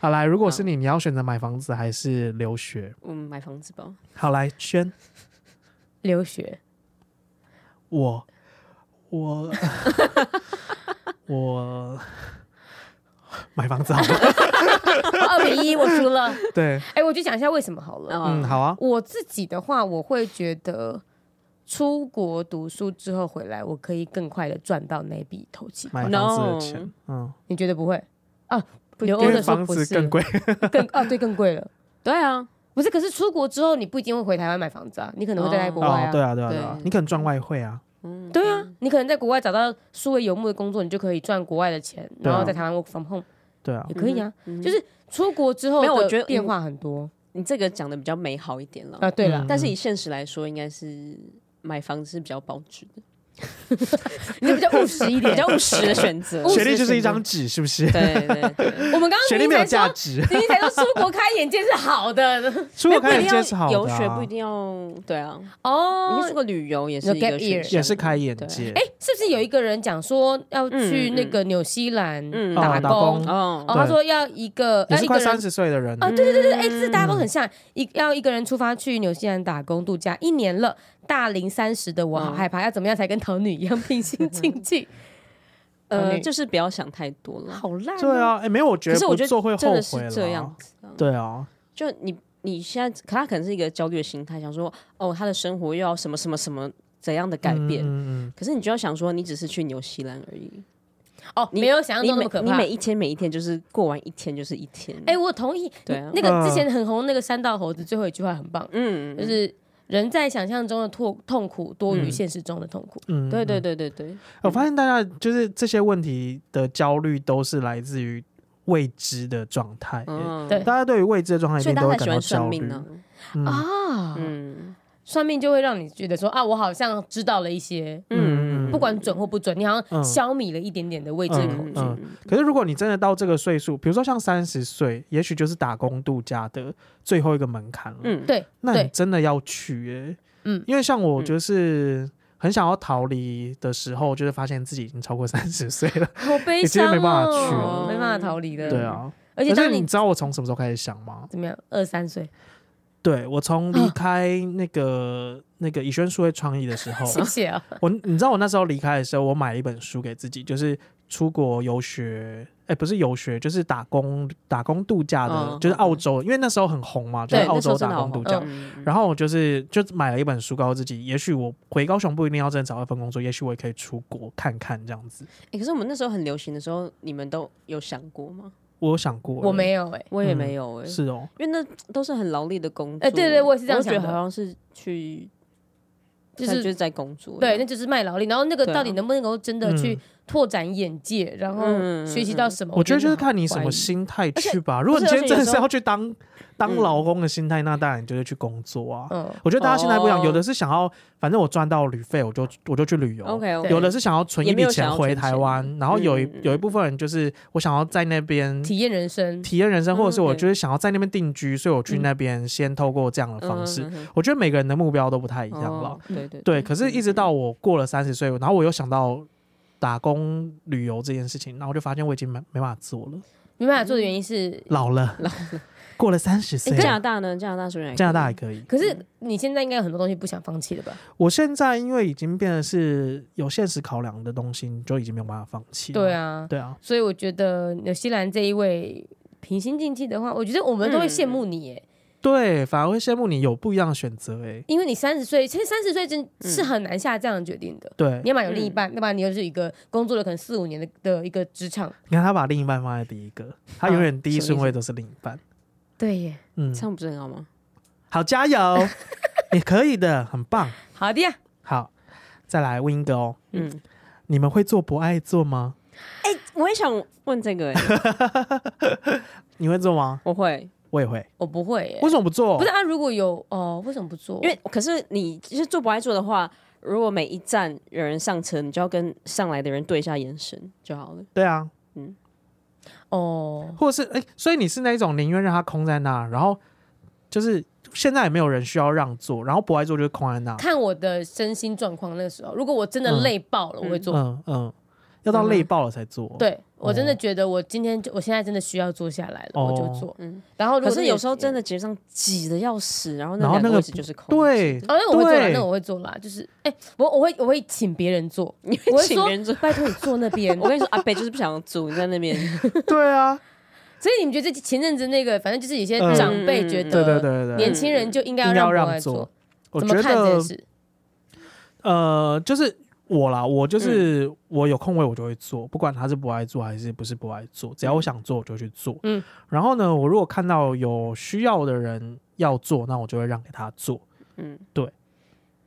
[SPEAKER 3] 好来，如果是你，你要选择买房子还是留学？
[SPEAKER 2] 嗯，买房子吧。
[SPEAKER 3] 好来，轩，
[SPEAKER 1] 留学
[SPEAKER 3] 我 我我买房子好 了。
[SPEAKER 1] 哦二比一我输了。
[SPEAKER 3] 对，
[SPEAKER 1] 哎，我就讲一下为什么好了。
[SPEAKER 3] 嗯，
[SPEAKER 2] 嗯，
[SPEAKER 3] 好啊，
[SPEAKER 1] 我自己的话，我会觉得出国读书之后回来，我可以更快的赚到那笔投期
[SPEAKER 3] 买
[SPEAKER 1] 款。
[SPEAKER 3] 房子的钱，嗯，
[SPEAKER 1] 你觉得不会啊？刘
[SPEAKER 3] 因
[SPEAKER 1] 欧
[SPEAKER 3] 为
[SPEAKER 1] 的说
[SPEAKER 3] 房
[SPEAKER 1] 不
[SPEAKER 3] 子
[SPEAKER 1] 是
[SPEAKER 3] 更贵。
[SPEAKER 1] 更啊，对，更贵了。
[SPEAKER 2] 对啊，
[SPEAKER 1] 不是，可是出国之后，你不一定会回台湾买房子啊，你可能会待在国外
[SPEAKER 3] 哦
[SPEAKER 1] 啊。，
[SPEAKER 3] 对啊，对啊，对啊
[SPEAKER 2] 对，
[SPEAKER 3] 你可能赚外汇啊。
[SPEAKER 2] 嗯，
[SPEAKER 1] 对啊，你可能在国外找到数位游牧的工作，你就可以赚国外的钱，
[SPEAKER 3] 对啊
[SPEAKER 1] 然后在台湾 work from home
[SPEAKER 3] 对啊
[SPEAKER 1] 也，可以啊。
[SPEAKER 2] 嗯，
[SPEAKER 1] 就是出国之后，
[SPEAKER 2] 没有我觉得
[SPEAKER 1] 变化很多
[SPEAKER 2] 你这个讲的比较美好一点了。
[SPEAKER 1] 啊。对了
[SPEAKER 3] 嗯，
[SPEAKER 2] 但是以现实来说，应该是买房子是比较保值的，
[SPEAKER 3] 嗯
[SPEAKER 1] 你比较务实一
[SPEAKER 2] 比
[SPEAKER 1] 点。
[SPEAKER 2] 较务实的选择。
[SPEAKER 1] 务实
[SPEAKER 3] 学历就是一张纸，是不是？
[SPEAKER 2] 对对对，
[SPEAKER 1] 我们刚刚
[SPEAKER 3] 学历
[SPEAKER 1] 明
[SPEAKER 3] 没有
[SPEAKER 1] 明才
[SPEAKER 3] 价
[SPEAKER 1] 说，
[SPEAKER 3] 值，
[SPEAKER 1] 明明才说出国开眼界是好的
[SPEAKER 3] 出国
[SPEAKER 2] 不
[SPEAKER 3] 开
[SPEAKER 2] 一
[SPEAKER 3] 眼
[SPEAKER 2] 定
[SPEAKER 3] 界是
[SPEAKER 2] 要
[SPEAKER 3] 好
[SPEAKER 2] 游
[SPEAKER 3] 的
[SPEAKER 2] 学，不
[SPEAKER 3] 啊
[SPEAKER 2] 一，定要对啊。你
[SPEAKER 1] 哦
[SPEAKER 2] 去。出国旅游也是
[SPEAKER 1] 有
[SPEAKER 2] 一个
[SPEAKER 1] gap
[SPEAKER 2] 选
[SPEAKER 1] year
[SPEAKER 2] 项
[SPEAKER 3] 也是开眼界。
[SPEAKER 1] 哎，是不是有一个人讲说要去那个纽西兰
[SPEAKER 2] 嗯
[SPEAKER 1] 打
[SPEAKER 3] 哦打工
[SPEAKER 1] 工？
[SPEAKER 2] 哦
[SPEAKER 1] 哦，
[SPEAKER 3] 对
[SPEAKER 1] 他说要一个
[SPEAKER 3] 也
[SPEAKER 1] 要
[SPEAKER 3] 是
[SPEAKER 2] 呃
[SPEAKER 1] 一
[SPEAKER 3] 快
[SPEAKER 1] 个
[SPEAKER 3] 三
[SPEAKER 1] 人
[SPEAKER 3] 十嗯岁的人，
[SPEAKER 1] 啊，对对对对，哎，这大家都很像，一要一个人出发去纽西兰打工度假一年了，大龄三十的我好
[SPEAKER 2] 嗯
[SPEAKER 1] 害怕，要怎么样才跟桃女一样平心静气？
[SPEAKER 2] 呃，
[SPEAKER 1] 女
[SPEAKER 2] 就是不要想太多了。
[SPEAKER 1] 哦好烂，哦
[SPEAKER 3] 对，啊，哎，没有，我觉
[SPEAKER 2] 可
[SPEAKER 3] 得
[SPEAKER 2] 是我
[SPEAKER 3] 不
[SPEAKER 2] 觉
[SPEAKER 3] 做会
[SPEAKER 2] 得真
[SPEAKER 3] 后
[SPEAKER 2] 的
[SPEAKER 3] 悔
[SPEAKER 2] 是
[SPEAKER 3] 了。
[SPEAKER 2] 这样子啊，
[SPEAKER 3] 对啊，
[SPEAKER 2] 就你你现在，可他可能是一个焦虑的心态，想说哦，他的生活又要什么什么什么怎样的改变。
[SPEAKER 3] 嗯嗯
[SPEAKER 2] 可是你就要想说，你只是去纽西兰而已，
[SPEAKER 1] 哦，
[SPEAKER 2] 你
[SPEAKER 1] 没有想象
[SPEAKER 2] 你
[SPEAKER 1] 中那
[SPEAKER 2] 每
[SPEAKER 1] 么可
[SPEAKER 2] 你
[SPEAKER 1] 怕
[SPEAKER 2] 每。一天每一天就是过完一天就是一天。
[SPEAKER 1] 哎，我同意，
[SPEAKER 2] 对啊
[SPEAKER 1] 那个
[SPEAKER 3] 嗯
[SPEAKER 1] 之前很红那个山道猴子最后一句话很棒，
[SPEAKER 2] 嗯，
[SPEAKER 1] 就
[SPEAKER 2] 嗯
[SPEAKER 1] 是人在想象中的痛痛苦多于
[SPEAKER 3] 嗯
[SPEAKER 1] 现实中的痛苦。
[SPEAKER 3] 嗯，嗯
[SPEAKER 2] 对对。
[SPEAKER 3] 嗯
[SPEAKER 2] 对对对，
[SPEAKER 3] 我发现大家就是这些问题的焦虑都是来自于未知的状态。
[SPEAKER 2] 嗯，
[SPEAKER 1] 对
[SPEAKER 3] 大家对于未知的状态一
[SPEAKER 2] 所以
[SPEAKER 3] 定都
[SPEAKER 2] 大
[SPEAKER 3] 会感
[SPEAKER 2] 家才喜
[SPEAKER 3] 到
[SPEAKER 2] 欢算
[SPEAKER 3] 焦
[SPEAKER 2] 命
[SPEAKER 3] 虑。
[SPEAKER 2] 呢。
[SPEAKER 3] 嗯
[SPEAKER 1] 啊，
[SPEAKER 2] 嗯
[SPEAKER 1] 算命就会让你觉得说啊，我好像知道了一些，
[SPEAKER 3] 嗯嗯
[SPEAKER 1] 不管准或不准，你好像
[SPEAKER 3] 嗯
[SPEAKER 1] 消弭了一点点的未知
[SPEAKER 3] 嗯
[SPEAKER 1] 恐
[SPEAKER 2] 嗯
[SPEAKER 1] 惧。
[SPEAKER 2] 嗯
[SPEAKER 3] 可是如果你真的到这个岁数，比如说像三十岁，也许就是打工度假的最后一个门槛了。
[SPEAKER 2] 嗯，
[SPEAKER 1] 对
[SPEAKER 3] 那你
[SPEAKER 1] 对
[SPEAKER 3] 真的要去欸
[SPEAKER 1] 嗯
[SPEAKER 3] 因为像我就是很想要逃离的时候，就是发现自己已经超过三十岁了。
[SPEAKER 1] 好悲
[SPEAKER 3] 你其实
[SPEAKER 1] 伤
[SPEAKER 3] 没办法去
[SPEAKER 1] 哦
[SPEAKER 2] 哦，
[SPEAKER 1] 没办法逃离的。
[SPEAKER 3] 对，啊，
[SPEAKER 1] 而且
[SPEAKER 3] 而且
[SPEAKER 1] 当
[SPEAKER 3] 你
[SPEAKER 1] 你
[SPEAKER 3] 知道我从什么时候开始想
[SPEAKER 2] 嗯
[SPEAKER 3] 吗？
[SPEAKER 1] 怎么样，二三岁，
[SPEAKER 3] 对我从离
[SPEAKER 1] 啊
[SPEAKER 3] 开那个、那个以轩数位创意的 时候，
[SPEAKER 1] 谢谢啊。
[SPEAKER 3] 我你知道我那时候离开的时候，我买了一本书给自己，就是出国游学，哎、不是游学，就是打工打工度假的，
[SPEAKER 2] 嗯
[SPEAKER 3] 就是澳洲，因为那时候很红嘛，就是
[SPEAKER 1] 对
[SPEAKER 3] 澳
[SPEAKER 2] 那时候
[SPEAKER 3] 洲
[SPEAKER 2] 真的
[SPEAKER 3] 打
[SPEAKER 2] 好
[SPEAKER 3] 工
[SPEAKER 2] 红
[SPEAKER 3] 度假。
[SPEAKER 1] 嗯
[SPEAKER 3] 然后我就是就买了一本书，告诉自己，也许我回高雄不一定要真的找到一份工作，也许我也可以出国看看这样子。
[SPEAKER 2] 哎，可是我们那时候很流行的时候，你们都有想过吗？
[SPEAKER 3] 我有想过，
[SPEAKER 1] 我没有哎，
[SPEAKER 2] 我也
[SPEAKER 3] 嗯
[SPEAKER 2] 没有哎，
[SPEAKER 3] 是哦，
[SPEAKER 1] 呃
[SPEAKER 2] 因为那都是很劳力的工作。
[SPEAKER 1] 哎对对我也是这样
[SPEAKER 2] 觉得
[SPEAKER 1] 想的
[SPEAKER 2] 好像是去
[SPEAKER 1] 就
[SPEAKER 2] 他就是
[SPEAKER 1] 是
[SPEAKER 2] 在工作。
[SPEAKER 1] 对，那就是卖劳力。然后那个
[SPEAKER 2] 对啊
[SPEAKER 1] 到底能不能够真的去
[SPEAKER 3] 嗯
[SPEAKER 1] 拓展眼界，然后
[SPEAKER 2] 嗯嗯
[SPEAKER 1] 学习到什么？
[SPEAKER 3] 我觉得
[SPEAKER 1] 真
[SPEAKER 3] 就
[SPEAKER 1] 的
[SPEAKER 3] 是看你
[SPEAKER 1] 很
[SPEAKER 3] 什
[SPEAKER 1] 怀
[SPEAKER 3] 么
[SPEAKER 1] 疑
[SPEAKER 3] 心态
[SPEAKER 2] 而且
[SPEAKER 3] 去吧。如果
[SPEAKER 2] 不
[SPEAKER 3] 你
[SPEAKER 2] 是
[SPEAKER 3] 今
[SPEAKER 2] 而
[SPEAKER 3] 天
[SPEAKER 2] 且有
[SPEAKER 3] 真的
[SPEAKER 2] 时
[SPEAKER 3] 是
[SPEAKER 2] 候
[SPEAKER 3] 要去当当
[SPEAKER 2] 嗯
[SPEAKER 3] 劳工的心态，那当然你就是去工作啊。
[SPEAKER 1] 嗯，
[SPEAKER 3] 我觉得大家心态不一样，
[SPEAKER 2] 哦
[SPEAKER 3] 有的是想要，反正我赚到旅费，我就我就去旅游。
[SPEAKER 2] OK，
[SPEAKER 1] 对
[SPEAKER 3] 有的是想要存
[SPEAKER 2] 也
[SPEAKER 3] 一
[SPEAKER 2] 没
[SPEAKER 3] 笔
[SPEAKER 2] 有想
[SPEAKER 3] 钱
[SPEAKER 2] 要
[SPEAKER 3] 回
[SPEAKER 2] 存
[SPEAKER 3] 台
[SPEAKER 2] 钱
[SPEAKER 3] 湾，然后有一、
[SPEAKER 2] 嗯嗯
[SPEAKER 3] 有一部分人就是我想要在那边
[SPEAKER 1] 体验人生。
[SPEAKER 3] 体验人生，
[SPEAKER 2] 嗯
[SPEAKER 3] 或者是我
[SPEAKER 2] OK
[SPEAKER 3] 就是想要在那边定居，所以我去
[SPEAKER 2] 嗯
[SPEAKER 3] 那边先透过这样的方式。
[SPEAKER 2] 嗯嗯嗯
[SPEAKER 3] 我觉得每个人的目标都不太一
[SPEAKER 2] 嗯
[SPEAKER 3] 样了。
[SPEAKER 2] 哦对对
[SPEAKER 3] 对，可是一直到我过了三十岁，然后我又想到打工旅游这件事情，然后我就发现我已经没没办法做了，
[SPEAKER 1] 没办法做的原因是，
[SPEAKER 3] 老了，老了，过了三十岁
[SPEAKER 2] 诶，加拿大呢？加拿大虽然
[SPEAKER 3] 加拿大还可以。
[SPEAKER 1] 可是你现在应该有很多东西不想放弃了吧？
[SPEAKER 3] 我现在因为已经变得是有现实考量的东西，你就已经没有办法放弃。
[SPEAKER 1] 对，啊，
[SPEAKER 3] 对啊，
[SPEAKER 1] 所以我觉得纽西兰这一位平心静气的话，我觉得我们都会羡慕你耶，
[SPEAKER 3] 对，反而会羡慕你有不一样的选择。哎，
[SPEAKER 1] 因为你三十岁，其实三十岁真是很难下这样的决定的。
[SPEAKER 3] 对
[SPEAKER 1] 你，要么有另一半，要么你又是一个工作了可能四五年的的一个职场。
[SPEAKER 3] 你看他把另一半放在第一个，他永远第一
[SPEAKER 2] 什么意思
[SPEAKER 3] 顺位都是另一半。
[SPEAKER 1] 对耶，
[SPEAKER 3] 嗯，
[SPEAKER 2] 唱不是很好吗？
[SPEAKER 3] 好，加油，你可以的，很棒。
[SPEAKER 1] 好的呀，
[SPEAKER 3] 好，再来问一个哦，
[SPEAKER 2] 嗯，
[SPEAKER 3] 你们会做不爱做吗？
[SPEAKER 2] 我也想问这个， 诶
[SPEAKER 3] 你会做吗？
[SPEAKER 2] 我会，
[SPEAKER 3] 我也会。
[SPEAKER 1] 我不会耶
[SPEAKER 3] 为，什么不做？
[SPEAKER 1] 不是啊，如果有哦，为什么不做？
[SPEAKER 2] 因为可是你就是做不爱做的话，如果每一站有人上车，你就要跟上来的人对一下眼神就好了。
[SPEAKER 3] 对啊，
[SPEAKER 1] 哦，
[SPEAKER 3] 或者是哎、所以你是那一种宁愿让它空在那，然后就是现在也没有人需要让座，然后不爱做就是空在那。
[SPEAKER 1] 看我的身心状况那个时候，如果我真的
[SPEAKER 3] 嗯
[SPEAKER 1] 累爆了，我会做。
[SPEAKER 3] 嗯嗯，要到累爆了才做。，
[SPEAKER 1] 对我真的
[SPEAKER 3] 哦
[SPEAKER 1] 觉得我今天就我现在真的需要坐下来了，我
[SPEAKER 3] 哦
[SPEAKER 1] 就做。
[SPEAKER 2] 嗯，
[SPEAKER 1] 然后如
[SPEAKER 2] 可
[SPEAKER 1] 果
[SPEAKER 2] 是有时候真
[SPEAKER 1] 的，
[SPEAKER 2] 的街上挤的要死，然后那
[SPEAKER 3] 然后
[SPEAKER 2] 两
[SPEAKER 3] 那
[SPEAKER 2] 个
[SPEAKER 3] 个
[SPEAKER 2] 位置就是空。
[SPEAKER 3] 对，
[SPEAKER 1] 哦，那我会做啦，
[SPEAKER 3] 对
[SPEAKER 1] 那我会做啦。就是哎、我我会我会请别人做，我会
[SPEAKER 2] 请
[SPEAKER 1] 说
[SPEAKER 2] 别人坐
[SPEAKER 1] 拜托你坐那边。
[SPEAKER 2] 我跟你说，阿北就是不想租，你在那边。
[SPEAKER 3] 对啊，
[SPEAKER 1] 所以你们觉得这前阵子那个，反正就是有些
[SPEAKER 3] 嗯
[SPEAKER 1] 长辈觉得，
[SPEAKER 2] 嗯
[SPEAKER 3] 对对对对对
[SPEAKER 1] 年，轻人就应该
[SPEAKER 3] 硬要
[SPEAKER 1] 要让
[SPEAKER 3] 让
[SPEAKER 1] 国外
[SPEAKER 3] 座
[SPEAKER 1] 做，
[SPEAKER 3] 我
[SPEAKER 1] 怎
[SPEAKER 3] 觉
[SPEAKER 1] 么看这
[SPEAKER 3] 得
[SPEAKER 1] 件事？
[SPEAKER 3] 呃，就是我啦，我就是、
[SPEAKER 2] 嗯
[SPEAKER 3] 我有空位我就会做，不管他是不爱做还是不是不爱做，
[SPEAKER 2] 嗯
[SPEAKER 3] 只要我想做我就去做。
[SPEAKER 1] 嗯，
[SPEAKER 3] 然后呢，我如果看到有需要的人要做，那我就会让给他做。
[SPEAKER 2] 嗯，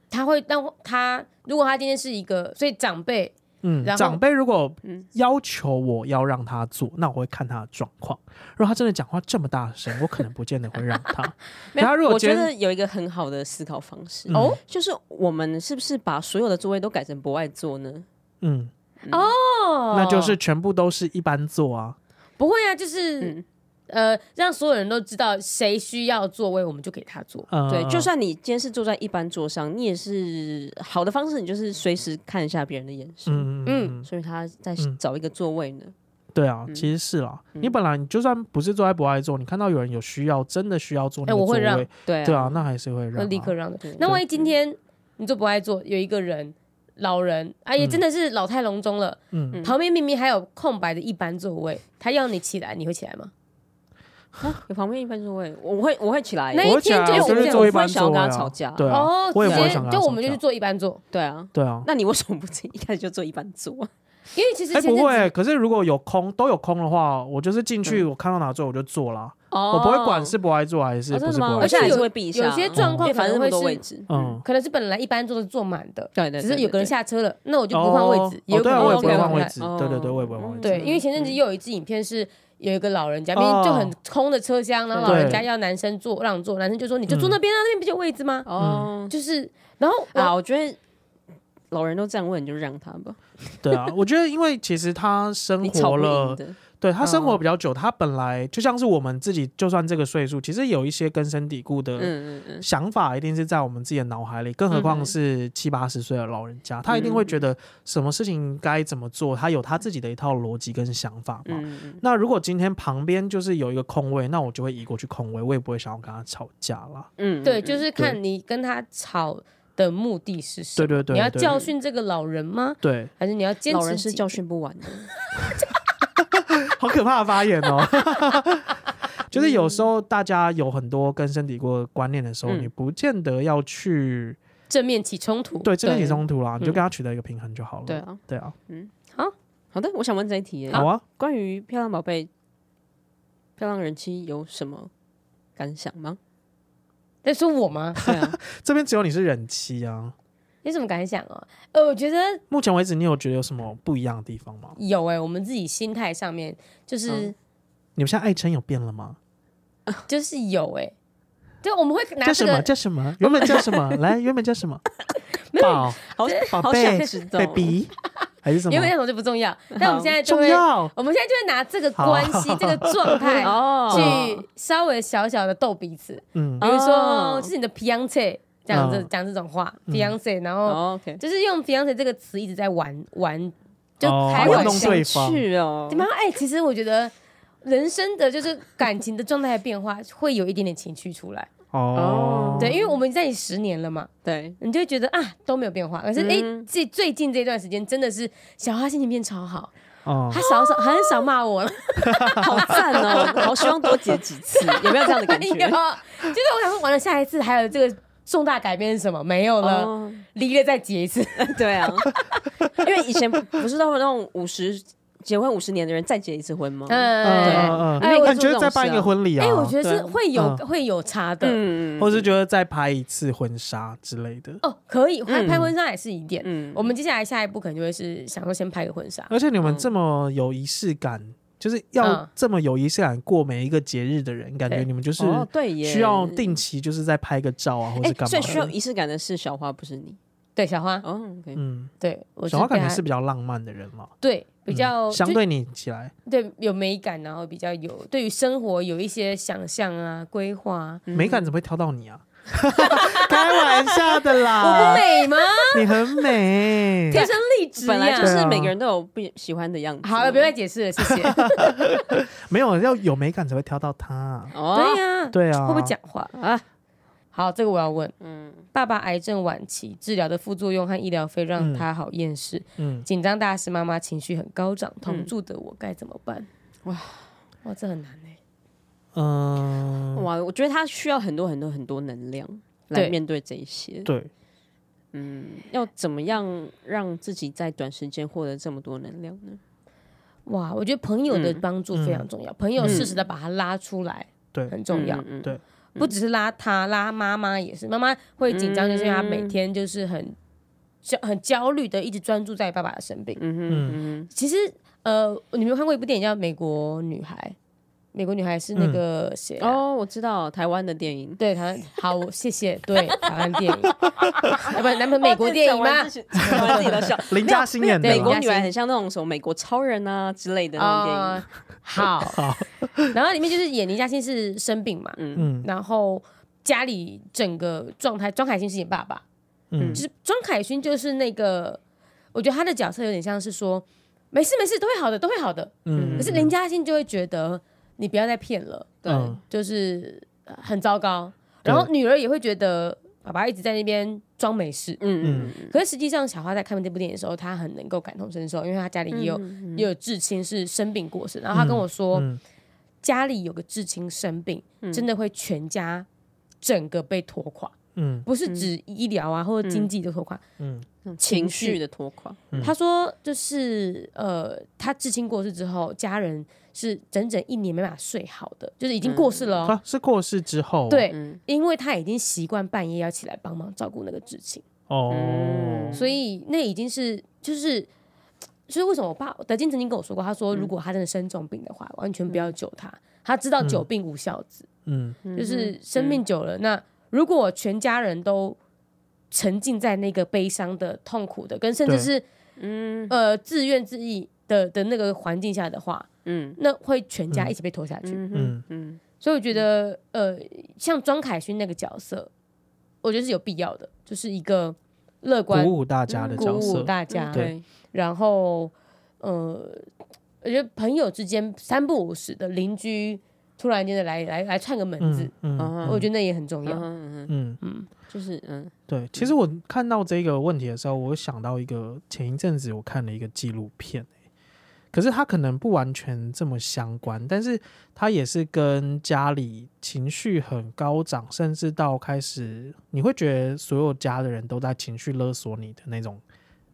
[SPEAKER 1] 他会让他，如果他今天是一个，所以长辈
[SPEAKER 3] 嗯，
[SPEAKER 1] 然后
[SPEAKER 3] 长辈如果
[SPEAKER 2] 嗯
[SPEAKER 3] 要求我要让他做，那我会看他的状况。如果他真的讲话这么大声，我可能不见得会让他。
[SPEAKER 2] 没有
[SPEAKER 3] 他如果
[SPEAKER 2] 我
[SPEAKER 3] 今
[SPEAKER 2] 觉
[SPEAKER 3] 天
[SPEAKER 2] 得有一个很好的思考方式，
[SPEAKER 3] 嗯
[SPEAKER 1] 哦
[SPEAKER 2] 就是我们是不是把所有的座位都改成博爱座呢？
[SPEAKER 3] 嗯，
[SPEAKER 1] 哦，
[SPEAKER 3] 那就是全部都是一般做啊。
[SPEAKER 1] 不会啊，就是、
[SPEAKER 2] 嗯，
[SPEAKER 1] 呃，让所有人都知道谁需要座位，我们就给他坐。
[SPEAKER 3] 嗯，
[SPEAKER 2] 对，就算你今天是坐在一般桌上，你也是好的方式，你就是随时看一下别人的眼神。
[SPEAKER 3] 嗯嗯嗯，
[SPEAKER 2] 所以他在
[SPEAKER 3] 嗯
[SPEAKER 2] 找一个座位呢。
[SPEAKER 3] 对啊，
[SPEAKER 2] 嗯
[SPEAKER 3] 其实是啦。你本来你就算不是坐在不爱做，你看到有人有需要，真的需要做那
[SPEAKER 1] 哎
[SPEAKER 3] 个
[SPEAKER 1] 我
[SPEAKER 3] 座
[SPEAKER 1] 会让
[SPEAKER 3] 位，
[SPEAKER 2] 对
[SPEAKER 3] 对啊，那还是会让
[SPEAKER 1] 会
[SPEAKER 3] 啊。
[SPEAKER 1] 立刻让的
[SPEAKER 2] 对。
[SPEAKER 1] 那万一今天你做不爱做，有一个人老人，哎呀，
[SPEAKER 3] 嗯
[SPEAKER 1] 真的是老态龙钟了，
[SPEAKER 3] 嗯，
[SPEAKER 2] 嗯
[SPEAKER 1] 旁边明明还有空白的一般座位，他要你起来，你会起来吗？
[SPEAKER 2] 啊有旁边一般座位，我会我会起来。
[SPEAKER 1] 那一
[SPEAKER 3] 我会起
[SPEAKER 1] 天
[SPEAKER 3] 来
[SPEAKER 1] 就
[SPEAKER 3] 啊
[SPEAKER 1] 有
[SPEAKER 3] 我就
[SPEAKER 1] 这
[SPEAKER 3] 是
[SPEAKER 1] 样
[SPEAKER 3] 坐一
[SPEAKER 2] 我不会
[SPEAKER 3] 般
[SPEAKER 2] 想要
[SPEAKER 3] 座位
[SPEAKER 2] 跟他
[SPEAKER 3] 啊
[SPEAKER 2] 吵架哦
[SPEAKER 3] 对啊，我也
[SPEAKER 1] 哦直
[SPEAKER 3] 不会
[SPEAKER 1] 接
[SPEAKER 3] 想跟他啊
[SPEAKER 1] 就
[SPEAKER 3] 吵
[SPEAKER 1] 我们就
[SPEAKER 3] 架
[SPEAKER 1] 去做一般座，
[SPEAKER 2] 对啊，
[SPEAKER 3] 对啊。
[SPEAKER 2] 那你为什么不自己一开始就坐一 般座？
[SPEAKER 1] 因为其实
[SPEAKER 3] 哎，
[SPEAKER 1] 前阵
[SPEAKER 3] 不
[SPEAKER 1] 子
[SPEAKER 3] 会，可是如果有空都有空的话，我就是进去，我看到哪座我就坐啦。
[SPEAKER 2] 嗯哦
[SPEAKER 3] 我不会管是不爱做还是
[SPEAKER 2] 哦
[SPEAKER 3] 不
[SPEAKER 2] 真
[SPEAKER 3] 是不
[SPEAKER 2] 的吗？
[SPEAKER 3] 爱嗯
[SPEAKER 2] 我
[SPEAKER 1] 而且
[SPEAKER 2] 现
[SPEAKER 3] 做。
[SPEAKER 2] 在也
[SPEAKER 1] 有
[SPEAKER 2] 是会避一下，啊
[SPEAKER 1] 有些状
[SPEAKER 2] 因
[SPEAKER 1] 况
[SPEAKER 2] 为
[SPEAKER 1] 可
[SPEAKER 2] 反
[SPEAKER 1] 能
[SPEAKER 2] 正那么
[SPEAKER 1] 会
[SPEAKER 2] 多位
[SPEAKER 1] 是，
[SPEAKER 2] 置，
[SPEAKER 3] 嗯，
[SPEAKER 1] 可能是本来一般座是坐满的，
[SPEAKER 2] 对对，
[SPEAKER 1] 只是有个人
[SPEAKER 2] 下。
[SPEAKER 1] 下车了，那我就不换位置，也有
[SPEAKER 3] 哦、
[SPEAKER 1] 可
[SPEAKER 3] 对啊，
[SPEAKER 1] 能
[SPEAKER 3] 我也
[SPEAKER 1] 是
[SPEAKER 3] 不会
[SPEAKER 1] 这样
[SPEAKER 3] 换位
[SPEAKER 1] 看
[SPEAKER 3] 置。
[SPEAKER 2] 哦
[SPEAKER 3] 对对对，我也不会换位置。
[SPEAKER 1] 对，
[SPEAKER 2] 嗯
[SPEAKER 1] 因为前阵子又有一支影片是有一个老人家，
[SPEAKER 3] 哦
[SPEAKER 1] 明明就很空的车厢，然后老人家
[SPEAKER 3] 对嗯
[SPEAKER 1] 要男生坐让座，男生就说你就坐那边啊，那边不就有位置吗？
[SPEAKER 2] 哦，
[SPEAKER 1] 就是，然后
[SPEAKER 2] 啊，
[SPEAKER 1] 我
[SPEAKER 2] 我觉得老人都这样问，你就让他吧。
[SPEAKER 3] 对啊，我觉得因为其实他生
[SPEAKER 2] 你吵
[SPEAKER 3] 活
[SPEAKER 2] 不赢
[SPEAKER 3] 了，
[SPEAKER 2] 的，
[SPEAKER 3] 对他生活
[SPEAKER 2] 嗯
[SPEAKER 3] 比较久，他本来就像是我们自己，就算这个岁数，其实有一些根深蒂固的
[SPEAKER 2] 嗯嗯嗯，
[SPEAKER 3] 想法，一定是在我们自己的脑海里，更何
[SPEAKER 2] 嗯
[SPEAKER 3] 况
[SPEAKER 2] 嗯
[SPEAKER 3] 是七八十岁的老人家，他一定会觉得什么事情该怎么做，他有他自己的一套逻辑跟想法嘛。
[SPEAKER 2] 嗯嗯
[SPEAKER 3] 那如果今天旁边就是有一个空位，那我就会移过去空位，我也不会想要跟他吵架啦。
[SPEAKER 2] 嗯，
[SPEAKER 1] 对，
[SPEAKER 2] 嗯
[SPEAKER 1] 就是看你跟他吵的目的是什
[SPEAKER 3] 对
[SPEAKER 1] 么。
[SPEAKER 3] 对对，
[SPEAKER 1] 你要
[SPEAKER 3] 对
[SPEAKER 1] 教训这个老人吗？
[SPEAKER 3] 对，
[SPEAKER 1] 还是你要坚
[SPEAKER 2] 老
[SPEAKER 1] 持
[SPEAKER 2] 人是
[SPEAKER 1] 己
[SPEAKER 2] 教训不完的。
[SPEAKER 3] 好可怕的发言哦！ 就是有时候大家有很多根深蒂固的观念的时候，
[SPEAKER 2] 嗯
[SPEAKER 3] 你不见得要去
[SPEAKER 1] 正面起冲突？
[SPEAKER 3] 对正面
[SPEAKER 2] 对
[SPEAKER 3] 起冲突啦，你就
[SPEAKER 1] 嗯
[SPEAKER 3] 跟他取得一个平衡就好了。
[SPEAKER 2] 对啊，
[SPEAKER 3] 对啊，
[SPEAKER 2] 好的，我想问这一题耶，
[SPEAKER 3] 好啊，
[SPEAKER 2] 关于《漂亮宝贝》《漂亮人妻》有什么感想吗？
[SPEAKER 1] 在说我吗？
[SPEAKER 2] 对啊，
[SPEAKER 3] 这边只有你是忍妻啊，
[SPEAKER 1] 有什么感想哦？呃，我觉得
[SPEAKER 3] 目前为止，你有觉得有什么不一样的地方吗？
[SPEAKER 1] 有哎、我们自己心态上面就是、
[SPEAKER 3] 嗯你们现在爱称有变了吗？
[SPEAKER 1] 就是有哎、就我们会
[SPEAKER 3] 叫
[SPEAKER 1] 拿这
[SPEAKER 3] 什么？
[SPEAKER 1] 个
[SPEAKER 3] 叫什么？原本叫什 么？来，原本叫什么？宝
[SPEAKER 2] 好
[SPEAKER 3] 宝
[SPEAKER 2] 好想
[SPEAKER 3] 贝
[SPEAKER 2] 知道哦。
[SPEAKER 3] ，baby，还是什么
[SPEAKER 1] 原？本那种就不重要，但我们现在就
[SPEAKER 3] 重
[SPEAKER 1] 会，
[SPEAKER 3] 要。
[SPEAKER 1] 我们现在就会拿这个关系、这个状态
[SPEAKER 2] 哦，
[SPEAKER 1] 去稍微小小的逗彼此，
[SPEAKER 3] 嗯，
[SPEAKER 1] 比如说
[SPEAKER 2] 哦
[SPEAKER 1] 就是你的 fiance 这样子
[SPEAKER 3] 嗯
[SPEAKER 1] E 讲这种话，fiance，然 E，后
[SPEAKER 2] 哦 OK，
[SPEAKER 1] 就是用 fiance E 这个词一直在玩玩，就
[SPEAKER 3] 哦
[SPEAKER 1] 开
[SPEAKER 3] 玩
[SPEAKER 1] 玩
[SPEAKER 3] 弄
[SPEAKER 1] 笑。
[SPEAKER 3] 对方。
[SPEAKER 2] 去哦
[SPEAKER 1] 怎，么样？哎、其实我觉得人生的就是感情的状态的变化， 会有一点点情趣出来。
[SPEAKER 3] 哦
[SPEAKER 2] 哦，
[SPEAKER 1] 对，因为我们在一起十年了嘛，
[SPEAKER 2] 对，
[SPEAKER 1] 你就会觉得啊都没有变化。可是哎，
[SPEAKER 2] 嗯
[SPEAKER 1] 这、最近这段时间真的是小花心情变超好，
[SPEAKER 3] 哦
[SPEAKER 1] 她，少 少很少骂我了。
[SPEAKER 2] 好赞哦，好希望多结几次，有没有这样的 感
[SPEAKER 1] 有，就是
[SPEAKER 2] 觉？
[SPEAKER 1] 我想说，完了下一次还有这个重大改变是什么？没有了，
[SPEAKER 2] 哦，
[SPEAKER 1] 离了再结一次。
[SPEAKER 2] 对啊，因为以前不是都会那种五十结婚五十年的人再结一次婚吗？
[SPEAKER 1] 嗯，
[SPEAKER 3] 嗯嗯，
[SPEAKER 1] 哎我
[SPEAKER 3] 那你觉得再办一
[SPEAKER 2] 做这种事
[SPEAKER 3] 个
[SPEAKER 2] 啊
[SPEAKER 3] 婚礼啊？
[SPEAKER 1] 哎，我觉得是
[SPEAKER 2] 哦对
[SPEAKER 1] 会有
[SPEAKER 3] 嗯
[SPEAKER 1] 会有差的。
[SPEAKER 2] 嗯
[SPEAKER 3] 或是觉得再拍一次婚纱之类的。
[SPEAKER 1] 哦，可以拍
[SPEAKER 2] 嗯
[SPEAKER 1] 拍婚纱也是一点。
[SPEAKER 2] 嗯
[SPEAKER 1] 我们接下来下一步可能就会是想说先拍个婚纱。
[SPEAKER 3] 而且你们
[SPEAKER 2] 嗯
[SPEAKER 3] 这么有仪式感，就是要
[SPEAKER 1] 嗯
[SPEAKER 3] 这么有仪式感过每一个节日的人，感觉
[SPEAKER 1] 对
[SPEAKER 3] 你们就是
[SPEAKER 2] 哦，对耶，
[SPEAKER 3] 需要定期就是在拍个照啊，或
[SPEAKER 2] 哎
[SPEAKER 3] 是，干
[SPEAKER 2] 最 需
[SPEAKER 3] 嘛
[SPEAKER 2] 要
[SPEAKER 3] 的。
[SPEAKER 2] 仪式感的是小花，不是你。
[SPEAKER 1] 对，小花，
[SPEAKER 2] 哦，OK，
[SPEAKER 3] 嗯，
[SPEAKER 1] 对我
[SPEAKER 3] 小花
[SPEAKER 1] 被
[SPEAKER 3] 感觉
[SPEAKER 1] 她
[SPEAKER 3] 是比较浪漫的人了，
[SPEAKER 1] 对比
[SPEAKER 3] 嗯
[SPEAKER 1] 较
[SPEAKER 3] 相
[SPEAKER 1] 就
[SPEAKER 3] 对你起来，
[SPEAKER 1] 对有美感，然后比较有对于生活有一些想象啊、规划啊。
[SPEAKER 3] 美感怎么会挑到你啊？ 开玩笑的
[SPEAKER 2] 啊
[SPEAKER 1] 我不啊
[SPEAKER 3] 啦，
[SPEAKER 1] 美吗？
[SPEAKER 3] 你很 美。
[SPEAKER 1] 天生丽质
[SPEAKER 2] 本来
[SPEAKER 1] 呀
[SPEAKER 2] 就
[SPEAKER 3] 对
[SPEAKER 2] 是
[SPEAKER 3] 啊
[SPEAKER 2] 每个人都有不喜欢的样子。
[SPEAKER 1] 好了，不要再解释了，谢谢。
[SPEAKER 3] 没有要有美感才会挑到他。啊
[SPEAKER 1] 对
[SPEAKER 2] 哦，
[SPEAKER 1] 呀，
[SPEAKER 3] 对啊，
[SPEAKER 1] 会不会讲话？
[SPEAKER 2] 啊，
[SPEAKER 1] 好，这个我要问。
[SPEAKER 2] 嗯，
[SPEAKER 1] 爸爸癌症晚期治疗的副作用和医疗费让
[SPEAKER 3] 嗯
[SPEAKER 1] 他好厌世，
[SPEAKER 3] 嗯，
[SPEAKER 1] 紧张大师妈妈情绪很高涨，同住的我该怎么办？哇
[SPEAKER 2] 嗯哇
[SPEAKER 1] 哇，这很难哎、
[SPEAKER 3] 嗯、
[SPEAKER 2] 哇，我觉得他需要很多很多很多能量来
[SPEAKER 1] 对
[SPEAKER 2] 面对这一些。
[SPEAKER 3] 对，
[SPEAKER 2] 嗯，要怎么样让自己在短时间获得这么多能量呢？
[SPEAKER 1] 哇，我觉得朋友的
[SPEAKER 2] 嗯
[SPEAKER 1] 帮助非常重要，
[SPEAKER 3] 嗯
[SPEAKER 1] 朋友适时的把他拉出来，
[SPEAKER 3] 对
[SPEAKER 1] 很重要。
[SPEAKER 2] 嗯
[SPEAKER 3] 对
[SPEAKER 1] 不只是拉他，拉妈妈也是，妈妈会紧张，就是因为她
[SPEAKER 2] 嗯
[SPEAKER 1] 每天就是很焦、很焦虑的，一直专注在爸爸的生病。
[SPEAKER 2] 嗯嗯
[SPEAKER 1] 其实，呃，你们有看过一部电影叫《美国女孩》？美国女孩是那个谁、
[SPEAKER 2] 嗯
[SPEAKER 1] 啊？
[SPEAKER 2] 哦，我知道台湾的电影，
[SPEAKER 1] 对，台湾好，我谢谢。对，台湾电 影，啊不，咱们美国电影吗？
[SPEAKER 2] 台湾自己 都笑。
[SPEAKER 3] 林嘉欣演的
[SPEAKER 1] 没
[SPEAKER 3] 啦，
[SPEAKER 1] 有
[SPEAKER 2] 美
[SPEAKER 1] 对
[SPEAKER 2] 国女孩很像那种什么美国超人啊之类的 那种电
[SPEAKER 1] 啊
[SPEAKER 2] 影。、
[SPEAKER 1] 好。然后里面就是演林嘉欣是生病嘛，
[SPEAKER 2] 嗯
[SPEAKER 3] 嗯
[SPEAKER 1] 然后家里整个状态，庄凯欣是演爸爸，
[SPEAKER 3] 嗯
[SPEAKER 1] 就，是庄凯欣就是那个，我觉得他的角色有点像是说，没事没事，都会好的，都会好的。
[SPEAKER 3] 嗯
[SPEAKER 1] 可是林嘉欣就会觉得你不要再骗了，
[SPEAKER 2] 对，
[SPEAKER 3] 嗯
[SPEAKER 1] 就是呃很糟糕。
[SPEAKER 3] 对
[SPEAKER 1] 然后女儿也会觉得爸爸一直在那边装没事。
[SPEAKER 2] 嗯嗯
[SPEAKER 1] 可是实际上，小花在看这部电影的时候，她很能够感同身受，因为她家里嗯
[SPEAKER 2] 嗯
[SPEAKER 1] 也有、也有至亲是生病过世，然后她跟我说，
[SPEAKER 3] 嗯
[SPEAKER 1] 家里有个至亲生病，
[SPEAKER 2] 嗯
[SPEAKER 1] 真的会全家整个被拖垮，
[SPEAKER 3] 嗯
[SPEAKER 1] 不是指医疗啊或者经济的拖垮。
[SPEAKER 3] 嗯
[SPEAKER 2] 嗯，
[SPEAKER 1] 情
[SPEAKER 2] 情
[SPEAKER 1] 绪
[SPEAKER 2] 绪的拖垮。
[SPEAKER 3] 嗯
[SPEAKER 1] 他说，就是呃，他至亲过世之后，家人是整整一年没办法睡好的，就是已经过世了、哦。
[SPEAKER 3] 啊，是过世之后，哦
[SPEAKER 1] 对，
[SPEAKER 2] 嗯
[SPEAKER 1] 因为他已经习惯半夜要起来帮忙照顾那个至亲，
[SPEAKER 3] 哦，
[SPEAKER 1] 嗯所以那已经是就是。所以为什么我爸德金曾经跟我说过，他
[SPEAKER 3] 嗯
[SPEAKER 1] 说如果他真的生重病的话，完全不要救他，他知道久病无孝子，
[SPEAKER 3] 嗯
[SPEAKER 1] 就是生命久了。那如果全家人都沉浸在那个悲伤的、痛苦的，跟甚至
[SPEAKER 3] 对
[SPEAKER 1] 是
[SPEAKER 2] 嗯
[SPEAKER 1] 呃自怨自艾的的那个环境下的话，
[SPEAKER 2] 嗯
[SPEAKER 1] 那会全家一起被拖下去。
[SPEAKER 2] 嗯嗯
[SPEAKER 1] 所以我觉得，呃，像庄凯勋那个角色，我觉得是有必要的，就是一个乐观
[SPEAKER 3] 鼓舞大家的角
[SPEAKER 1] 嗯鼓舞
[SPEAKER 3] 色，
[SPEAKER 1] 大家，
[SPEAKER 2] 对，
[SPEAKER 1] 然后呃，我觉得朋友之间三不五时的邻居突然间的来来来串个门子，
[SPEAKER 3] 嗯嗯
[SPEAKER 2] 嗯
[SPEAKER 1] 我
[SPEAKER 3] 嗯
[SPEAKER 1] 觉得那也很重要。
[SPEAKER 2] 嗯嗯，
[SPEAKER 3] 嗯，
[SPEAKER 2] 就是嗯
[SPEAKER 3] 对。其实我看到这个问题的时候，我想到一个前一阵子我看了一个纪录片、欸可是它可能不完全这么相关，但是它也是跟家里情绪很高涨，甚至到开始你会觉得所有家的人都在情绪勒索你的那种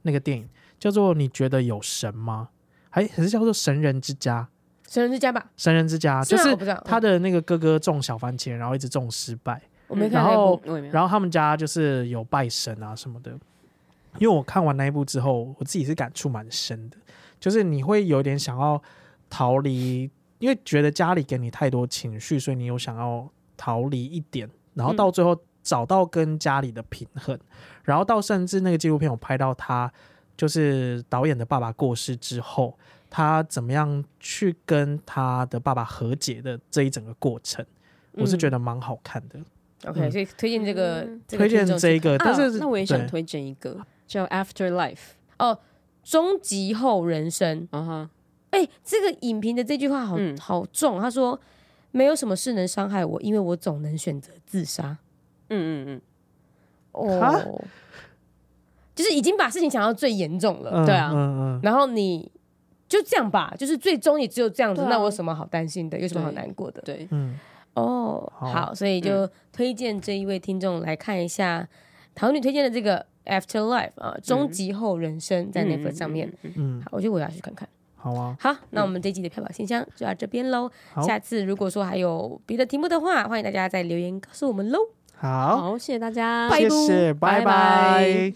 [SPEAKER 3] 那个电影，叫做《你觉得有神吗》？还还是叫做《神人之家》？
[SPEAKER 1] 神人之家吧，
[SPEAKER 3] 神人之家，
[SPEAKER 1] 是
[SPEAKER 3] 啊就
[SPEAKER 1] 吗
[SPEAKER 3] 是
[SPEAKER 1] 我不知道
[SPEAKER 3] 他的那个哥哥种小番茄，然后一直种失败，
[SPEAKER 1] 我没
[SPEAKER 3] 嗯然
[SPEAKER 1] 看那
[SPEAKER 3] 后
[SPEAKER 1] 部，
[SPEAKER 2] 我也没有。
[SPEAKER 3] 然后他们家就是有拜神啊什么的，因为我看完那一部之后，我自己是感触蛮深的，就是你会有点想要逃离，因为觉得家里给你太多情绪，所以你有想要逃离一点，然后到最后找到跟家里的平衡，然后到甚至那个纪录片我拍到他就是导演的爸爸过世之后，他怎么样去跟他的爸爸和解的这一整个过程，我是觉得蛮好看的，
[SPEAKER 1] OK，
[SPEAKER 3] 嗯
[SPEAKER 1] 所以推荐这个，这个
[SPEAKER 3] 推荐
[SPEAKER 1] 听众
[SPEAKER 3] 这个，但
[SPEAKER 2] 啊
[SPEAKER 3] 是
[SPEAKER 2] 那我也想
[SPEAKER 3] 对
[SPEAKER 2] 推荐一个叫《After Life》
[SPEAKER 1] 哦，终极后人生。
[SPEAKER 2] 啊哈，
[SPEAKER 1] 哎、这个影评的这句话好、
[SPEAKER 2] 嗯
[SPEAKER 1] 好重，他说没有什么事能伤害我，因为我总能选择自杀。
[SPEAKER 2] 嗯嗯嗯，
[SPEAKER 3] 哈
[SPEAKER 1] 哦，就是已经把事情想到最严重了，
[SPEAKER 3] 嗯
[SPEAKER 2] 对啊
[SPEAKER 3] 嗯嗯
[SPEAKER 1] 然后你就这样吧，就是最终也只有这样子，
[SPEAKER 2] 对啊
[SPEAKER 1] 那我有什么好担心的，有什么好
[SPEAKER 2] 对嗯
[SPEAKER 1] 难过的？
[SPEAKER 2] 对，
[SPEAKER 3] 嗯，
[SPEAKER 1] 哦，
[SPEAKER 3] 好
[SPEAKER 1] 好，所以就推荐这一位听众来看一下桃女推荐的这个《Afterlife》啊，终极后人生在 Netflix 上面。
[SPEAKER 2] 嗯嗯，嗯嗯嗯
[SPEAKER 3] 嗯，
[SPEAKER 1] 好，我觉得我也要去看看。
[SPEAKER 3] 好啊。
[SPEAKER 1] 好，那我们这一集的票宝信箱就到这边喽。
[SPEAKER 3] 好
[SPEAKER 1] 下次如果说还有别的题目的话，欢迎大家在留言告诉我们喽。
[SPEAKER 2] 嗯
[SPEAKER 3] 好，
[SPEAKER 2] 好，谢谢大家，
[SPEAKER 3] 谢谢，拜
[SPEAKER 2] 拜拜
[SPEAKER 3] 拜